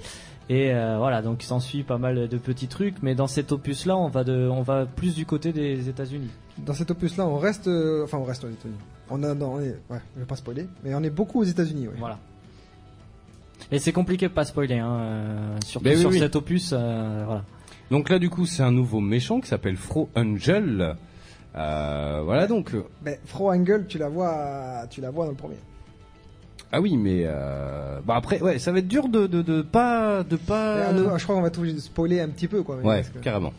et euh, voilà donc il s'ensuit pas mal de petits trucs mais dans cet opus là on va de on va plus du côté des États-Unis.
Dans cet opus-là, on reste, euh, enfin, on reste aux États-Unis. On a, non, on est- ouais, je vais pas spoiler, mais on est beaucoup aux États-Unis. Ouais.
Voilà. Et c'est compliqué de pas spoiler hein, euh, surtout
Ben oui,
sur
oui.
cet opus euh, voilà.
Donc là, du coup, c'est un nouveau méchant qui s'appelle Fro Angel. Euh, voilà donc.
Mais Fro Angle, tu la vois, tu la vois dans le premier.
Ah oui, mais euh, bah après, ouais, ça va être dur de de, de pas de pas.
Mais, euh, je crois qu'on va tout spoiler un petit peu, quoi. mais
Ouais,
parce que-
carrément.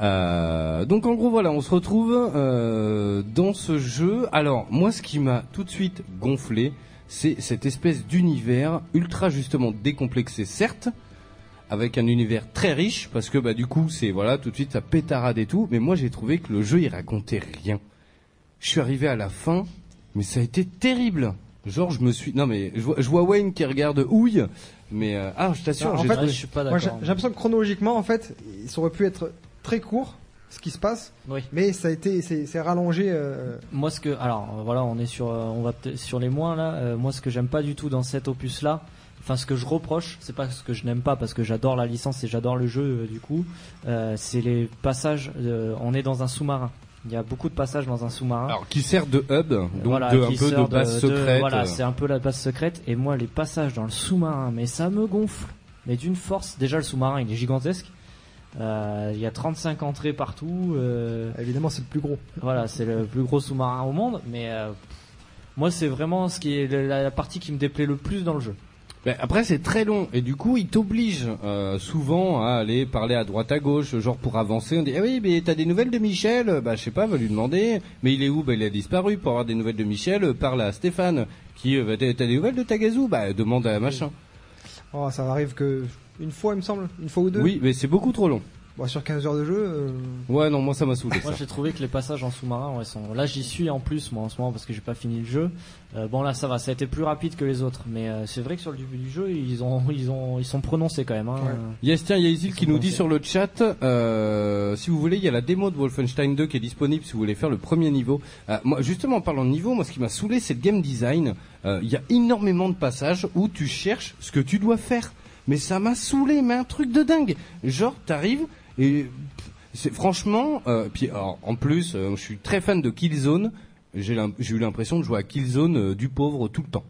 Euh, donc en gros voilà, on se retrouve euh, dans ce jeu. Alors moi, ce qui m'a tout de suite gonflé, c'est cette espèce d'univers ultra justement décomplexé, certes, avec un univers très riche parce que bah du coup c'est voilà tout de suite ça pétarade et tout. Mais moi j'ai trouvé que le jeu il racontait rien. Je suis arrivé à la fin, mais ça a été terrible. Genre je me suis non mais je vois, je vois Wayne qui regarde houille, mais euh, ah je t'assure,
Alors, en
j'ai
fait,
trouvé-
moi, j'ai j'ai l'impression que chronologiquement, en fait, ça aurait pu être très court, ce qui se passe. Mais ça a été, c'est c'est rallongé. euh,
Moi ce que alors euh, voilà on est sur euh, on va peut-être sur les moins là euh, moi ce que j'aime pas du tout dans cet opus là enfin ce que je reproche c'est pas ce que je n'aime pas parce que j'adore la licence et j'adore le jeu euh, du coup euh, c'est les passages euh, on est dans un sous-marin il y a beaucoup de passages dans un sous-marin
qui sert de hub, donc
Hein Euh, Voilà,
de, un
qui
peu
sert
de base secrète.
voilà
euh.
c'est un peu la base secrète et moi les passages dans le sous-marin mais ça me gonfle mais d'une force déjà le sous-marin il est gigantesque Euh, il y a 35 entrées partout euh.
évidemment c'est le plus gros
voilà c'est le plus gros sous-marin au monde mais euh, moi, c'est vraiment ce qui est la, la partie qui me déplaît le plus dans le jeu.
Ben, après, c'est très long et du coup, ils t'obligent euh, souvent à aller parler à droite à gauche, genre pour avancer. On dit ah oui, mais t'as des nouvelles de Michel Bah, je sais pas, va lui demander. Mais il est où Bah, il a disparu. Pour avoir des nouvelles de Michel, euh, parle à Stéphane. Qui euh, bah, t'as t'as des nouvelles de Tagazu Bah, demande à machin.
Oh, ça arrive que une fois, il me semble, une fois ou deux.
Oui, mais c'est beaucoup trop long.
Bon, sur 15 heures de jeu. euh,
Ouais, non, moi ça m'a saoulé.
Moi
ça.
j'ai trouvé que les passages en sous-marin ouais, sont. Là j'y suis en plus moi en ce moment parce que j'ai pas fini le jeu. Euh, bon là ça va, ça a été plus rapide que les autres, mais euh, c'est vrai que sur le début du jeu ils ont ils ont ils sont prononcés quand même. Hein.
Yes, tiens, il y a Isil qui nous dit sur le chat, euh, si vous voulez, il y a la démo de Wolfenstein 2 qui est disponible si vous voulez faire le premier niveau. Euh, moi, justement, en parlant de niveau, moi, ce qui m'a saoulé, c'est le game design. Euh, Il y a énormément de passages où tu cherches ce que tu dois faire. Mais ça m'a saoulé, mais un truc de dingue. Genre, t'arrives et pff, c'est franchement, euh, puis alors, en plus, euh, je suis très fan de Killzone. J'ai l'im- j'ai eu l'impression de jouer à Killzone euh, du pauvre tout le temps.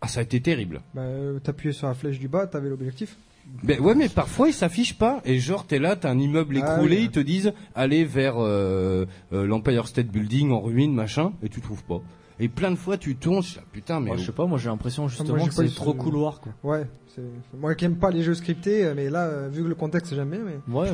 Ah, ça a été terrible.
bah, euh, T'appuyais sur la flèche du bas, t'avais l'objectif.
Ben ouais, mais parfois ils s'affichent pas. Et genre t'es là, t'as un immeuble
Ah
écroulé,
oui.
ils te disent allez vers euh, euh, l'Empire State Building en ruine machin, et tu trouves pas. Et plein de fois tu tournes, je suis là, putain mais.
Moi, je sais pas, moi j'ai l'impression
Ah, moi, j'ai pas eu ce-
couloir, quoi.
Ouais, c'est moi qui aime pas les jeux scriptés, euh, mais là, euh, vu que le contexte, j'aime bien. Mais
Ouais,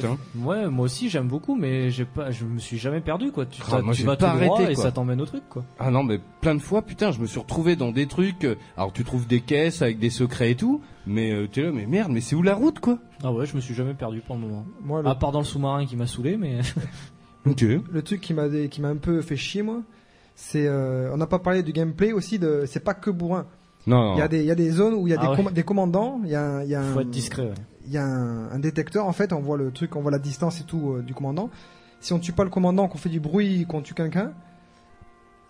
ouais, moi aussi j'aime beaucoup, mais j'ai pas, je me suis jamais perdu quoi. Tu,
Ah,
t'as-
moi,
tu
j'ai
vas
pas
tout droit
arrêté,
et
quoi.
ça t'emmène au truc quoi.
Ah non mais plein de fois putain je me suis retrouvé dans des trucs. euh, Alors tu trouves des caisses avec des secrets et tout, mais euh, t'es là mais merde mais c'est où la route quoi
Ah ouais, je me suis jamais perdu pour le moment.
Moi,
À part dans le sous-marin qui m'a saoulé, mais.
Ok.
le truc qui m'a dé- qui m'a un peu fait chier, moi, c'est euh, on n'a pas parlé du gameplay aussi. De c'est pas que bourrin.
Non.
Il y a des il y a des zones où il y a
Ah
des,
ouais.
com- des commandants. Il y a un- il y a un-
Faut être discret. ouais.
il y a un, un détecteur en fait, on voit le truc, on voit la distance et tout euh, du commandant. Si on tue pas le commandant, qu'on fait du bruit, qu'on tue quelqu'un,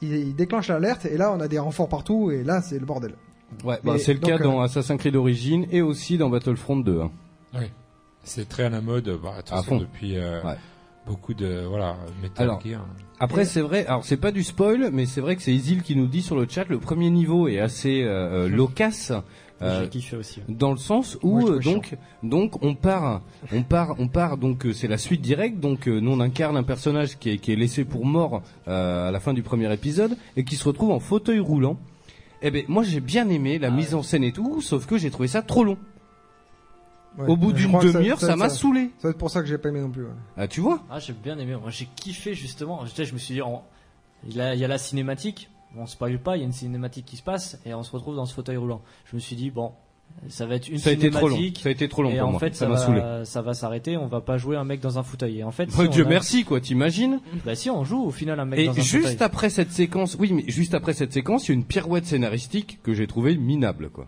il, il déclenche l'alerte et là on a des renforts partout et là c'est le bordel.
Ouais, bah,
Mais
c'est le
donc,
cas
euh,
dans Assassin's Creed Origins et aussi dans Battlefront 2. hein.
Ouais. C'est très à la mode, bah, de toute
À
façon,
fond.
depuis euh, beaucoup de voilà, Metal
Alors,
Gear.
Après, c'est vrai, alors c'est pas du spoil, mais c'est vrai que c'est Isil qui nous dit sur le chat, le premier niveau est assez euh, euh, loquace. euh,
J'ai kiffé aussi.
dans le sens où euh, donc donc on part on part on part donc euh, c'est la suite directe donc euh, nous on incarne un personnage qui est, qui est laissé pour mort euh, à la fin du premier épisode et qui se retrouve en fauteuil roulant eh ben moi j'ai bien aimé la mise en scène et tout sauf que j'ai trouvé ça trop long Au bout d'une demi-heure, ça m'a saoulé.
Ça va être pour ça que j'ai pas aimé non plus. ouais.
ah tu vois
Ah, j'ai bien aimé. Moi, j'ai kiffé justement. Je, sais, je me suis dit, on- il, y a, il y a la cinématique. On se spoil pas. Il y a une cinématique qui se passe et on se retrouve dans ce fauteuil roulant. Je me suis dit, bon, ça va être une
Ça a
cinématique.
été trop long. Ça a été trop long
Et
pour
en
moi.
fait,
Ça
ça,
m'a
va,
saoulé.
ça va s'arrêter. On va pas jouer un mec dans un fauteuil. Et en fait,
Oh,
si,
Dieu
on a-
merci quoi t'imagines
Bah si, on joue au final un mec
Et
dans un fauteuil.
juste après cette séquence, oui, mais juste après cette séquence, il y a une pirouette scénaristique que j'ai trouvée minable, quoi.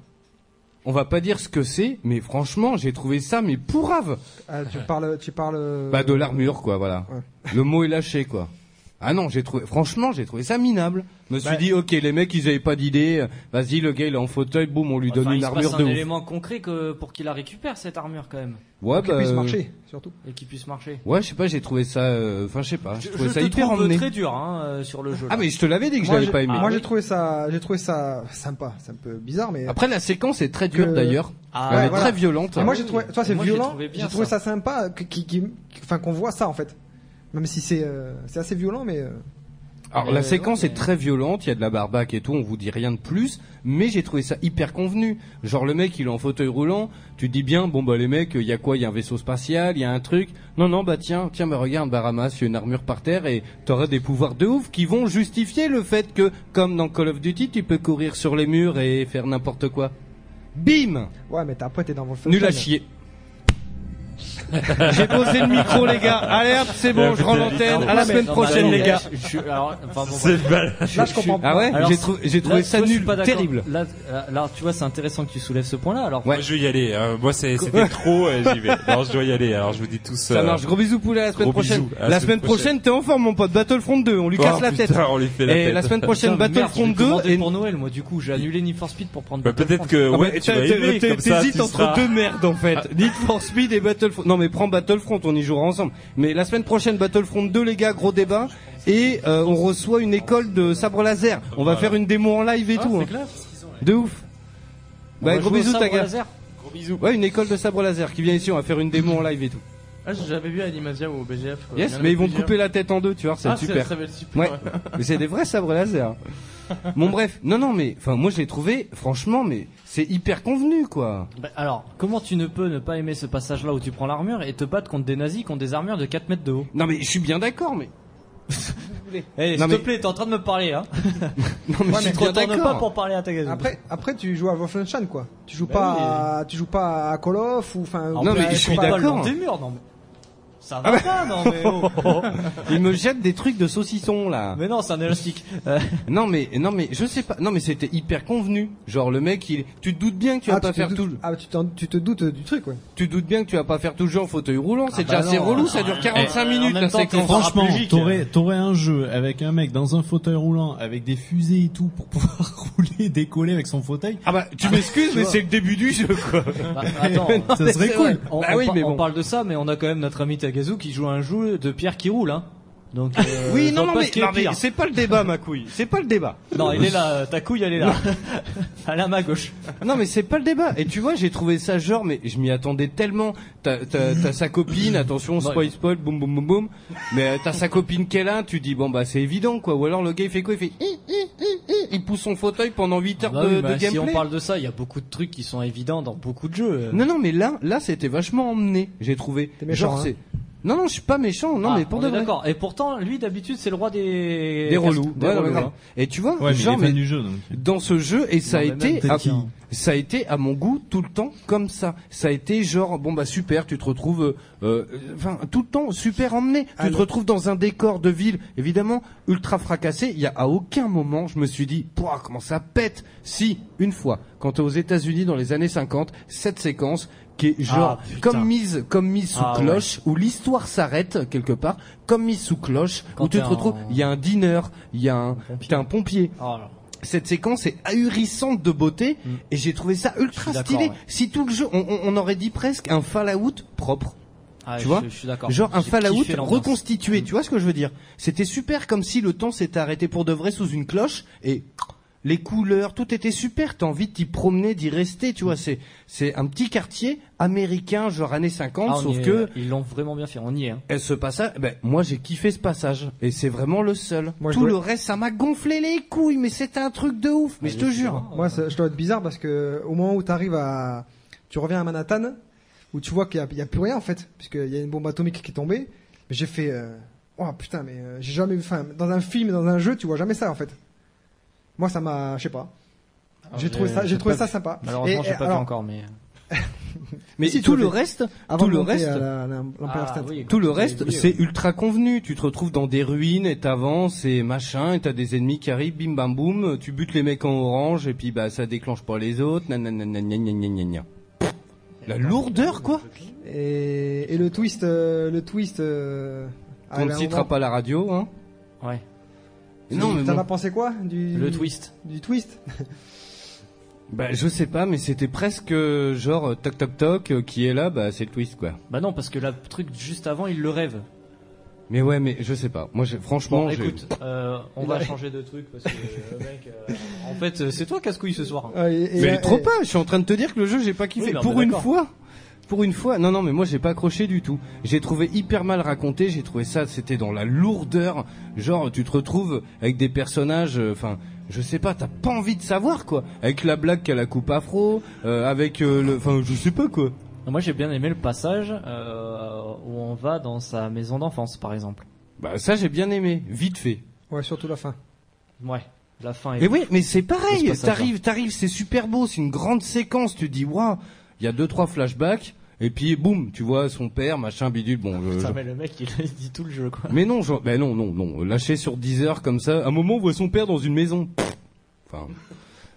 On va pas dire ce que c'est, mais franchement, j'ai trouvé ça, mais pourrave.
Ah, tu parles, tu parles. euh,
Bah, de l'armure, quoi, voilà. Le mot est lâché, quoi. Ah non, j'ai trouvé, franchement, j'ai trouvé ça minable. Je me suis
Bah-
dit, ok, les mecs, ils avaient pas d'idée. Vas-y, le gars, il est en fauteuil, boum, on lui donne
Enfin, il
une
se
armure
passe
de
un
ouf.
élément concret que, pour qu'il la récupère cette armure quand même.
Ouais, Pour qu'il bah, puisse euh, marcher,
surtout.
Et qu'il puisse marcher.
Ouais, je sais pas, j'ai trouvé ça, euh, enfin, je sais pas, j'ai trouvé ça
te
hyper
trouve
emmené.
très dur hein, euh, sur le jeu.
Ah,
là.
mais je te l'avais dit que je
Moi,
l'avais
j'ai-
pas aimé.
Moi j'ai trouvé ça, j'ai trouvé ça sympa. C'est un peu bizarre, mais.
Après, la séquence est très dure,
que-
d'ailleurs.
Ah,
Elle
ouais,
est
voilà.
très violente. hein.
Et moi j'ai trouvé, toi c'est
Moi, j'ai
violent.
trouvé bien
J'ai trouvé
ça.
ça, sympa, que- qui, qui- qui- enfin qu'on voit ça en fait. Même si c'est, euh, c'est assez violent, mais. euh,
Alors
mais,
la
euh,
séquence est très violente, il y a de la barbaque et tout, on vous dit rien de plus, mais j'ai trouvé ça hyper convenu. Genre le mec il est en fauteuil roulant, tu te dis bien bon bah les mecs il y a quoi, il y a un vaisseau spatial, il y a un truc. Non non bah tiens tiens mais regarde Baramas, il y a une armure par terre et t'auras des pouvoirs de ouf qui vont justifier le fait que comme dans Call of Duty tu peux courir sur les murs et faire n'importe quoi. Bim
Ouais, mais t'as- après t'es dans Wolfenstein.
Nul à chier. J'ai posé le micro les gars. Allez hop c'est bon, je rends l'antenne. À la semaine prochaine les gars. C'est le bal. Là, je comprends pas. Ah ouais J'ai trou- j'ai trouvé ça nul, terrible.
Là, là, là, tu vois, c'est intéressant que tu soulèves ce point-là. Alors,
Moi, je vais y aller. euh, moi, c'est- c'était trop. euh, J'y vais. Alors, je dois y aller. Alors, je vous dis tous.
Ça
euh,
marche. Gros bisous poulet à la semaine
gros
prochaine.
bisous, à
La, semaine prochaine, t'es en forme mon pote. Battlefront 2, on lui
Oh,
casse la
putain,
tête.
on lui fait la
et
tête.
la semaine prochaine
Putain, mais merde,
Battlefront
je vais
2 et
pour Noël, moi, du coup, j'ai annulé Need for Speed pour prendre.
Bah, peut-être que
Ah
ouais,
bah,
tu vas
t'as-
aimer,
t'as-
comme ça,
T'hésites
tu
entre
seras- Ah.
deux merdes en fait. Need for Speed et Battlefront. Non mais prends Battlefront, on y jouera ensemble. Mais la semaine prochaine Battlefront 2 les gars, gros débat. Et euh, on reçoit une école de sabre laser. On va
Voilà.
faire une démo en live et
Ah,
tout.
c'est
hein.
classe.
De ouf.
On va
Bah gros
jouer au
bisous
sabre
ta gueule.
laser.
Gros bisous. Ouais, une école de sabre laser qui vient ici, on va faire une démo en live et tout.
Ah, j'avais vu à Animasia ou au BGF. euh, il y en
Yes,
a
mais ils vont te
plusieurs.
couper la tête en deux, tu vois, c'est
Ah, c'est-
super.
ça va être super,
Ouais.
ouais.
mais c'est des vrais sabres laser. bon bref, non non mais enfin moi je l'ai trouvé franchement mais c'est hyper convenu quoi.
Bah, alors, comment tu ne peux ne pas aimer ce passage-là où tu prends l'armure et te battre contre des nazis qui ont des armures de 4 mètres de haut
Non mais je suis bien d'accord, mais...
Eh,
Non,
s'il te
mais-
plaît, t'es en train de me parler, hein
Ouais,
tu
mais
te
bien
retournes
d'accord.
pas pour parler à ta gazette.
Après, après, tu joues à Wolfenstein, quoi. Tu joues
Bah
pas,
oui.
à, tu joues pas à Call of ou enfin.
Non, mais je suis d'accord. hein.
Des murs, non mais... Ça
Ah
va
bah-
pas, non mais... oh.
Il me jette des trucs de saucisson là. Euh,
Mais non, c'est un élastique.
non mais non mais je sais pas. Non mais c'était hyper convenu. Genre le mec, il tu te doutes bien que tu vas
Ah,
pas
tu te
faire
doutes-
tout.
Ah, tu, t'en- tu te doutes du truc, ouais.
Tu doutes bien que tu vas pas faire tout le jeu en fauteuil roulant. C'est
bah
Ah
déjà assez
non.
relou. Ça dure 45
Eh,
minutes la séquence.
Franchement,
hein.
t'aurais, t'aurais un jeu avec un mec dans un fauteuil roulant, avec des fusées et tout, pour pouvoir rouler, décoller avec son fauteuil.
Ah bah, tu m'excuses, mais c'est le début du jeu, quoi.
Bah, Attends,
ça serait cool.
Bah
On, on par- on parle de ça, mais on a quand même notre ami Tagazu qui joue un jeu de pierre qui roule, hein. Donc, euh,
oui,
je
non,
vois
non,
pas
mais,
ce qui est
non, mais
pire.
c'est pas le débat, ma couille. C'est pas le débat.
Non, il est là, euh, ta couille, elle est là. Elle est à ma gauche.
Non, mais c'est pas le débat. Et tu vois, j'ai trouvé ça genre, mais je m'y attendais tellement. T'as, t'as- t'as sa copine, attention, spoil, spoil, boum, boum, boum, boum. Mais euh, t'as sa copine qu'elle a, tu dis, bon, bah, c'est évident, quoi. Ou alors le gars, il fait quoi? Il fait, hi, hi, hi, hi. il pousse son fauteuil pendant 8 heures
Bah
de,
oui,
de
bah, si
gameplay.
on parle de ça, il y a beaucoup de trucs qui sont évidents dans beaucoup de jeux.
Non, non, mais là, là, c'était vachement emmené, j'ai trouvé. T'es
méchant, hein.
Non, non, je suis pas méchant, non,
Ah,
mais pour
on
de
est
vrai.
D'accord. Et pourtant, lui, d'habitude, c'est le roi des
des relous.
Des
Ouais,
relous,
ouais,
hein.
grave. Et tu vois,
Ouais, mais
genre,
il est fan
mais
du jeu, donc.
dans ce jeu, et ça a
Non, mais même
été,
t'es
à,
qui, hein.
ça a été à mon goût tout le temps comme ça. Ça a été genre, bon bah super, tu te retrouves, euh, euh, enfin tout le temps super emmené. Tu te retrouves dans un décor de ville, évidemment ultra fracassé. Il y a à aucun moment, je me suis dit, Pouah, comment ça pète. Si une fois, quand t'es aux États-Unis dans les années 50, cette séquence qui est genre
Ah, putain.
comme mise comme mise sous
Ah, ouais.
cloche où l'histoire s'arrête quelque part comme mise sous cloche
Quand
où tu
t'es
te retrouves
en-
il y a un dîner, il y a un, t'as un pompier.
Ah,
Cette séquence est ahurissante de beauté et j'ai trouvé ça ultra
Mm. Je suis
stylé.
d'accord, ouais.
Si tout le jeu, on, on- on aurait dit presque un Fallout propre.
Ah,
tu
je-
vois
je suis d'accord.
Genre un
J'ai
Fallout
kiffé l'ambiance. Mm.
reconstitué, tu vois ce que je veux dire C'était super comme si le temps s'était arrêté pour de vrai sous une cloche et les couleurs, tout était super, t'as envie de t'y promener, d'y rester,
Mm.
tu vois, c'est c'est un petit quartier américain genre années 50
Ah, on
sauf
y est-
que
ils l'ont vraiment bien fait. On y est. hein.
et ce passage, ben, moi j'ai kiffé ce passage et c'est vraiment le seul.
Moi, je
Tout
dois-
le reste, ça m'a gonflé les couilles, mais c'était un truc de ouf.
Ah,
Mais je te jure.
Moi, ça- je dois être bizarre parce que au moment où tu arrives à, tu reviens à Manhattan, où tu vois qu'il y a- il y a, plus rien en fait, puisqu'il y a une bombe atomique qui est tombée. J'ai fait, euh, oh putain, mais euh, j'ai jamais vu. Enfin, dans un film, dans un jeu, tu vois jamais ça en fait. Moi, ça m'a, je sais pas. J'ai trouvé ça, j'ai trouvé
Ah, pas
ça
vu.
sympa.
Malheureusement,
Et-
j'ai
et
pas
alors,
vu encore, mais. euh.
Mais
Si,
tout
tu
le
l'as fait.
reste,
Avant
tout
de
le
monter
reste,
à la- la-
Ah,
l'Empire State.
tout le reste, c'est ultra convenu. Tu te retrouves dans des ruines et t'avances et machin, et t'as des ennemis qui arrivent, bim bam boum, tu butes les mecs en orange et puis bah ça déclenche pas les autres. nanana, gna, gna, gna, gna, gna. La lourdeur quoi.
Et, et le twist, euh, le twist. euh,
On ne
arrive à un
citera
moment-
pas la radio, hein.
Ouais.
Non mais
T'en
bon.
as pensé quoi du
Le
twist.
Du twist.
Bah, je sais pas, mais c'était presque euh, genre euh, toc toc toc euh, qui est là, bah c'est le twist quoi.
Bah non, parce que le truc juste avant, il le rêve.
Mais ouais, mais je sais pas. Moi, j'ai- franchement,
Bon,
j'ai-
écoute, euh, on
Il
va
a-
changer de truc parce que euh, le mec. euh, en fait, euh, c'est toi casse-couille ce soir.
Ouais, Ah, et- et-
mais
et-
trop pas. Je suis en train de te dire que le jeu, j'ai pas kiffé.
Oui, bah, on
pour
est
une
d'accord.
fois, pour une fois. Non, non, mais moi, j'ai pas accroché du tout. J'ai trouvé hyper mal raconté. J'ai trouvé ça, c'était dans la lourdeur. Genre, tu te retrouves avec des personnages, euh, enfin. je sais pas, t'as pas envie de savoir quoi. Avec la blague qu'à la coupe afro, euh, avec euh, le, enfin, je sais pas quoi.
Moi, j'ai bien aimé le passage euh, où on va dans sa maison d'enfance, par exemple.
Bah ça, j'ai bien aimé, vite fait.
Ouais, surtout la fin.
Ouais, la fin. Est
Et oui, mais c'est pareil.
de ce passage-là.
T'arrives, t'arrives, c'est super beau, c'est une grande séquence. Tu te dis, waouh, il y a deux trois flashbacks, et puis boum, tu vois son père, machin, bidule. Bon, euh, je-
Putain,
je-
mais le mec, il, il dit tout le jeu, quoi.
mais non, genre, ben non, non, non, lâché sur 10 heures comme ça. À un moment, on voit son père dans une maison. Pff, Enfin,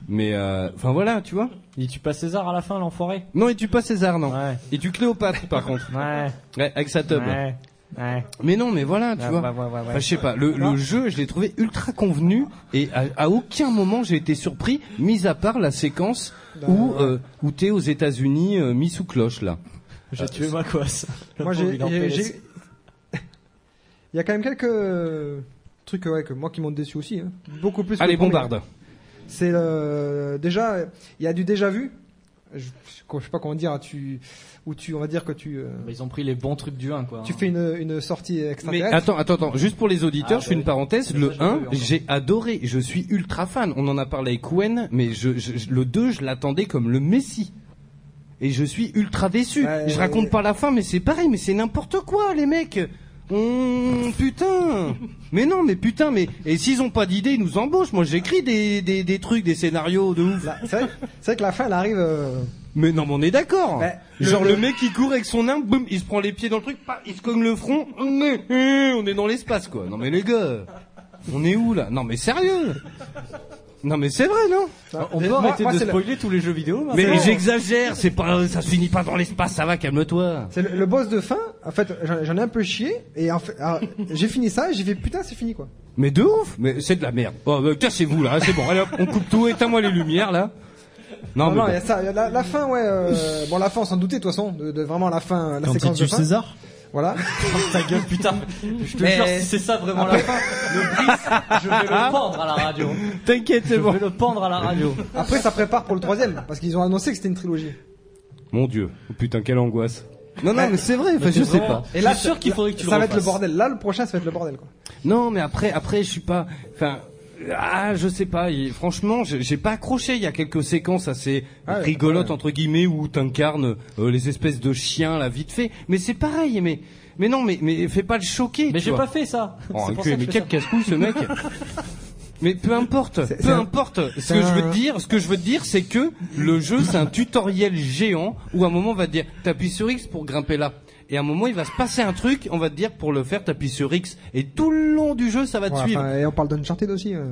mais euh, enfin voilà, tu vois.
Il tue pas César à la fin, l'enfoiré.
Non, et tu pas César, non.
Ouais.
Et tu Cléopâtre, par contre.
Ouais.
Ouais, avec sa teub.
Ouais. Ouais.
Mais non, mais voilà, tu
Ouais,
vois.
ouais, ouais, ouais, ouais.
Enfin, je sais pas, le, le jeu, je l'ai trouvé ultra convenu et à, à aucun moment j'ai été surpris, mis à part la séquence
Bah,
où, euh, où t'es aux États-Unis euh, mis sous cloche là.
J'ai tué ma coasse. Le
Moi,
pauvre,
j'ai-
il est en
j'ai-
PLS.
j'ai- Il y a quand même quelques euh, trucs ouais, que moi qui m'ont déçu aussi. hein. Beaucoup plus. que
Allez,
le premier.
bombarde.
C'est euh, déjà, il y a du déjà vu. je, je sais pas comment dire, tu, ou tu, on va dire que tu, euh,
Bah, Ils ont pris les bons trucs du 1, quoi.
tu fais une, une sortie
Mais
extraterrestre.
hein. attends, attends, attends, juste pour les auditeurs,
Ah,
je fais une
bah,
parenthèse.
c'est
Le
ça, j'ai
1,
pas vu encore.
j'ai adoré, je suis ultra fan. On en a parlé avec Wen, mais je, je- je- le 2, je l'attendais comme le Messi. Et je suis ultra déçu.
Ouais.
je raconte pas la fin, mais c'est pareil, mais c'est n'importe quoi, les mecs. Hum, putain. mais non, mais putain, mais et s'ils ont pas d'idée, ils nous embauchent. Moi, j'écris des, des, des trucs, des scénarios de ouf.
Là, Bah, C'est vrai, c'est vrai que la fin, elle arrive. euh,
Mais non, mais on est d'accord.
Ouais.
Genre le mec il court avec son arme, boum, il se prend les pieds dans le truc, pa, il se cogne le front, hum, hum, on est dans l'espace quoi. Non mais les gars, on est où là Non mais sérieux Non mais c'est vrai non
On peut
Bah, Moi-
arrêter
moi,
de
c'est le-
spoiler tous les jeux vidéo maintenant.
Mais j'exagère, c'est pas, ça se finit pas dans l'espace, ça va, calme-toi.
C'est le, le boss de fin. En fait, j'en j'en ai un peu chié. Et en fait, alors, j'ai fini ça et j'ai fait putain, c'est fini quoi.
Mais de ouf, mais c'est de la merde. Oh, bah, cassez-vous là, c'est bon. Allez, hop, on coupe tout, éteins-moi les lumières là. Non,
Non,
mais
non,
bon.
il y a ça. il y a La, la fin, ouais. euh, bon, la fin, on s'en doutait de toute façon. De, de vraiment la fin, la
Quand
séquence
tu
de fin.
César
Voilà.
ta gueule, putain. Je te
Eh.
jure, si c'est ça
Ah
vraiment la fin, le Brice, je vais le pendre à la radio.
T'inquiète,
Je
c'est bon.
vais le pendre à la radio.
Après, ça prépare pour le troisième parce qu'ils ont annoncé que c'était une trilogie.
Mon dieu, Oh, putain, quelle angoisse. Non, non, mais c'est vrai, enfin,
Mais
je
t'es
sais
vraiment-
pas.
Je suis
là,
sûr qu'il faudrait que tu
ça
le
va être le
refasses.
bordel. Là, le prochain, ça va être le bordel quoi.
Non, mais après, après, je suis pas. Enfin, ah, je sais pas. il- franchement, j'ai j'ai pas accroché. Il y a quelques séquences assez
Ah ouais,
rigolotes entre guillemets où t'incarnes euh, les espèces de chiens là vite fait. Mais c'est pareil. Mais mais non, mais mais fais pas le choquer.
Mais
tu
j'ai
vois.
pas fait ça.
Oh,
C'est pour ça
enculé,
que
mais
je
quel
fais ça.
casse-couille ce mec Mais peu importe,
C'est-
peu
c'est un-
importe. Ce
c'est
que je veux
un-
te dire, ce que je veux te dire, c'est que le jeu, c'est un tutoriel géant où à un moment on va te dire t'appuies sur X pour grimper là, et à un moment il va se passer un truc, on va te dire pour le faire t'appuies sur X, et tout le long du jeu ça va te
Voilà,
suivre.
enfin, et on parle d'Uncharted aussi. euh.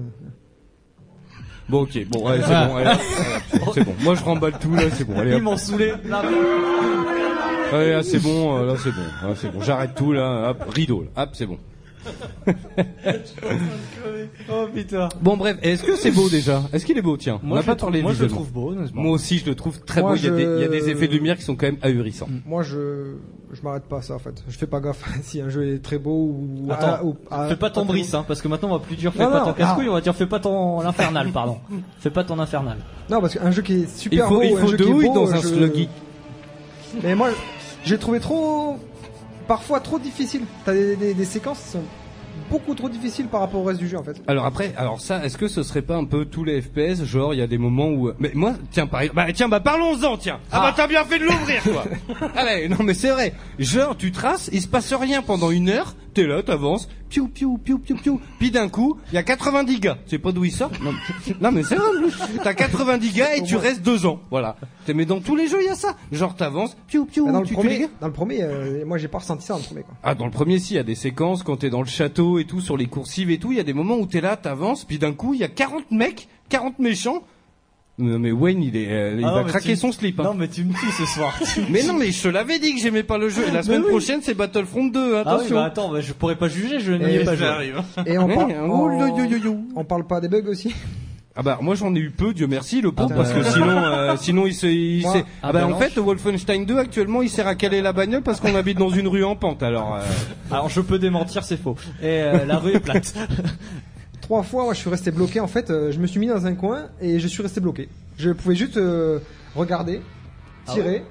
Bon ok, bon allez, c'est bon, allez, allez, c'est bon. Moi je remballe tout là, c'est bon. Allez,
Ils
hop.
m'ont saoulé. Là,
Allez, là, c'est bon, euh, là c'est bon, là c'est bon. J'arrête tout là, hop, rideau, là. hop c'est bon.
oh putain.
Bon bref, est-ce que c'est beau déjà Est-ce qu'il est beau tiens On
Moi,
n'a
je
pas
le trou-
parlé
moi, je le
visuellement.
trouve beau, honnêtement.
Moi aussi, je le trouve très
Moi,
beau. Il y, a des,
je-
il y a des effets de lumière qui sont quand même ahurissants.
Mm.
Moi, je je m'arrête pas à ça en fait. Je fais pas gaffe si un jeu est très beau ou. ah,
Attends,
ou- ah,
fais pas ton
très
Brice, hein, parce que maintenant on va plus dire fais
Non,
pas
non,
ton casse-couille,
ah.
on va dire fais pas ton l'infernal, pardon. fais pas ton infernal.
beau. Non, parce qu'un jeu qui est
Il
super
faut,
beau,
il
un
faut
jeu
de
qui est
oui
beau,
dans un
je-
sluggy.
Ah
Mais moi, j'ai trouvé trop. Parfois trop difficile. T'as des, des, des séquences qui sont beaucoup trop difficiles par rapport au reste du jeu en fait.
Alors après, alors ça, est-ce que ce serait pas un peu tous les FPS Genre, il y a des moments où. Mais moi, tiens, par exemple- bah tiens, bah parlons-en, tiens. Ah, bah t'as bien fait de l'ouvrir, quoi. Allez, Ah non mais c'est vrai. Genre, tu traces, il se passe rien pendant une heure. T'es là, t'avances, piou piou piou piou piou. Puis d'un coup, il y a 90 gars. Tu sais pas d'où ils sortent Non, mais- non, mais c'est vrai. T'as 90 gars et tu restes deux ans. Voilà. T'es- Mais dans tous les jeux, il y a ça. Genre, t'avances, piou piou.
Mais Bah, dans, le
tu tues les
premier,
gars.
dans le premier, euh, moi j'ai pas ressenti ça dans le premier quoi.
Ah, dans le premier, si, il y a des séquences quand t'es dans le château et tout, sur les coursives et tout, il y a des moments où t'es là, t'avances, puis d'un coup, il y a 40 mecs, 40 méchants. Non, mais Wayne, il, est, euh, il va craquer son slip. hein.
Ah Non mais tu me tues ce soir.
mais non, mais je te l'avais dit que j'aimais pas le jeu. Et la semaine prochaine, c'est Battlefront 2,
Ah oui,
attention.
bah attends, bah, je pourrais pas juger, je n'y
Et
ai pas
ça
joué.
Et on,
Ouais,
parle-
hein.
on-
Oh, yo, yo, yo, yo.
on parle pas des bugs aussi.
Ah bah moi j'en ai eu peu, Dieu merci, le pauvre,
Ah,
parce que
euh.
sinon, euh, sinon il s'est, il
Moi,
s'est-
à
Ah bah en
Balanche.
fait, Wolfenstein 2 actuellement, il sert à caler la bagnole parce qu'on habite dans une rue en pente. Alors, euh,
Alors je peux démentir, c'est faux. Et euh, la rue est plate.
Trois fois, moi je suis resté bloqué en fait. euh, je me suis mis dans un coin et je suis resté bloqué. Je pouvais juste euh, regarder,
Ah
tirer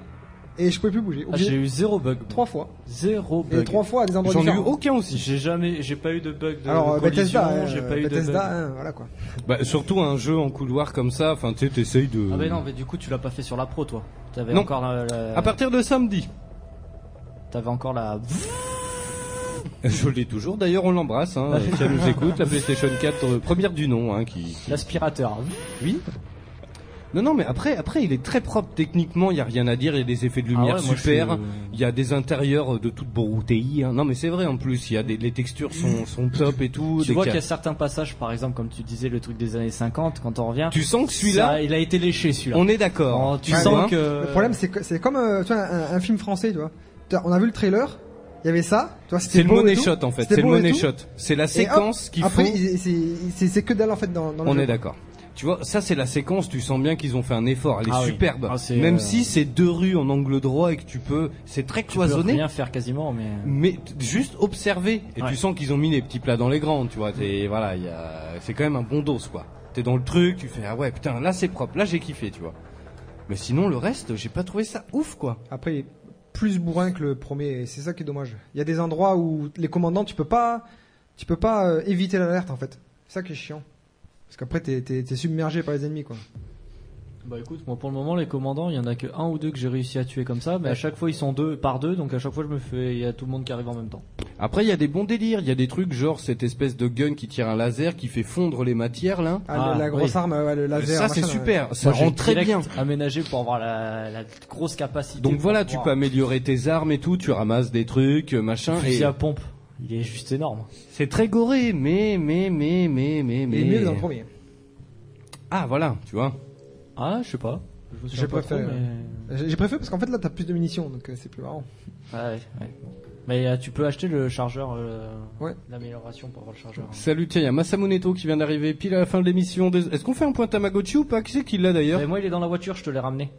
et je pouvais plus bouger.
Ah, j'ai eu zéro bug.
Trois fois.
Zéro
Et
bug.
trois fois à des endroits
j'en ai eu
différents.
aucun aussi.
J'ai jamais, j'ai pas eu de bug de
Alors euh,
collision,
Bethesda, hein,
j'ai pas eu de
Bethesda,
bug.
hein, voilà quoi.
Bah surtout un jeu en couloir comme ça, enfin tu sais, t'essayes de.
Ah bah non, mais du coup tu l'as pas fait sur la pro toi. T'avais
Non.
encore euh, la, la-
À partir de samedi.
t'avais encore la.
Je l'ai toujours. D'ailleurs, on l'embrasse. Hein, si elle nous écoute, la PlayStation 4 euh, première du nom, hein, qui.
L'aspirateur.
Oui. Non, non, mais après, après, il est très propre techniquement. Il y a rien à dire. Il y a des effets de
Ah
lumière
ouais, moi,
super.
je suis, euh,
Il y a des intérieurs euh, de toute brouteille. Hein. Non, mais c'est vrai en plus. Il y a des les textures sont sont top et tout.
Tu
des
vois
cas-
qu'il y a certains passages, par exemple, comme tu disais, le truc des années 50, quand on revient.
Tu sens que
ça,
celui-là,
il a été léché celui-là.
on est d'accord.
Oh, tu
Ouais,
sens
hein.
que.
Le problème c'est que c'est comme euh, tu vois, un, un film français, tu vois. Tu vois, On a vu le trailer, il y avait ça, tu vois, c'était
C'est le
beau et
money
tout,
shot en fait.
c'était
C'est le
beau et
money
tout.
shot. C'est la
Et hop,
séquence qu'il faut.
Après, il- c'est- c'est c'est que dalle en fait dans, dans le
On
jeu.
est d'accord. Tu vois, ça c'est la séquence, tu sens bien qu'ils ont fait un effort, elle est
Ah oui.
superbe.
Ah, c'est,
Même
euh,
si c'est deux rues en angle droit et que tu peux, c'est très
tu peux
cloisonné,
rien faire quasiment, mais.
mais t- juste observer. Et
Ouais.
tu sens qu'ils ont mis les petits plats dans les grandes, tu vois. T'es, voilà, il y a- c'est quand même un bon dos, quoi. T'es dans le truc, tu fais, ah ouais, putain, là c'est propre, là j'ai kiffé, tu vois. Mais sinon, le reste, j'ai pas trouvé ça ouf, quoi.
Après, il est plus bourrin que le premier, et c'est ça qui est dommage. Il y a des endroits où les commandants, tu peux pas, tu peux pas euh, éviter l'alerte en fait. C'est ça qui est chiant. Parce qu'après, t'es, t'es- t'es submergé par les ennemis quoi.
Bah écoute, moi pour le moment, les commandants, il y en a que un ou deux que j'ai réussi à tuer comme ça, mais à chaque fois ils sont deux par deux, donc à chaque fois je me fais, il y a tout le monde qui arrive en même temps.
Après, il y a des bons délires. Il y a des trucs genre cette espèce de gun qui tire un laser qui fait fondre les matières là.
Ah, le- la grosse arme, ouais, le laser.
Ça, c'est
machin,
super.
ouais.
Ça
Moi, j'ai
rend
le
très
direct
bien.
Aménagé pour avoir la, la grosse capacité.
Donc
pour
voilà, tu
pouvoir-
peux améliorer tes armes et tout. Tu ramasses des trucs, euh, machin.
Le fusil
Et
à pompe, il est juste énorme.
c'est très goré, mais mais mais mais mais mais.
Il est mieux que dans le premier.
Ah voilà, tu vois.
Ah, je sais pas. Je me souviens
J'ai
pas
préféré.
trop,
ouais. J'ai j'ai préféré parce qu'en fait là, t'as plus de munitions, donc euh, c'est plus marrant.
mais... Ouais, ouais. Mais euh, tu peux acheter le chargeur, euh, l'amélioration pour avoir le chargeur.
Salut, tiens, il y a Masamuneto qui vient d'arriver pile à la fin de l'émission. Dés- Est-ce qu'on fait un point Tamagotchi ou pas Qui c'est qui l'a d'ailleurs
Mais moi, il est dans la voiture, je te l'ai ramené.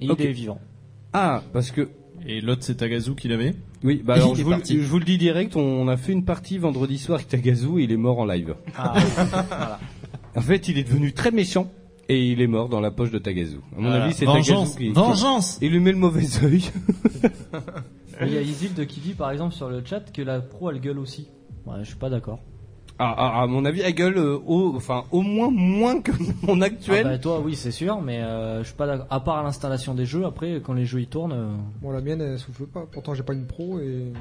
Et
Ok.
il est vivant.
Ah, parce que.
Et l'autre, c'est Tagazu qui l'avait
Oui, bah
Il
alors
est
je vous,
parti.
je vous le dis direct, on a fait une partie vendredi soir avec Tagazu et il est mort en live.
Ah, voilà.
En fait, il est devenu très méchant et il est mort dans la poche de Tagazu. À mon
Euh,
Voilà.
avis, c'est
Vengeance,
Tagazu qui,
vengeance
qui- Il lui met le mauvais œil.
Il y a Isilde qui dit par exemple sur le chat que la pro elle gueule aussi. Ouais, je suis pas d'accord.
Ah, ah, à mon avis, elle gueule euh, au, enfin, au moins moins que mon actuel.
Ah bah, toi, oui, c'est sûr, mais euh, je suis pas d'accord. À part à l'installation des jeux, après, quand les jeux ils tournent. euh,
Bon, la mienne, elle souffle pas. Pourtant, j'ai pas une pro et.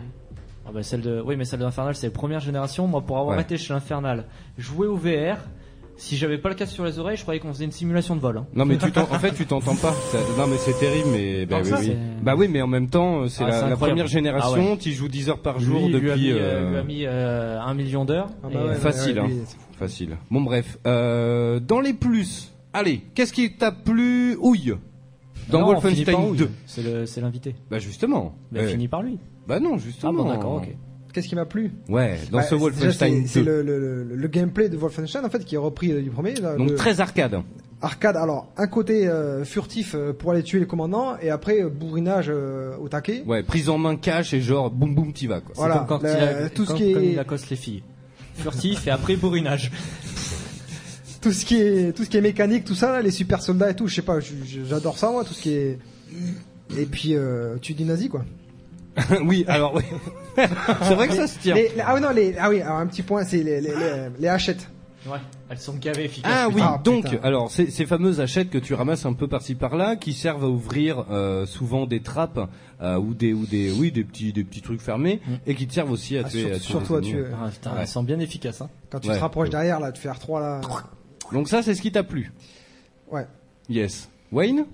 Ah bah celle de, oui mais celle de l'Infernal c'est la première génération. Moi pour avoir
Ouais.
été chez l'Infernal, jouer au VR, si j'avais pas le casque sur les oreilles, je croyais qu'on faisait une simulation de vol. hein.
Non mais tu t'en- en fait tu t'entends pas. Ça- Non mais c'est terrible mais bah
Donc
oui,
ça,
oui.
c'est-
Bah oui mais en même temps euh, c'est
Ah,
la-
c'est
la,
incroyable.
première génération,
Ah ouais.
tu joues 10 heures par jour
lui,
depuis
lui a mis,
euh,
euh, lui a mis euh, un million d'heures.
Ah bah
et,
ouais,
euh,
ouais,
facile
ouais,
hein.
lui, c'est
facile. Bon bref, Euh, dans les plus. Allez, qu'est-ce qui t'a plu houille dans
non, on finit par
Wolfenstein
où,
2
C'est le- c'est l'invité.
Bah justement.
Mais
Ouais.
fini par lui.
Bah non,
Ah
justement.
bon, d'accord, ok.
Qu'est-ce qui m'a plu
Ouais, Eh, dans
Bah,
ce
c'est-
Wolfenstein
déjà, C'est c'est le,
2.
le- le- le gameplay de Wolfenstein en fait qui est repris euh, du premier. là,
Donc
le-
très arcade.
arcade. Alors un côté euh, furtif euh, pour aller tuer les commandants et après euh, bourrinage euh, au taquet.
Ouais, prise en main cash et genre boum boum t'y vas quoi.
Voilà,
comme quand
la-
il a,
tout ce
comme-
qui est-
comme il accoste les filles. Furtif et après bourrinage.
Tout ce qui est tout ce qui est mécanique, tout ça, là, les super soldats et tout. Je sais pas, je- je- j'adore ça moi, tout ce qui est. Et puis euh, tu dis nazi quoi.
oui, alors oui. c'est vrai que ça se tient.
Les- les- ah oui non les ah oui alors un petit point c'est les, les, les- les hachettes.
Ouais, elles sont gavées efficaces.
Ah oui,
putain.
donc
putain.
alors ces, ces fameuses hachettes que tu ramasses un peu par-ci par-là, qui servent à ouvrir euh, souvent des trappes euh, ou des ou des oui des petits des petits trucs fermés et qui te servent aussi à
Mm. Ah,
tuer.
surtout- surtout
à tuer les
à tuer.
ennemis.
Ah, putain,
Ouais.
elles sont bien efficaces. Hein.
Quand tu
Ouais.
te rapproches derrière là, tu fais R3 là.
Donc ça c'est ce qui t'a plu.
Ouais.
Yes. Wayne.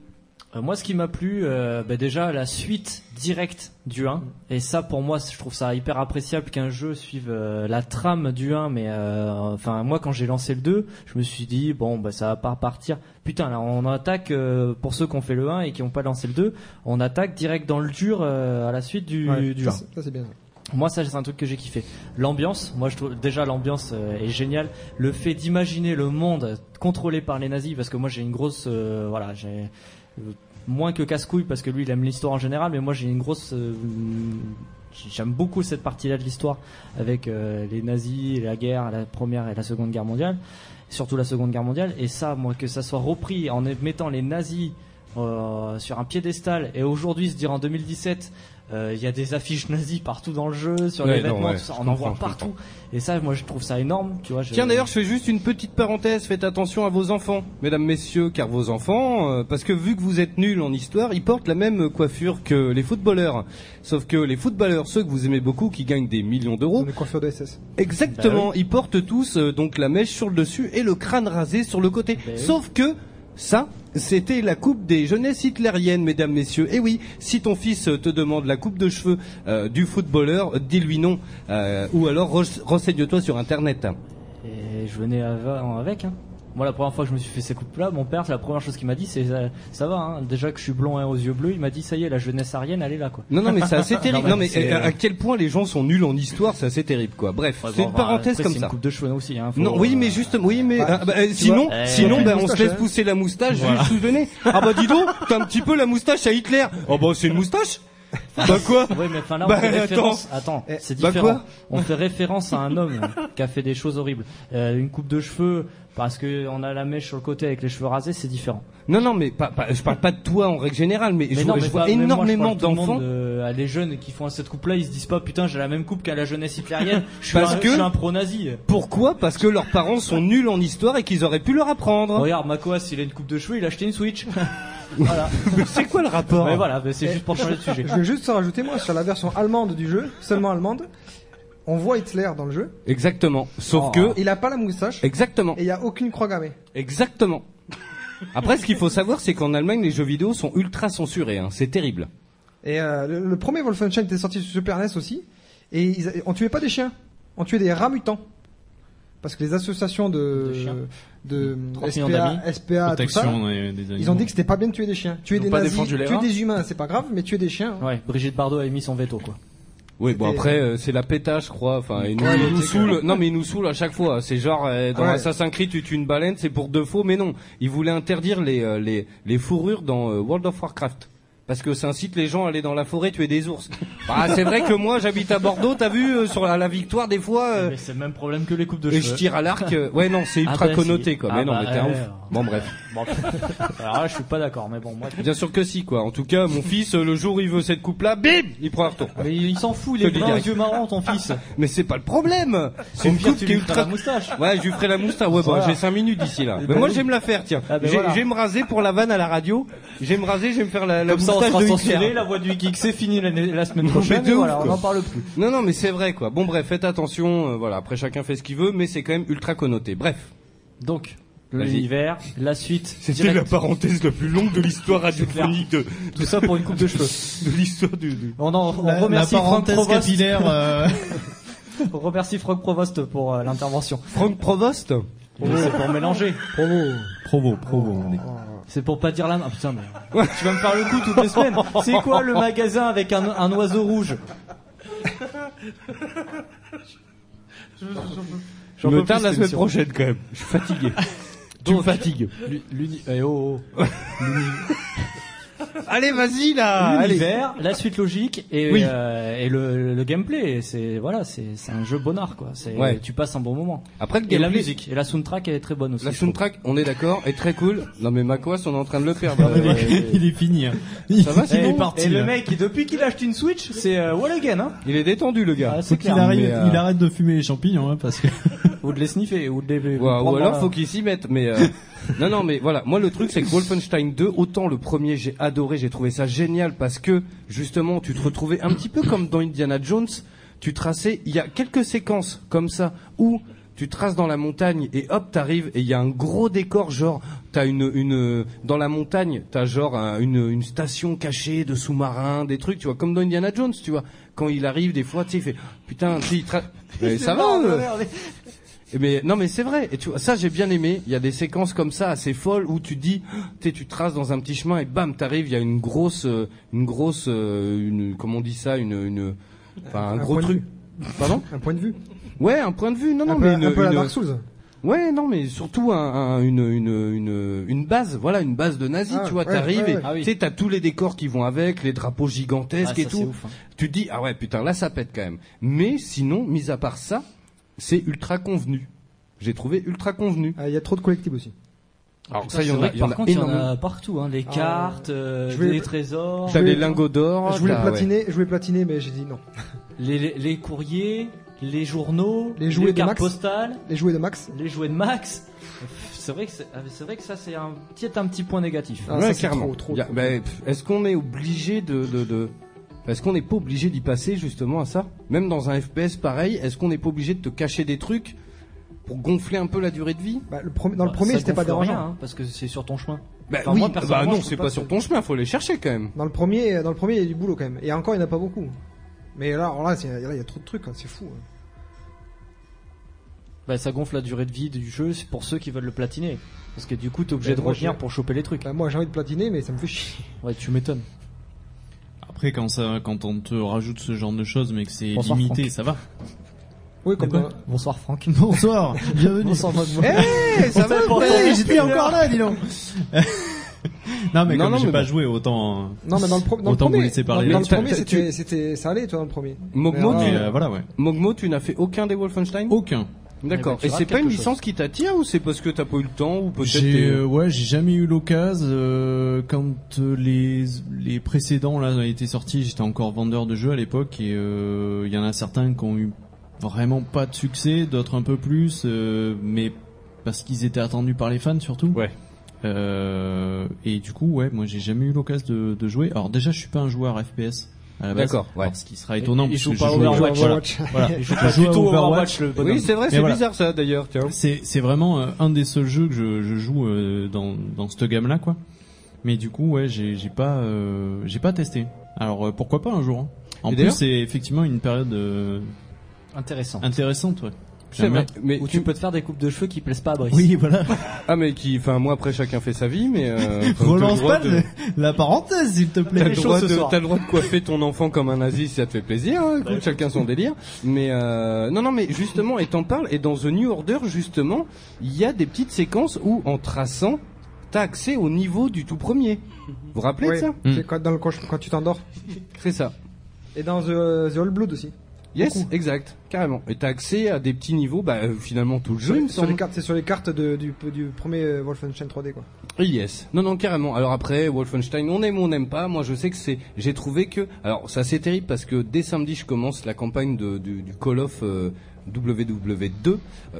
Euh, moi, ce qui m'a plu, euh, bah, déjà la suite directe du 1. Et ça, pour moi, c- je trouve ça hyper appréciable qu'un jeu suive euh, la trame du 1. Mais euh, enfin, moi, quand j'ai lancé le 2, je me suis dit bon, bah ça va pas repartir. Putain, là, on attaque euh, pour ceux qui ont fait le 1 et qui ont pas lancé le 2, on attaque direct dans le dur euh, à la suite du,
Ouais,
du
ça,
1.
c'est- ça c'est bien.
Moi, ça, c'est un truc que j'ai kiffé. L'ambiance, moi, je trouve déjà l'ambiance euh, est géniale. Le fait d'imaginer le monde contrôlé par les nazis, parce que moi, j'ai une grosse, euh, voilà, j'ai euh, moins que casse-couille parce que lui, il aime l'histoire en général, mais moi, j'ai une grosse. euh, J'aime beaucoup cette partie-là de l'histoire avec euh, les nazis, la guerre, la première et la seconde guerre mondiale, surtout la seconde guerre mondiale. Et ça, moi, que ça soit repris en mettant les nazis euh, sur un piédestal et aujourd'hui se dire en 2017 euh, il y a des affiches nazies partout dans le jeu sur
Ouais,
les
non,
vêtements
ouais,
tout ça,
je
on en
comprends,
voit
je
partout et ça moi je trouve ça énorme tu vois je-
Tiens d'ailleurs, je fais juste une petite parenthèse. Faites attention à vos enfants, mesdames, messieurs, car vos enfants, euh, parce que vu que vous êtes nuls en histoire, ils portent la même coiffure que les footballeurs. Sauf que les footballeurs, ceux que vous aimez beaucoup, qui gagnent des millions d'euros,
Le coiffure de SS.
Bah
Exactement, ils portent tous euh, donc la mèche sur le dessus et le crâne rasé sur le côté.
Bah oui.
Sauf que ça, c'était la coupe des jeunesses hitlériennes, mesdames, messieurs. Et oui, si ton fils euh, te demande la coupe de cheveux euh, du footballeur, euh, dis-lui non. Euh, ou alors re- renseigne-toi sur Internet.
et je venais av- avec hein. moi la première fois que je me suis fait ces coupes là mon père la première chose qu'il m'a dit c'est euh, ça va hein, déjà que je suis blond et aux yeux bleus il m'a dit ça y est la jeunesse arienne elle est là quoi
Non, non, mais c'est assez terrible. non, mais
c'est-
euh, à quel point les gens sont nuls en histoire, c'est assez terrible, quoi. Bref,
Ouais,
c'est
bon,
une
bah,
parenthèse
après,
comme
c'est
ça.
une coupe de cheveux aussi hein, faut-
Non, oui, mais juste, oui, mais
Bah,
ah, bah, euh,
tu
sinon,
vois,
euh,
sinon,
on
bah,
fait
on
une
se laisse
moustache,
pousser la moustache juste sous le nez. Ah bah dis donc, t'as un petit peu la moustache à Hitler. Oh bah c'est une moustache. Bah quoi
Oui, mais enfin là, on
Bah,
fait
attends.
référence. Attends,
Eh,
c'est
bah
différent.
quoi
on fait référence à un homme qui a fait des choses horribles. Euh, une coupe de cheveux, Parce que on a la mèche sur le côté avec les cheveux rasés, c'est différent.
Non, non, mais pas, pas- je parle pas de toi en règle générale, mais, je, vois- je vois énormément d'enfants.
euh, les jeunes qui font cette coupe-là, ils se disent pas putain, j'ai la même coupe qu'à la jeunesse hitlérienne. Je suis
Parce
un,
que-
je suis un pro-nazi.
Pourquoi Parce que leurs parents sont nuls en histoire et qu'ils auraient pu leur apprendre.
Regarde, Makoas, il a une coupe de cheveux, il a acheté une Switch. voilà.
c'est quoi le rapport Eh.
Mais voilà, mais c'est juste pour changer de sujet.
Je vais juste rajouter moi sur la version allemande du jeu, seulement allemande. On voit Hitler dans le jeu.
Exactement.
Oh.
Sauf que.
il a pas la moustache.
Exactement.
Et il y a aucune croix gammée.
Exactement. Après, ce qu'il faut savoir, c'est qu'en Allemagne, les jeux vidéo sont ultra censurés. hein. C'est terrible.
Et euh, le, le premier Wolfenstein était sorti sur Super NES aussi. Et ils, a- on tuait pas des chiens, on tuait des rats mutants. Parce que les associations de, de,
30 millions
SPA,
d'amis.
SPA tout ça,
Protection des- des
ils ont
animaux.
dit que c'était pas bien de tuer des chiens. Tuer
Ils ont
des
pas
nazis,
défendu les
tuer
rats.
des humains, c'est pas grave, mais tuer des chiens.
Ouais, Brigitte Bardot a émis son veto, quoi.
Oui, bon
C'était-
après euh, c'est la péta, je crois. Enfin, ils nous,
Ouais,
ils
mais
nous
c'est
saoulent.
que-
Non, mais ils nous saoulent à chaque fois. C'est genre euh, dans
Ouais.
Assassin's Creed, tu tues une baleine, c'est pour deux faux. Mais non, ils voulaient interdire les euh, les les fourrures dans euh, World of Warcraft. Parce que ça incite les gens à aller dans la forêt tuer des ours. Bah, c'est vrai que moi j'habite à Bordeaux, t'as vu euh, sur la, la victoire des fois. euh,
Mais c'est le même problème que les coupes de
et
cheveux.
je tire à l'arc. euh, ouais non, c'est
Ah
ultra
bah,
connoté
si.
quoi.
Ah
Mais non,
bah,
mais t'es un
ouais,
ouf.
alors.
Bon bref.
Bon. Alors là, je suis pas d'accord, mais bon, moi.
Bien sûr que si quoi. En tout cas, mon fils, euh, le jour où il veut cette coupe là, bim, il prend un retour.
Mais il s'en fout,
il est
brun aux yeux marrons, ton fils.
Mais c'est pas le problème. C'est
Au
une
pire,
coupe
tu
qui est
lui feras
ultra.
la moustache.
Ouais, je lui ferai la moustache. Ouais, bon,
Voilà.
j'ai 5 minutes d'ici là.
Et
Mais
bah
moi,
oui.
je vais me la faire, tiens.
Ah, bah
J'ai-
voilà.
Je vais me raser pour la vanne à la radio. Je vais me raser, je vais me faire la, la
Comme ça, on
moustache
sera
de
censuré,
Hitler.
la voix du geek, c'est fini l'année- la semaine
Non, mais
prochaine.
de
et
ouf,
voilà, on
quoi.
en parle plus.
Non, non, mais c'est vrai, quoi. Bon, bref, faites attention. euh, voilà, après chacun fait ce qu'il veut, mais c'est quand même ultra connoté. Bref.
Donc,
Vas-y.
l'univers, la suite.
C'était
direct.
la parenthèse la plus longue de l'histoire radiophonique de,
Tout ça pour une coupe de cheveux.
de l'histoire du. du-
On, en, on
La-
remercie
la
Franck
parenthèse
Provost.
capillaire, euh.
on remercie Franck Provost pour euh, l'intervention.
Franck Provost
Oui, C'est pour mélanger.
Provo.
Provo, Provo. on est-
C'est pour pas dire la main. Ah, putain, mais tu vas me faire le coup toutes les semaines. C'est quoi le magasin avec un, un oiseau rouge
Je
J'en
me
peux
tarde
plus,
la
cette
semaine
émission.
prochaine, quand même. Je suis fatigué. tu me fatigues.
L'u- l'uni- eh, oh, oh.
Allez, vas-y, là. Allez.
L'univers, la suite logique et,
Oui.
euh, et le, le gameplay. Et C'est voilà, c'est c'est un jeu bonnard quoi. C'est
Ouais.
tu passes un bon moment.
Après, le
Et la
gameplay-
musique et la soundtrack elle est très bonne aussi.
La
je trouve.
soundtrack, on est d'accord, est très cool. Non mais Macoas, on est en train de le perdre.
Il est- Il est fini. hein. Il
Ça va, sinon
il est
Et-
parti.
Et
là.
le mec, il- depuis qu'il a acheté une Switch, c'est euh, Wall Again, hein
Il est détendu le gars.
Ah, c'est
Il
clair.
arrête,
mais, euh,
il arrête de fumer les champignons hein, parce que
Ou de les sniffer, ou de les.
Ou, euh, ou
prendre
alors
dans
faut
la-
qu'il s'y mette. Mais euh, non non mais voilà, moi le truc c'est que Wolfenstein 2, autant le premier j'ai adoré, j'ai trouvé ça génial parce que justement tu te retrouvais un petit peu comme dans Indiana Jones, tu traçais, il y a quelques séquences comme ça où tu traces dans la montagne et hop t'arrives et il y a un gros décor genre t'as une une dans la montagne t'as genre un- une une station cachée de sous-marins des trucs tu vois comme dans Indiana Jones tu vois quand il arrive des fois tu sais il fait putain tu sais, il tra- Mais ça va euh, et Mais Eh ben, non, mais c'est vrai. Et tu vois, ça j'ai bien aimé. Il y a des séquences comme ça assez folles où tu dis, oh, tu sais, tu traces dans un petit chemin et bam, t'arrives. Il y a une grosse, euh, une grosse, euh, une, comment on dit ça, une, une, enfin un,
Un
gros
point de
truc. Pardon
Un point de vue.
Ouais, un point de vue. Non, non,
un peu,
mais une,
un peu la
une-
Dark Souls.
ouais, non, mais surtout un, un- une, une, une, une base. Voilà, une base de nazis.
Ah,
tu vois,
ouais,
t'arrives
ouais,
et
ouais.
Ah oui.
tu sais, t'as tous les décors qui vont avec, les drapeaux gigantesques
Ah,
et
ça,
tout
c'est ouf, hein.
tu te dis ah ouais putain là ça pète quand même. Mais sinon, mis à part ça, c'est ultra convenu. J'ai trouvé ultra convenu.
Ah, Il y a trop de collectibles aussi.
Alors
Putain,
ça il y
c'est
en
vrai
a,
que
il y en
par
a
contre, il y en
énormément.
a partout, hein, les
Ah,
cartes, euh,
je vais-
les trésors,
T'as
Je
les
voulais-
lingots d'or.
je voulais
t'as- ouais.
platiner, je voulais platiner, mais j'ai dit non.
les, les- les courriers, les journaux,
Les jouets de
cartes
Max.
postales,
Les jouets de Max.
les jouets de Max. C'est vrai que c'est ah, mais c'est vrai que ça c'est un petit un petit point négatif.
Ah,
Ouais,
ça, c'est
clairement.
trop, trop,
Y a-
trop.
ben, pff, Est-ce qu'on est obligé de, de, de- Est-ce qu'on n'est pas obligé d'y passer justement à ça Même dans un FPS pareil, est-ce qu'on n'est pas obligé de te cacher des trucs pour gonfler un peu la durée de vie
Bah, le premier- dans le
Bah,
premier,
ça
c'était pas
gonfle
dérangeant.
rien, hein, parce que c'est sur ton chemin.
Bah
Enfin,
oui,
moi,
bah
personnellement,
non,
je
c'est
peux
pas,
pas
sur
te-
ton chemin, faut les chercher quand même.
Dans le premier, dans le premier, il y a du boulot quand même. Et encore, il n'y en a pas beaucoup. Mais là, alors là, c'est- là, il y a trop de trucs, hein, c'est fou. hein.
Bah, ça gonfle la durée de vie du jeu c'est pour ceux qui veulent le platiner. Parce que du coup, t'es obligé
Mais
de
Eh, moi,
revenir
je-
pour choper les trucs.
Bah, moi, j'ai envie de platiner, mais ça me fait chier.
Ouais, tu m'étonnes.
après quand ça, quand on te rajoute ce genre de choses, mais que c'est
Bonsoir,
limité, ça va.
Oui, comme
D'accord.
dans-
Bonsoir Franck.
Bonsoir, bienvenue.
Bonsoir Maud.
Eh, ça va
pourtant,
ouais.
mais
j'étais encore là, dis donc. non mais
Non,
comme
non,
j'ai
mais
pas
bon.
joué autant. euh,
Non, mais dans le, pro- dans le
Autant vous
premier,
laisser parler.
dans le
Mais t'as-
premier,
t'as-
c'était, c'était, ça allait, toi, dans le premier.
Mogmo, euh,
Mais euh,
tu-
mais,
alors,
euh, voilà ouais.
Mogmo, tu n'as fait aucun des Wolfenstein
Aucun.
Eh ben,
D'accord. Et c'est pas une licence qui t'attire ou c'est parce que t'as pas eu le temps ou peut-être
J'ai
t'es-
euh, ouais, j'ai jamais eu l'occasion. euh, quand euh, les les précédents là étaient sortis, j'étais encore vendeur de jeux à l'époque et euh, il y en a certains qui ont eu vraiment pas de succès, d'autres un peu plus, euh, mais parce qu'ils étaient attendus par les fans surtout. Euh,
Ouais.
et du coup, ouais, moi j'ai jamais eu l'occasion de, de jouer. Alors déjà, je suis pas un joueur FPS. à la base.
D'accord, ouais.
Alors, Ce qui sera étonnant
Il
parce
joue
que
pas
je jouais-
Overwatch.
Voilà. Voilà.
Il joue
Je
pas
jouais à
du tout Overwatch, le bonhomme.
Oui, c'est vrai,
Mais
c'est
voilà.
bizarre
ça d'ailleurs.
C'est c'est vraiment euh, un des seuls jeux que je, je joue euh, dans dans cette gamme là quoi. Mais du coup ouais j'ai j'ai pas euh, j'ai pas testé. Alors euh, pourquoi pas un jour. hein. En
Et
plus
d'ailleurs-
c'est effectivement une période euh,
Intéressante.
intéressante ouais.
C'est vrai.
Mais où tu... peux te faire des coupes de cheveux qui plaisent pas à Brice.
Oui, voilà.
euh, Ah mais qui, enfin moi après chacun fait sa vie, mais euh, enfin,
Relance
t'as le droit
pas
de-
le- la parenthèse s'il te plaît.
T'as le, droit de, t'as le droit de coiffer ton enfant comme un nazi si ça te fait plaisir, hein,
Bah
écoute, chacun son délire. Mais euh, non, non, mais justement, et t'en parles, et dans The New Order, justement, il y a des petites séquences où, en traçant, t'as accès au niveau du tout premier. Vous vous rappelez de
Oui,
ça
Mm.
c'est quand, dans le coche- quand tu t'endors.
C'est ça.
Et dans The, The Old Blood aussi.
Yes, exact, carrément. Et t'as accès à des petits niveaux, bah euh, finalement tout le jeu, il me
Sur- sur les
semble.
cartes, c'est sur les cartes de- du, du premier euh, Wolfenstein 3D quoi.
Et Yes. Non, non, carrément. Alors après, Wolfenstein, on aime ou on n'aime pas. Moi, je sais que c'est. J'ai trouvé que. Alors, ça, c'est terrible parce que dès samedi, je commence la campagne de, du, du Call of euh, WW2. Euh,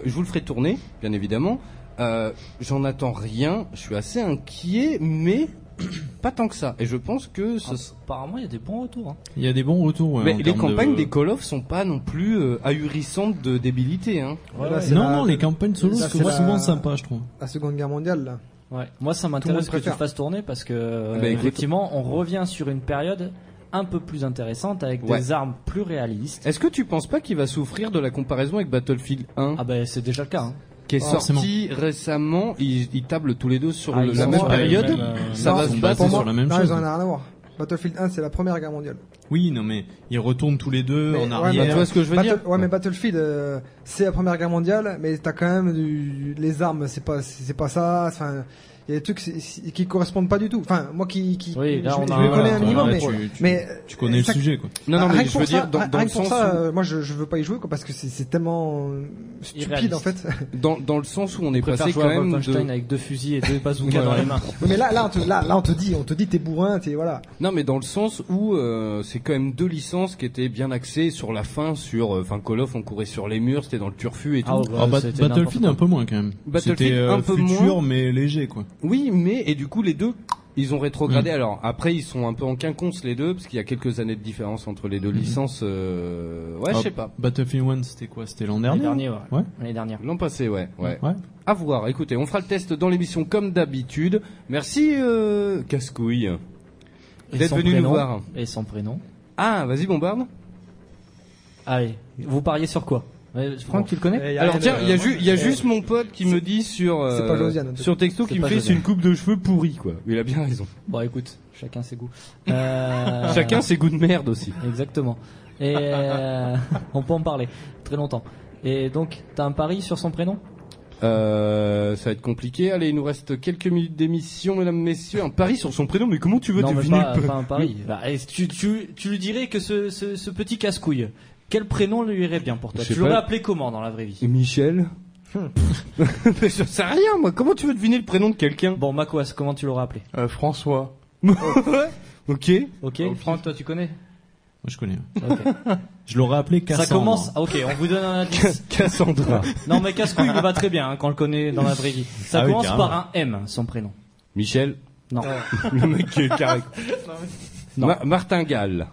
je vous le ferai tourner, bien évidemment. Euh, J'en attends rien. Je suis assez inquiet, mais pas tant que ça. Et je pense que. Ce...
Ah, Apparemment, il y a des bons retours. hein.
Il y a des bons retours. ouais,
mais
en
les
termes de-
campagnes des Call of sont pas non plus euh, ahurissantes de débilité. Hein.
Ouais, Là, ouais.
Non Ah, non les campagnes solo
Là,
c'est
c'est la-
souvent sympa je trouve.
La Seconde Guerre mondiale là.
Ouais. Moi, ça
Tout le monde
m'intéresse que tu
préfère.
fasses tourner parce que euh,
Bah, écoute.
effectivement, on revient sur une période un peu plus intéressante avec
Ouais.
des armes plus réalistes.
Est-ce que tu penses pas qu'il va souffrir de la comparaison avec Battlefield 1
Ah ben, c'est déjà le cas. hein.
qui est
Ah,
sorti récemment. Ils, ils tablent tous les deux sur
Ah,
le-
ils
la
sont
même
sur la
période.
même, euh,
ça
Non,
va se
pour
battre
moi-
sur la même
non,
chose.
ils en ont rien à voir. Battlefield 1 c'est la première guerre mondiale.
Oui non mais ils retournent tous les deux en
ouais,
arrière.
bah,
mais- Battle- Ouais, mais Battlefield, euh, c'est la première guerre mondiale, mais t'as quand même du- les armes, c'est pas, c'est c'est pas ça. Enfin, il y a des trucs c'est- c'est- qui correspondent pas du tout. Enfin, moi qui, qui
Oui, là,
je,
on
je
a-
les
voilà,
connais
toi,
un minimum,
là,
mais,
tu-
tu-
mais,
tu connais le
ça-
sujet, quoi.
Non, non,
rien
mais
que
je
pour
veux
ça-
dire, dans-
rien
dans
que
le
pour
sens
ça,
où-
euh, moi je, je veux pas y jouer quoi, parce que c'est- c'est tellement stupide
Irréaliste.
en fait.
Dans, dans le sens où on est
Je préfère
passé
jouer
quand
à
même
Wolfenstein
de...
avec deux fusils et deux bazookas dans
Voilà.
les mains.
Oui, mais là, là, on te, là, là, on te dit, on te dit t'es bourrin, t'es voilà.
Non, mais dans le sens où euh, c'est quand même deux licences qui étaient bien axées sur la fin, sur, euh, enfin, Call of, on courait sur les murs, c'était dans le turfu et tout.
Ah, ouais,
Ah, Bat-
c'était n'importe
Battlefield
quoi.
un peu moins quand même.
Battlefield,
C'était euh,
un peu
futur
moins.
mais léger quoi.
Oui, mais et du coup les deux, ils ont rétrogradé.
Mm.
Alors après, ils sont un peu en quinconce les deux parce qu'il y a quelques années de différence entre les deux
Mm-hmm.
licences. euh, Ouais,
Ah,
je sais pas.
bah,
Battlefield 1 c'était quoi C'était l'an
L'année
dernier hein
dernière.
ouais.
L'année dernière.
L'an passé, ouais, ouais.
Ouais.
À voir. Écoutez, on fera le test dans l'émission comme d'habitude. Merci euh, Cascouille
Et
d'être
son
venu nous
prénom.
voir.
Et son prénom.
Ah, vas-y bombarde.
Allez, vous pariez sur quoi Ouais, Franck, tu le
Eh,
connais
Alors tiens, il y a, ju- il y a juste mon pote qui me dit sur euh,
C'est pas Josiane.
sur texto
C'est
qui me
pas
fait c'est
Josiane.
une coupe de cheveux pourrie quoi. Il a bien raison.
Bon, écoute, chacun ses goûts. Euh,
Chacun ses goûts de merde aussi.
Exactement. Et euh, on peut en parler très longtemps. Et donc, t'as un pari sur son prénom
Euh, ça va être compliqué. Allez, il nous reste quelques minutes d'émission, mesdames, messieurs. Un pari sur son prénom, mais comment tu veux
Non, mais
deviner
pas,
le pe-
pas un pari. Bah, et tu, tu, tu lui dirais que ce, ce, ce petit casse-couille, quel prénom lui irait bien pour toi
Je sais
Tu l'aurais
pas.
appelé comment dans la vraie vie
Michel
Hmm.
Mais je sais rien, moi. Comment tu veux deviner le prénom de quelqu'un
Bon, Makoas, comment tu l'aurais appelé
Euh, François.
Ok.
Ok, Franck, toi tu connais
Moi je connais.
Ok.
Je l'aurais appelé
Ça
Cassandre.
commence. ah, Ok, on vous donne un indice.
Cassandra.
non, mais casse-couille, il le va très bien hein, quand on le connaît dans la vraie vie. Ça
Ah oui,
commence
carrément.
par un M, son prénom.
Michel.
Non.
Le mec qui est carré.
Non.
Ma- Martin Gall.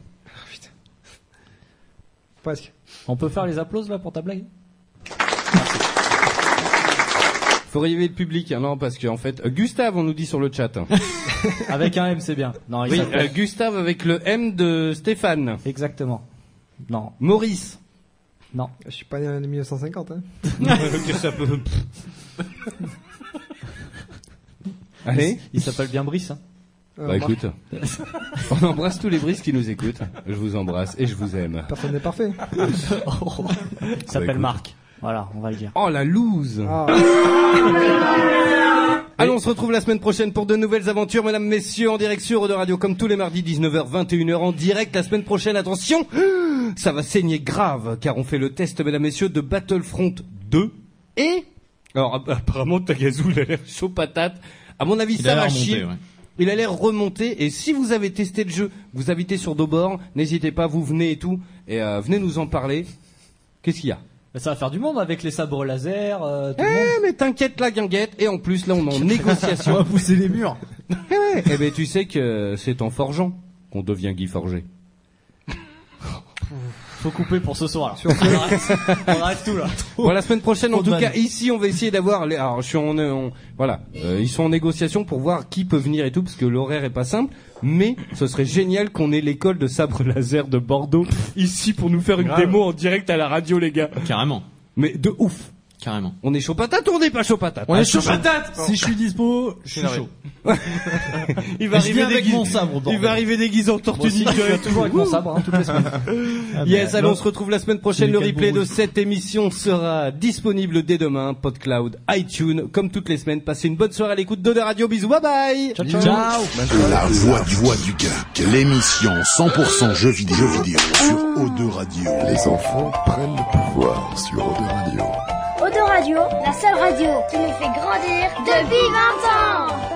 Presque.
On peut faire les applauses là pour ta blague
Faut réveiller le public, hein, non, parce qu'en fait, euh, Gustave, on nous dit sur le chat. hein.
Avec un M, c'est bien. Non, il
oui,
s'appelle-
euh, Gustave avec le M de Stéphane.
Exactement. Non,
Maurice.
non.
Je suis pas né en 1950. Hein.
Allez.
Il s'appelle bien Brice. Hein.
Euh,
Bah
Marc,
écoute, on embrasse tous les brises qui nous écoutent. Je vous embrasse et je vous aime. Bah,
Personne n'est parfait.
Il s'appelle
écoute.
Marc. Voilà, on va le dire.
Oh la loose
Ah.
Allons, on se retrouve la semaine prochaine pour de nouvelles aventures, mesdames, messieurs, en direct sur de Radio, comme tous les mardis, 19h, 21h, en direct la semaine prochaine. Attention, ça va saigner grave, car on fait le test, mesdames, messieurs, de Battlefront 2. Et, alors app- apparemment Tagazu, il a l'air chaud patate. À mon avis,
Il
ça
a
va
l'air remonté,
chier.
ouais.
Il a l'air remonté. Et si vous avez testé le jeu, vous habitez sur Dauborn, n'hésitez pas, vous venez et tout, et euh, venez nous en parler. Qu'est-ce qu'il y a
Bah, Ça va faire du monde avec les sabres laser. euh, tout
Eh
le monde.
mais t'inquiète la guinguette et en plus là on est en négociation.
On va pousser
les murs. eh ouais. Eh ben tu sais que c'est en forgeant qu'on devient Guy Forger.
Faut couper pour ce soir. là. On arrête, on arrête tout là.
Oh.
Bon, la semaine prochaine, en
Trop de
tout
vannes.
cas, ici, on va essayer d'avoir. Les... Alors, je suis en, euh, on- voilà, Euh, ils sont en négociation pour voir qui peut venir et tout, parce que l'horaire est pas simple. Mais ce serait génial qu'on ait l'école de sabre laser de Bordeaux ici pour nous faire une
Grave.
démo en direct à la radio, les gars.
Carrément.
Mais de ouf.
Carrément.
On est chaud patate ou on n'est pas chaud patate
On est
Ah,
chaud
chaud
patate
patate
Si je suis dispo, je suis chaud.
Il va
Je
arriver
viens avec
déguisé-
mon sabre, bordel.
Il va arriver déguisé en
Moi
tortue
aussi,
ninja
je viens
et tout.
toujours avec mon sabre, hein, toutes les semaines. Ah,
ben,
yes,
bah,
allons, on
l'autre-
se retrouve la semaine prochaine.
c'est
Le
les
replay de
Cadbourous.
cette émission sera disponible dès demain. PodCloud, iTunes, comme toutes les semaines. Passez une bonne soirée à l'écoute de la radio. Bisous, bye bye.
La voix du, voix du geek. L'émission 100% jeux vidéo, jeux vidéo sur O2 Radio. Ah. Les enfants prennent le pouvoir sur O2 Radio.
Odo Radio, la seule radio qui nous fait grandir depuis 20 ans